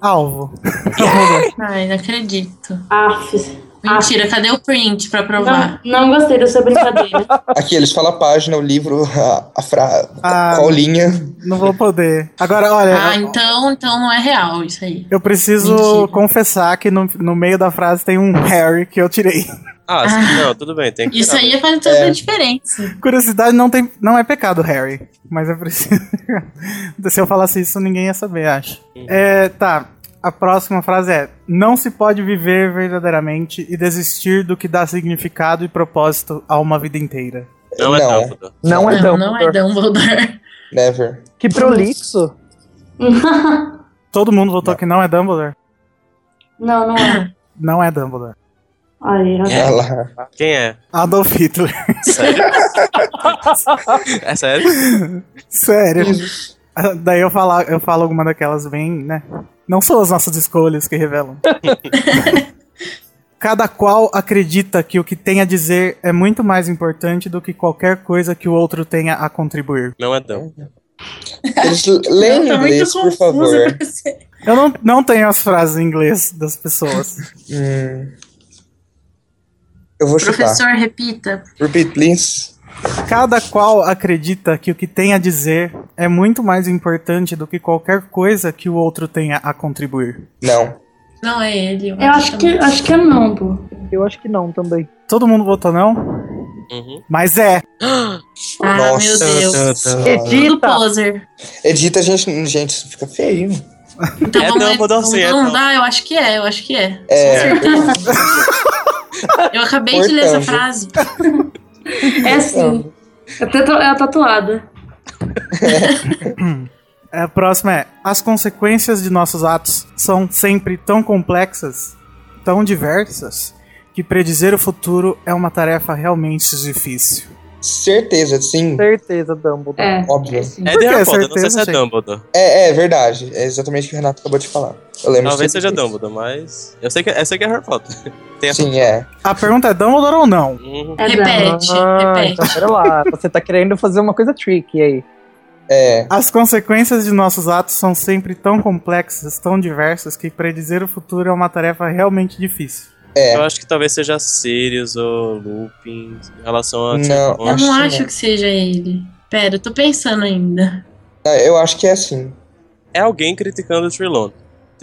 Speaker 1: Alvo.
Speaker 6: Ai, não acredito.
Speaker 3: Aff.
Speaker 6: Mentira, cadê o print pra provar?
Speaker 3: Ah. Não, não gostei dessa brincadeira.
Speaker 2: Aqui eles falam a página, o livro, a, a fra...
Speaker 1: Ah.
Speaker 2: qual linha.
Speaker 1: Não vou poder. Agora,
Speaker 2: É,
Speaker 1: olha.
Speaker 6: Ah, então, então não é real isso aí.
Speaker 1: Eu preciso
Speaker 6: Mentira.
Speaker 1: confessar que no, no meio da frase tem um Harry que eu tirei.
Speaker 5: Ah, sim, não, tudo bem, tem que
Speaker 6: Isso
Speaker 5: tirar
Speaker 6: aí
Speaker 5: mesmo.
Speaker 6: faz toda
Speaker 2: É.
Speaker 6: a diferença.
Speaker 1: Curiosidade não, tem, não é pecado, Harry. Mas é preciso. se eu falasse isso, ninguém ia saber, acho. É, tá. A próxima frase é: Não se pode viver verdadeiramente e desistir do que dá significado e propósito a uma vida inteira.
Speaker 5: Não é
Speaker 2: Não.
Speaker 5: Dumbledore.
Speaker 7: Não, é
Speaker 6: não,
Speaker 2: Então,
Speaker 7: Dumbledore.
Speaker 6: não é Dumbledore.
Speaker 2: Never.
Speaker 7: Que prolixo.
Speaker 1: Todo mundo votou que não é Dumbledore?
Speaker 3: não, não é.
Speaker 1: Não é Dumbledore.
Speaker 3: Aí, ó.
Speaker 2: Ah lá.
Speaker 5: Quem é?
Speaker 1: Adolf Hitler.
Speaker 5: Sério? é sério?
Speaker 1: Sério. Ah, Daí eu falo, eu falo alguma daquelas bem, né? Não são as nossas escolhas que revelam. Cada qual acredita que o que tem a dizer é muito mais importante do que qualquer coisa que o outro tenha a contribuir.
Speaker 5: Não é Dumbledore.
Speaker 2: Eles leem em
Speaker 6: tá
Speaker 2: inglês, por favor.
Speaker 6: pra ser-
Speaker 1: Eu não, não tenho as frases em inglês das pessoas.
Speaker 2: Hum. Eu vou chutar.
Speaker 6: Professor, repita.
Speaker 2: Repeat, please.
Speaker 1: Cada qual acredita que o que tem a dizer é muito mais importante do que qualquer coisa que o outro tenha a contribuir.
Speaker 2: Não.
Speaker 6: Não é ele.
Speaker 3: Eu acho que, acho que é não, pô.
Speaker 7: Eu acho que não também.
Speaker 1: Todo mundo votou não?
Speaker 5: Uhum.
Speaker 1: Mas é.
Speaker 6: Ah, meu Deus. Tudo
Speaker 7: Edita!
Speaker 6: poser.
Speaker 2: Edita, a gente, gente, isso fica feio.
Speaker 6: Então
Speaker 5: É
Speaker 6: vamos
Speaker 5: Dumbledore, sim, é
Speaker 6: Não dá, eu acho que é, eu acho que é.
Speaker 2: É.
Speaker 6: Eu acabei de ler essa frase.
Speaker 3: É sim. É tatu- é a tatuada.
Speaker 1: A próxima é: as consequências de nossos atos são sempre tão complexas, tão diversas, que predizer o futuro é uma tarefa realmente difícil.
Speaker 2: Certeza, sim.
Speaker 7: Certeza, Dumbledore.
Speaker 3: É.
Speaker 2: Óbvio.
Speaker 3: é sim.
Speaker 5: É Harry Potter, não
Speaker 1: Certeza,
Speaker 5: sei se é
Speaker 1: gente.
Speaker 5: Dumbledore.
Speaker 2: É, é verdade. É exatamente o que o Renato acabou de falar. Eu lembro
Speaker 5: Talvez
Speaker 2: de ter
Speaker 5: seja
Speaker 2: visto.
Speaker 5: Dumbledore, mas. Eu sei que, eu sei que é Harry Potter. Tem essa.
Speaker 2: Sim, é.
Speaker 1: A pergunta é: Dumbledore ou não?
Speaker 5: Uhum.
Speaker 3: É dela.
Speaker 6: Repete,
Speaker 7: Ah,
Speaker 6: repete.
Speaker 7: então pera lá. Você tá querendo fazer uma coisa tricky aí.
Speaker 2: É.
Speaker 1: As consequências de nossos atos são sempre tão complexas, tão diversas, que predizer o futuro é uma tarefa realmente difícil.
Speaker 5: Eu acho que talvez seja Sirius ou Lupin em relação a. tipo,
Speaker 2: Não,
Speaker 6: Eu não
Speaker 2: Acho
Speaker 6: acho que seja ele. Pera, eu tô pensando ainda.
Speaker 2: Ah, Eu acho que é assim.
Speaker 5: É alguém criticando o Trilon.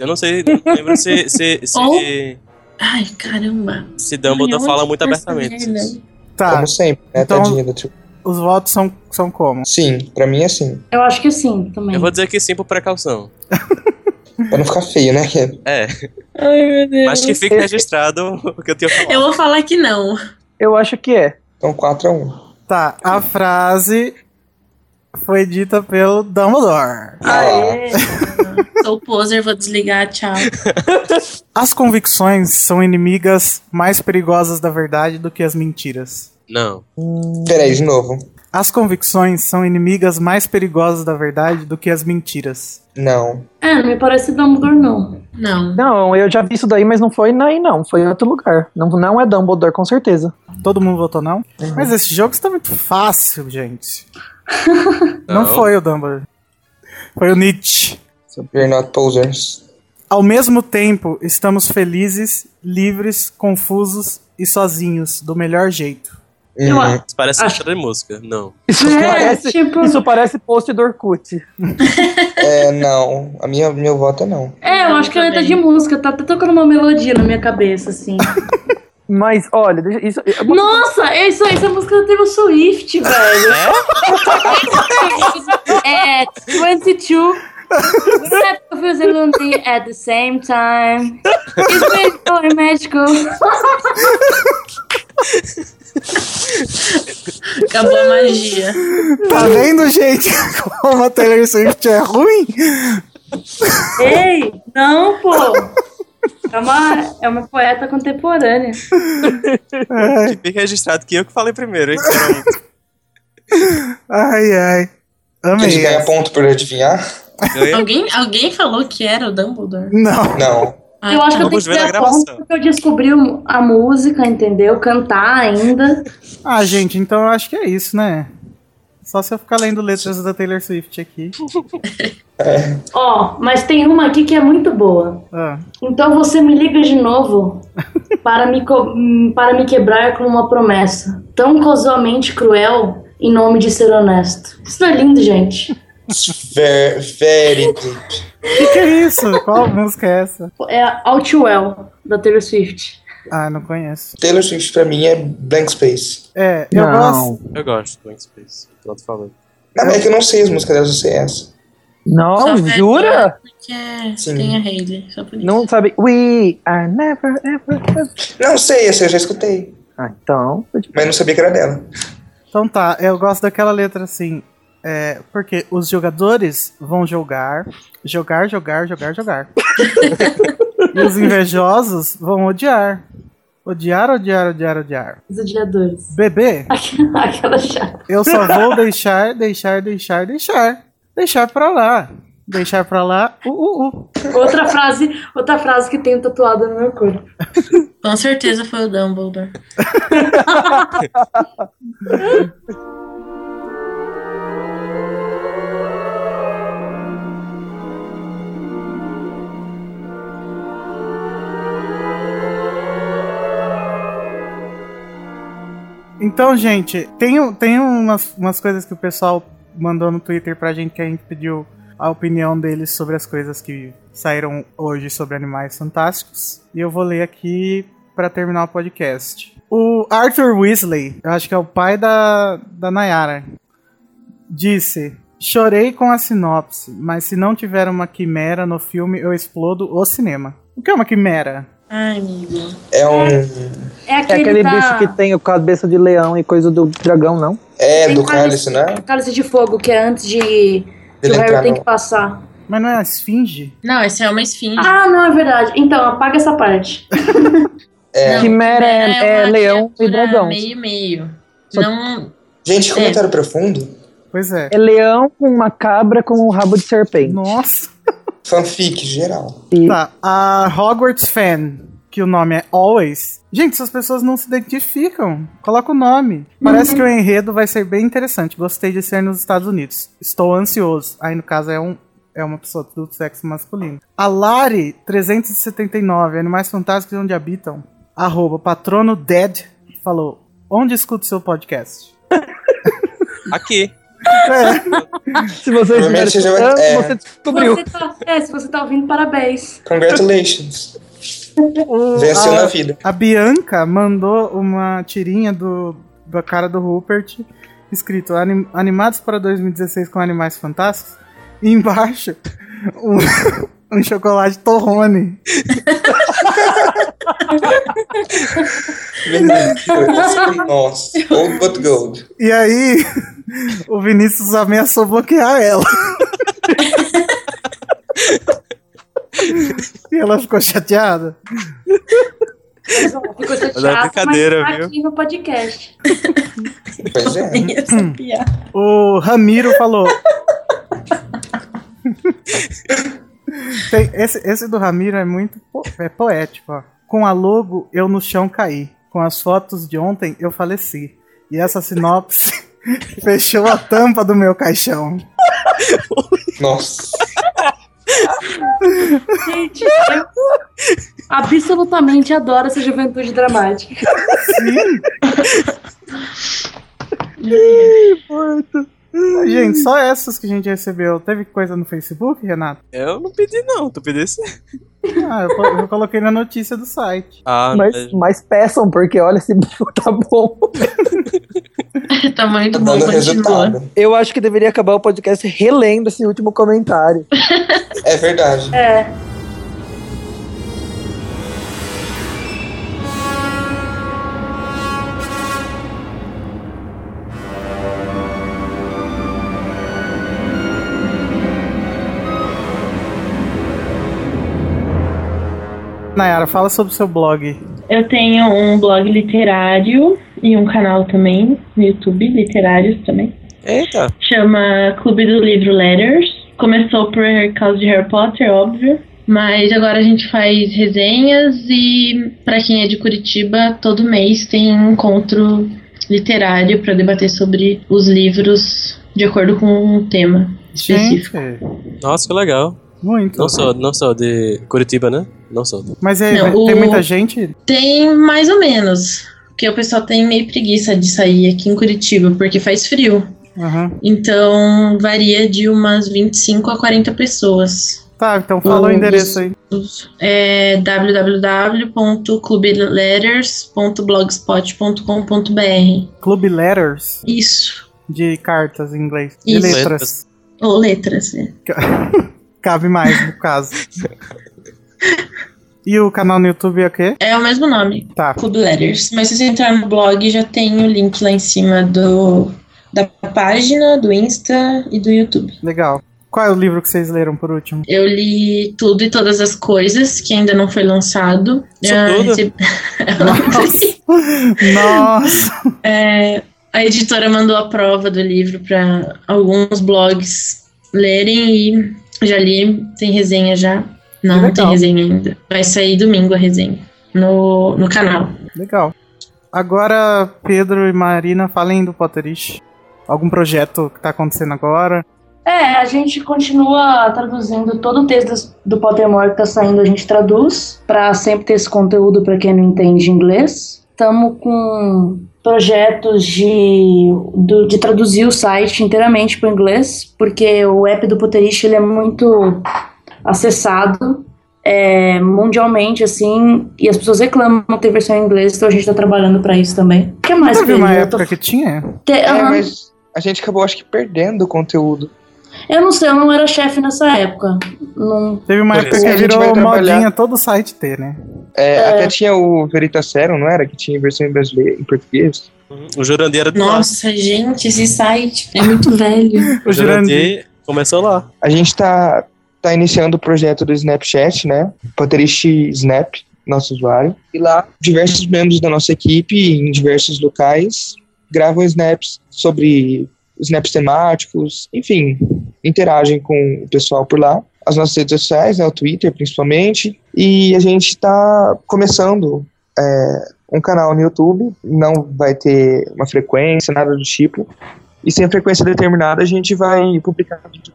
Speaker 5: Eu não sei, não lembro se, se, se,
Speaker 6: Ou-
Speaker 5: se,
Speaker 6: Ai, caramba. Ai,
Speaker 5: Dumbledore
Speaker 6: onde
Speaker 5: fala muito
Speaker 6: tá essa
Speaker 5: abertamente.
Speaker 6: merda?
Speaker 5: isso.
Speaker 1: Tá,
Speaker 2: Como sempre, né,
Speaker 1: Então-
Speaker 2: tadinha do tipo.
Speaker 1: os votos são, são como?
Speaker 2: Sim, pra mim é assim.
Speaker 3: Eu acho que sim, também.
Speaker 5: Eu vou dizer que sim por precaução.
Speaker 2: Pra não ficar feio, né?
Speaker 5: É,
Speaker 6: Ai, meu Deus.
Speaker 5: mas que fique registrado o que eu tinha falado.
Speaker 6: Eu vou falar que não.
Speaker 7: Eu acho que é.
Speaker 2: Então 4x1.
Speaker 1: Tá, a frase foi dita pelo Dumbledore.
Speaker 6: Sou poser, vou desligar, tchau.
Speaker 1: As convicções são inimigas mais perigosas da verdade do que as mentiras.
Speaker 5: Não.
Speaker 2: Ah, Peraí, de novo.
Speaker 1: As convicções são inimigas mais perigosas da verdade do que as mentiras.
Speaker 2: Não.
Speaker 3: É, não me parece Dumbledore, não.
Speaker 6: Não.
Speaker 7: Não, eu já vi isso daí, mas não foi aí não. Foi em outro lugar. Não, não é Dumbledore, com certeza.
Speaker 1: Todo mundo votou não? Mas esse jogo está muito fácil, gente. Não,
Speaker 5: Não.
Speaker 1: foi o Dumbledore. Foi o Nietzsche.
Speaker 2: We're not posers.
Speaker 1: Ao mesmo tempo, estamos felizes, livres, confusos e sozinhos, do melhor jeito.
Speaker 3: Eu
Speaker 2: Hum.
Speaker 3: acho.
Speaker 5: Isso parece
Speaker 3: Acho-
Speaker 5: letra de música. Não.
Speaker 7: Isso,
Speaker 3: É,
Speaker 7: parece,
Speaker 3: tipo-
Speaker 7: isso parece post do Orkut.
Speaker 2: É, não. A minha, meu voto é não.
Speaker 3: É, eu acho que é letra de
Speaker 6: Também.
Speaker 3: música, tá até tocando uma melodia na minha cabeça, assim.
Speaker 7: Mas, olha, deixa- isso,
Speaker 3: Nossa, é isso aí, essa música da Taylor Swift, velho. É, 22. Except for Zealandy at the same time. It's magical and magical.
Speaker 6: Acabou a magia.
Speaker 1: Tá vendo, gente, como a Taylor Swift é ruim?
Speaker 3: Ei, não, pô. É uma, é uma poeta contemporânea.
Speaker 5: Que fique registrado que eu que falei primeiro, hein? Então,
Speaker 1: Ai, ai.
Speaker 2: A gente
Speaker 1: Amei.
Speaker 2: ganha
Speaker 1: essa.
Speaker 2: ponto por adivinhar?
Speaker 5: ganhei.
Speaker 6: Alguém, alguém falou que era o Dumbledore?
Speaker 1: Não.
Speaker 2: Não.
Speaker 6: Ah,
Speaker 3: eu acho que eu tenho
Speaker 5: Vamos
Speaker 3: que
Speaker 5: ver na
Speaker 3: ter a
Speaker 5: gravação.
Speaker 3: ponta, porque eu descobri o- a música, entendeu? Cantar ainda.
Speaker 1: Ah, gente, então eu acho que é isso, né? Só se eu ficar lendo letras da Taylor Swift aqui.
Speaker 3: Ó, mas tem uma aqui que é muito boa.
Speaker 1: Ah.
Speaker 3: Então você me liga de novo para me, co- hum, para me quebrar com uma promessa tão casualmente cruel em nome de ser honesto. Isso não é lindo, gente.
Speaker 2: Ver, very good.
Speaker 1: Que que é isso? Qual música é essa?
Speaker 3: É a Outwell, da Taylor Swift.
Speaker 1: Ah, não conheço.
Speaker 2: Taylor Swift pra mim é blank space.
Speaker 1: É, eu gosto.
Speaker 5: Eu gosto do Blank Space. Pronto, falando.
Speaker 2: Não, é que eu não sei as músicas dela, eu sei essa.
Speaker 7: Não,
Speaker 6: Só vai é
Speaker 7: jura?
Speaker 6: Porque
Speaker 2: Sim.
Speaker 6: tem a Hayley, né? só por isso.
Speaker 7: Não sabe. We are never ever.
Speaker 2: Não sei, essa eu já escutei.
Speaker 7: Ah, então.
Speaker 2: Mas não sabia que era dela.
Speaker 1: Então tá, eu gosto daquela letra assim. É, porque os jogadores vão jogar, jogar, jogar, jogar, jogar. e os invejosos vão odiar. Odiar, odiar, odiar, odiar.
Speaker 3: Os odiadores.
Speaker 1: Bebê,
Speaker 3: Aquela chata.
Speaker 1: eu só vou deixar, deixar, deixar, deixar. Deixar pra lá. Deixar pra lá, uh, uh, uh.
Speaker 3: Outra frase, outra frase que tenho tatuada no meu corpo.
Speaker 6: Com certeza foi o Dumbledore.
Speaker 1: Então, gente, tem, um- tem umas, umas coisas que o pessoal mandou no Twitter pra gente que a gente pediu a opinião deles sobre as coisas que saíram hoje sobre animais fantásticos. E eu vou ler aqui pra terminar o podcast. O Arthur Weasley, eu acho que é o pai da, da Nayara, disse: Chorei com a sinopse, mas se não tiver uma quimera no filme, eu explodo o cinema. O que é uma quimera?
Speaker 6: Ai, amigo.
Speaker 2: É um.
Speaker 3: É
Speaker 7: É
Speaker 3: aquele,
Speaker 7: aquele
Speaker 3: da...
Speaker 7: bicho que tem o cabeça de leão e coisa do dragão, não?
Speaker 2: É
Speaker 3: Tem
Speaker 2: do
Speaker 3: cálice.
Speaker 2: Cálice, né?
Speaker 3: Cálice de Fogo, que é antes de... Que
Speaker 2: Ele
Speaker 3: o Harry
Speaker 2: entrar
Speaker 3: tem que
Speaker 2: no.
Speaker 3: passar.
Speaker 1: Mas não é a esfinge?
Speaker 6: Não, essa é uma esfinge.
Speaker 3: Ah, não, é verdade. Então, apaga essa parte.
Speaker 2: É.
Speaker 7: Quimera é,
Speaker 6: uma
Speaker 7: é leão e
Speaker 6: criatura
Speaker 7: dragão.
Speaker 6: Meio e meio.
Speaker 7: Só-
Speaker 6: Não,
Speaker 2: Gente, comentário profundo.
Speaker 1: Pois é.
Speaker 7: É leão com uma cabra com um rabo de serpente.
Speaker 1: Nossa.
Speaker 2: Fanfic geral.
Speaker 1: Tá, a Hogwarts Fan, que o nome é Always. Gente, essas pessoas não se identificam. Coloca o nome. Parece que o enredo vai ser bem interessante. Gostei de ser nos Estados Unidos. Estou ansioso. Aí, no caso, é um. É uma pessoa do sexo masculino. A Lari 379, Animais Fantásticos e Onde Habitam. arroba patrono dead, falou: Onde escuta o seu podcast?
Speaker 5: Aqui.
Speaker 4: É. Se você estiver
Speaker 2: Provavelmente você já vai-
Speaker 4: escutando,
Speaker 2: é.
Speaker 4: você descobriu.
Speaker 3: Você tá- é, se você tá ouvindo, parabéns.
Speaker 2: Congratulations.
Speaker 1: O-
Speaker 2: Venceu
Speaker 1: a-
Speaker 3: Ah.
Speaker 2: na vida.
Speaker 1: A Bianca mandou uma tirinha do, da cara do Rupert, escrito "Anim- Animados para 2016 com Animais Fantásticos, e embaixo um, um chocolate torrone.
Speaker 2: Nossa, old but gold.
Speaker 1: E aí o Vinícius ameaçou bloquear ela. e ela ficou chateada.
Speaker 3: Mas, ó, Ficou chateado,
Speaker 5: Mas é brincadeira,
Speaker 3: mas tá
Speaker 5: viu?
Speaker 3: aqui no podcast.
Speaker 2: Pois é.
Speaker 8: Essa piada.
Speaker 1: O Ramiro falou. Tem- esse, esse do Ramiro é muito po- é poético. Ó. Com a logo, eu no chão caí. Com as fotos de ontem, eu faleci. E essa sinopse fechou a tampa do meu caixão.
Speaker 2: Nossa.
Speaker 3: Gente, eu absolutamente adoro essa juventude dramática.
Speaker 1: Sim. Então, Gente, só essas que a gente recebeu. Teve coisa no Facebook, Renato?
Speaker 5: Eu não pedi, não. Tu pedisse?
Speaker 1: Ah, eu, co- eu coloquei na notícia do site.
Speaker 5: Ah,
Speaker 4: Mas, mas peçam, porque olha, esse bico tá bom.
Speaker 8: Tá muito bom,
Speaker 2: Tá dando
Speaker 8: continua.
Speaker 2: resultado.
Speaker 4: Eu acho que deveria acabar o podcast relendo esse último comentário.
Speaker 2: É verdade.
Speaker 3: É.
Speaker 1: Nayara, fala sobre o seu blog.
Speaker 6: Eu tenho um blog literário e um canal também no YouTube, literários também.
Speaker 5: Eita.
Speaker 6: Chama Clube do Livro Letters. Começou por causa de Harry Potter, óbvio. Mas agora a gente faz resenhas e pra quem é de Curitiba, todo mês tem um encontro literário pra debater sobre os livros de acordo com um tema específico.
Speaker 5: Nossa, que legal.
Speaker 1: Muito.
Speaker 5: Não sou, não sou de Curitiba, né? Não sou.
Speaker 1: Mas e aí,
Speaker 6: Não,
Speaker 1: vai- tem
Speaker 6: o-
Speaker 1: muita gente?
Speaker 6: Tem mais ou menos, porque o pessoal tem meio preguiça de sair aqui em Curitiba porque faz frio.
Speaker 1: Aham.
Speaker 6: Então varia de umas 25 a 40 pessoas.
Speaker 1: Tá, então fala o
Speaker 6: Não,
Speaker 1: endereço aí.
Speaker 6: é www.clubeletters.blogspot.com.br.
Speaker 1: Club Letters,
Speaker 6: Isso.
Speaker 1: de cartas em inglês. De
Speaker 6: Isso.
Speaker 1: letras.
Speaker 6: Ou letras, né?
Speaker 1: Cabe mais, no caso. e o canal no YouTube é o quê?
Speaker 6: É o mesmo nome,
Speaker 1: Tá.
Speaker 6: Club Letters. Mas se você entrar no blog, já tem o link lá em cima do da página, do Insta e do YouTube.
Speaker 1: Legal. Qual é o livro que vocês leram por último?
Speaker 6: Eu li tudo e todas as coisas que ainda não foi lançado.
Speaker 5: Isso
Speaker 6: Ah,
Speaker 5: tudo?
Speaker 6: recebi-
Speaker 1: Nossa!
Speaker 6: A editora mandou a prova do livro para alguns blogs lerem e já li, tem resenha já. Não, não tem
Speaker 1: Legal.
Speaker 6: resenha ainda. Vai sair domingo a resenha no, no canal.
Speaker 1: Legal. Agora, Pedro e Marina, falem do Potterish. Algum projeto que tá acontecendo agora?
Speaker 3: É, a gente continua traduzindo todo o texto do Pottermore que tá saindo, a gente traduz, pra sempre ter esse conteúdo pra quem não entende inglês. Tamo com projetos de, do- de traduzir o site inteiramente pro inglês, porque o app do Potterist ele é muito acessado é, mundialmente, assim, e as pessoas reclamam ter versão em inglês, então a gente tá trabalhando pra isso também. O que mais,
Speaker 1: Teve uma
Speaker 3: Pedro? Eu tô-
Speaker 1: época que tinha?
Speaker 3: Te-
Speaker 2: É,
Speaker 3: aham.
Speaker 2: mas a gente acabou, acho que, perdendo o conteúdo.
Speaker 3: Eu não sei, eu não era chefe nessa época. Não,
Speaker 1: Teve uma
Speaker 5: Por
Speaker 1: época
Speaker 2: isso
Speaker 1: que
Speaker 2: a gente vai
Speaker 1: virou
Speaker 2: trabalhar-
Speaker 1: modinha todo site ter, né?
Speaker 2: É, Até tinha o Veritaserum, não era? Que tinha versão em brasileiro, em português.
Speaker 5: Uhum. O Jurandir era de lá.
Speaker 8: Nossa, gente, esse site é muito velho.
Speaker 1: O Jurandir.
Speaker 5: começou lá.
Speaker 2: A gente tá, tá iniciando o projeto do Snapchat, né? Potterist Snap, nosso usuário. E lá, diversos membros da nossa equipe, em diversos locais, gravam snaps sobre snaps temáticos, enfim, interagem com o pessoal por lá. As nossas redes sociais, né, o Twitter principalmente. E a gente está começando é, um canal no YouTube, não vai ter uma frequência, nada do tipo. E sem frequência determinada, a gente vai publicar vídeo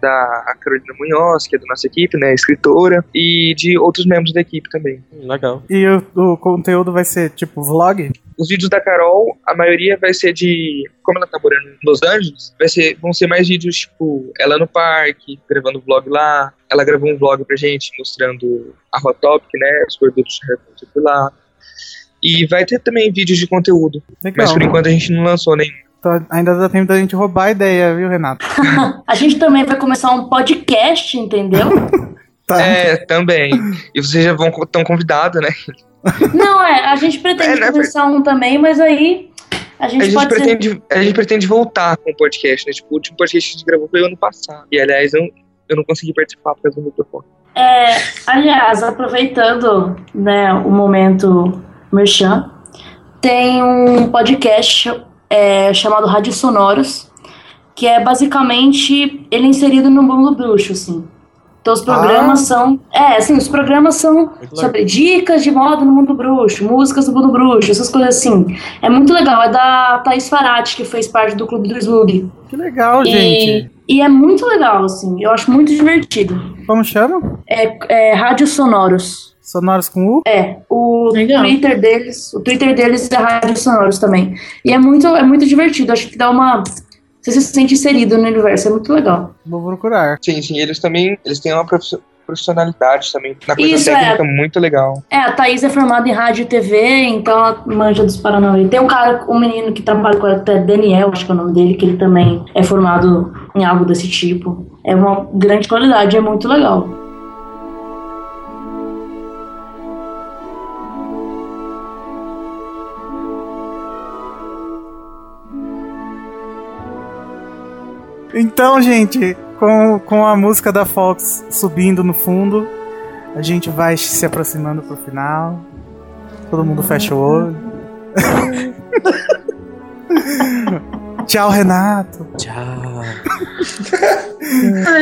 Speaker 2: da Carolina Munhoz, que é da nossa equipe, né, escritora, e de outros membros da equipe também.
Speaker 5: Legal.
Speaker 1: E o, o conteúdo vai ser tipo vlog?
Speaker 2: Os vídeos da Carol, a maioria vai ser de. Como ela tá morando em Los Angeles, vai ser, vão ser mais vídeos tipo ela no parque, gravando vlog lá. Ela gravou um vlog pra gente mostrando a Hot Topic, né? Os produtos de Harry Potter por lá. E vai ter também vídeos de conteúdo.
Speaker 1: Legal.
Speaker 2: Mas por enquanto a gente não lançou nem.
Speaker 1: Então, ainda dá tempo da gente roubar a ideia, viu, Renato?
Speaker 3: A gente também vai começar um podcast, entendeu?
Speaker 1: Tá.
Speaker 2: É, também. E vocês já vão estão convidados, né?
Speaker 3: Não, é, a gente pretende
Speaker 2: É, né,
Speaker 3: começar um também, mas aí a gente,
Speaker 2: A gente,
Speaker 3: pode ser.
Speaker 2: pretende, a gente pretende voltar com o podcast, né? Tipo, o último podcast que a gente gravou foi ano passado. E aliás, eu, eu não consegui participar por causa do microfone.
Speaker 3: É, aliás, aproveitando né, o momento merchan, tem um podcast é, chamado Rádio Sonoros, que é basicamente ele é inserido no mundo bruxo, assim. Então
Speaker 2: Ah.
Speaker 3: os programas são. É, assim, os programas são
Speaker 5: Muito legal.
Speaker 3: sobre dicas de moda no mundo bruxo, músicas do mundo bruxo, essas coisas assim. É muito legal, é da Thaís Farati, que fez parte do Clube do Slug.
Speaker 1: Que legal, gente.
Speaker 3: E é muito legal, assim, eu acho muito divertido.
Speaker 1: Como chama?
Speaker 3: É, Rádio Sonoros.
Speaker 1: Sonoros com U?
Speaker 3: É, o
Speaker 6: Legal.
Speaker 3: Twitter deles, o Twitter deles é Rádio Sonoros também. E é muito, é muito divertido, acho que dá uma. Você se sente inserido no universo, é muito legal.
Speaker 1: Vou procurar.
Speaker 2: Sim, sim, eles também eles têm uma profiss- profissionalidade também. Na coisa
Speaker 3: Isso,
Speaker 2: técnica muito legal.
Speaker 3: É, a Thaís é formada em rádio e TV, então ela manja dos Paranauê. Tem um cara, um menino que trabalha com ela, até Daniel, acho que é o nome dele, que ele também é formado em algo desse tipo. É uma grande qualidade, é muito legal.
Speaker 1: Então, gente, com, com a música da Fox subindo no fundo, a gente vai se aproximando pro final. Todo mundo fecha o olho. Tchau, Renato.
Speaker 5: Tchau.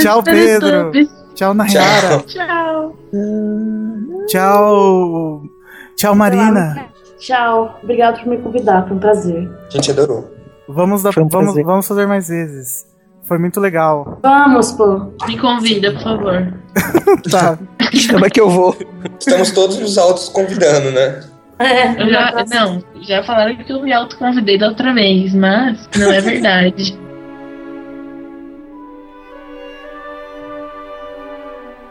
Speaker 1: Tchau, Pedro.
Speaker 9: Teletubbies.
Speaker 1: Tchau, Nayara.
Speaker 9: Tchau.
Speaker 1: Tchau. Tchau, Marina.
Speaker 3: Tchau, obrigado por me convidar, foi um prazer.
Speaker 2: A gente adorou.
Speaker 1: Vamos, dar-
Speaker 7: Foi um
Speaker 1: vamos,
Speaker 7: prazer.
Speaker 1: vamos fazer mais vezes. Foi muito legal.
Speaker 3: Vamos, pô.
Speaker 6: Me convida, por favor.
Speaker 1: Tá.
Speaker 7: Chama é que eu vou.
Speaker 2: Estamos todos os autos convidando, né?
Speaker 3: É,
Speaker 6: Eu já, não, já falaram que eu me autoconvidei da outra vez, mas não é verdade.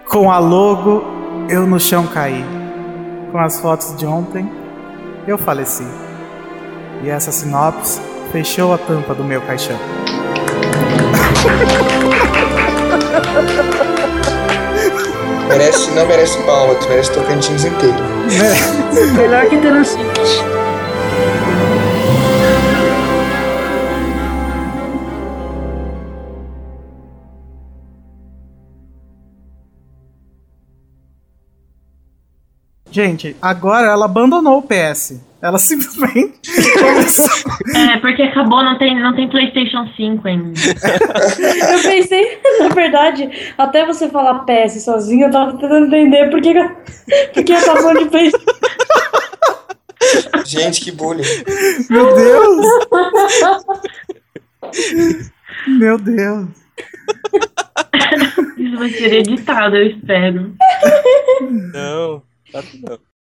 Speaker 1: Com a logo, eu no chão caí. Com as fotos de ontem, eu faleci. E essa sinopse fechou a tampa do meu caixão.
Speaker 2: Merece, não merece palma, tu merece Tocantins inteiro.
Speaker 3: melhor que ter um Swift.
Speaker 1: Gente, agora ela abandonou o PS. Ela simplesmente começou-
Speaker 9: É, porque acabou, não tem, não tem PlayStation 5 ainda.
Speaker 3: Eu pensei, na verdade, até você falar PS sozinho, eu tava tentando entender porque, porque eu tava falando de PS.
Speaker 2: Gente, que bullying.
Speaker 1: Meu Deus! Meu Deus!
Speaker 9: Isso vai ser editado, eu espero.
Speaker 5: Não, tá claro que não.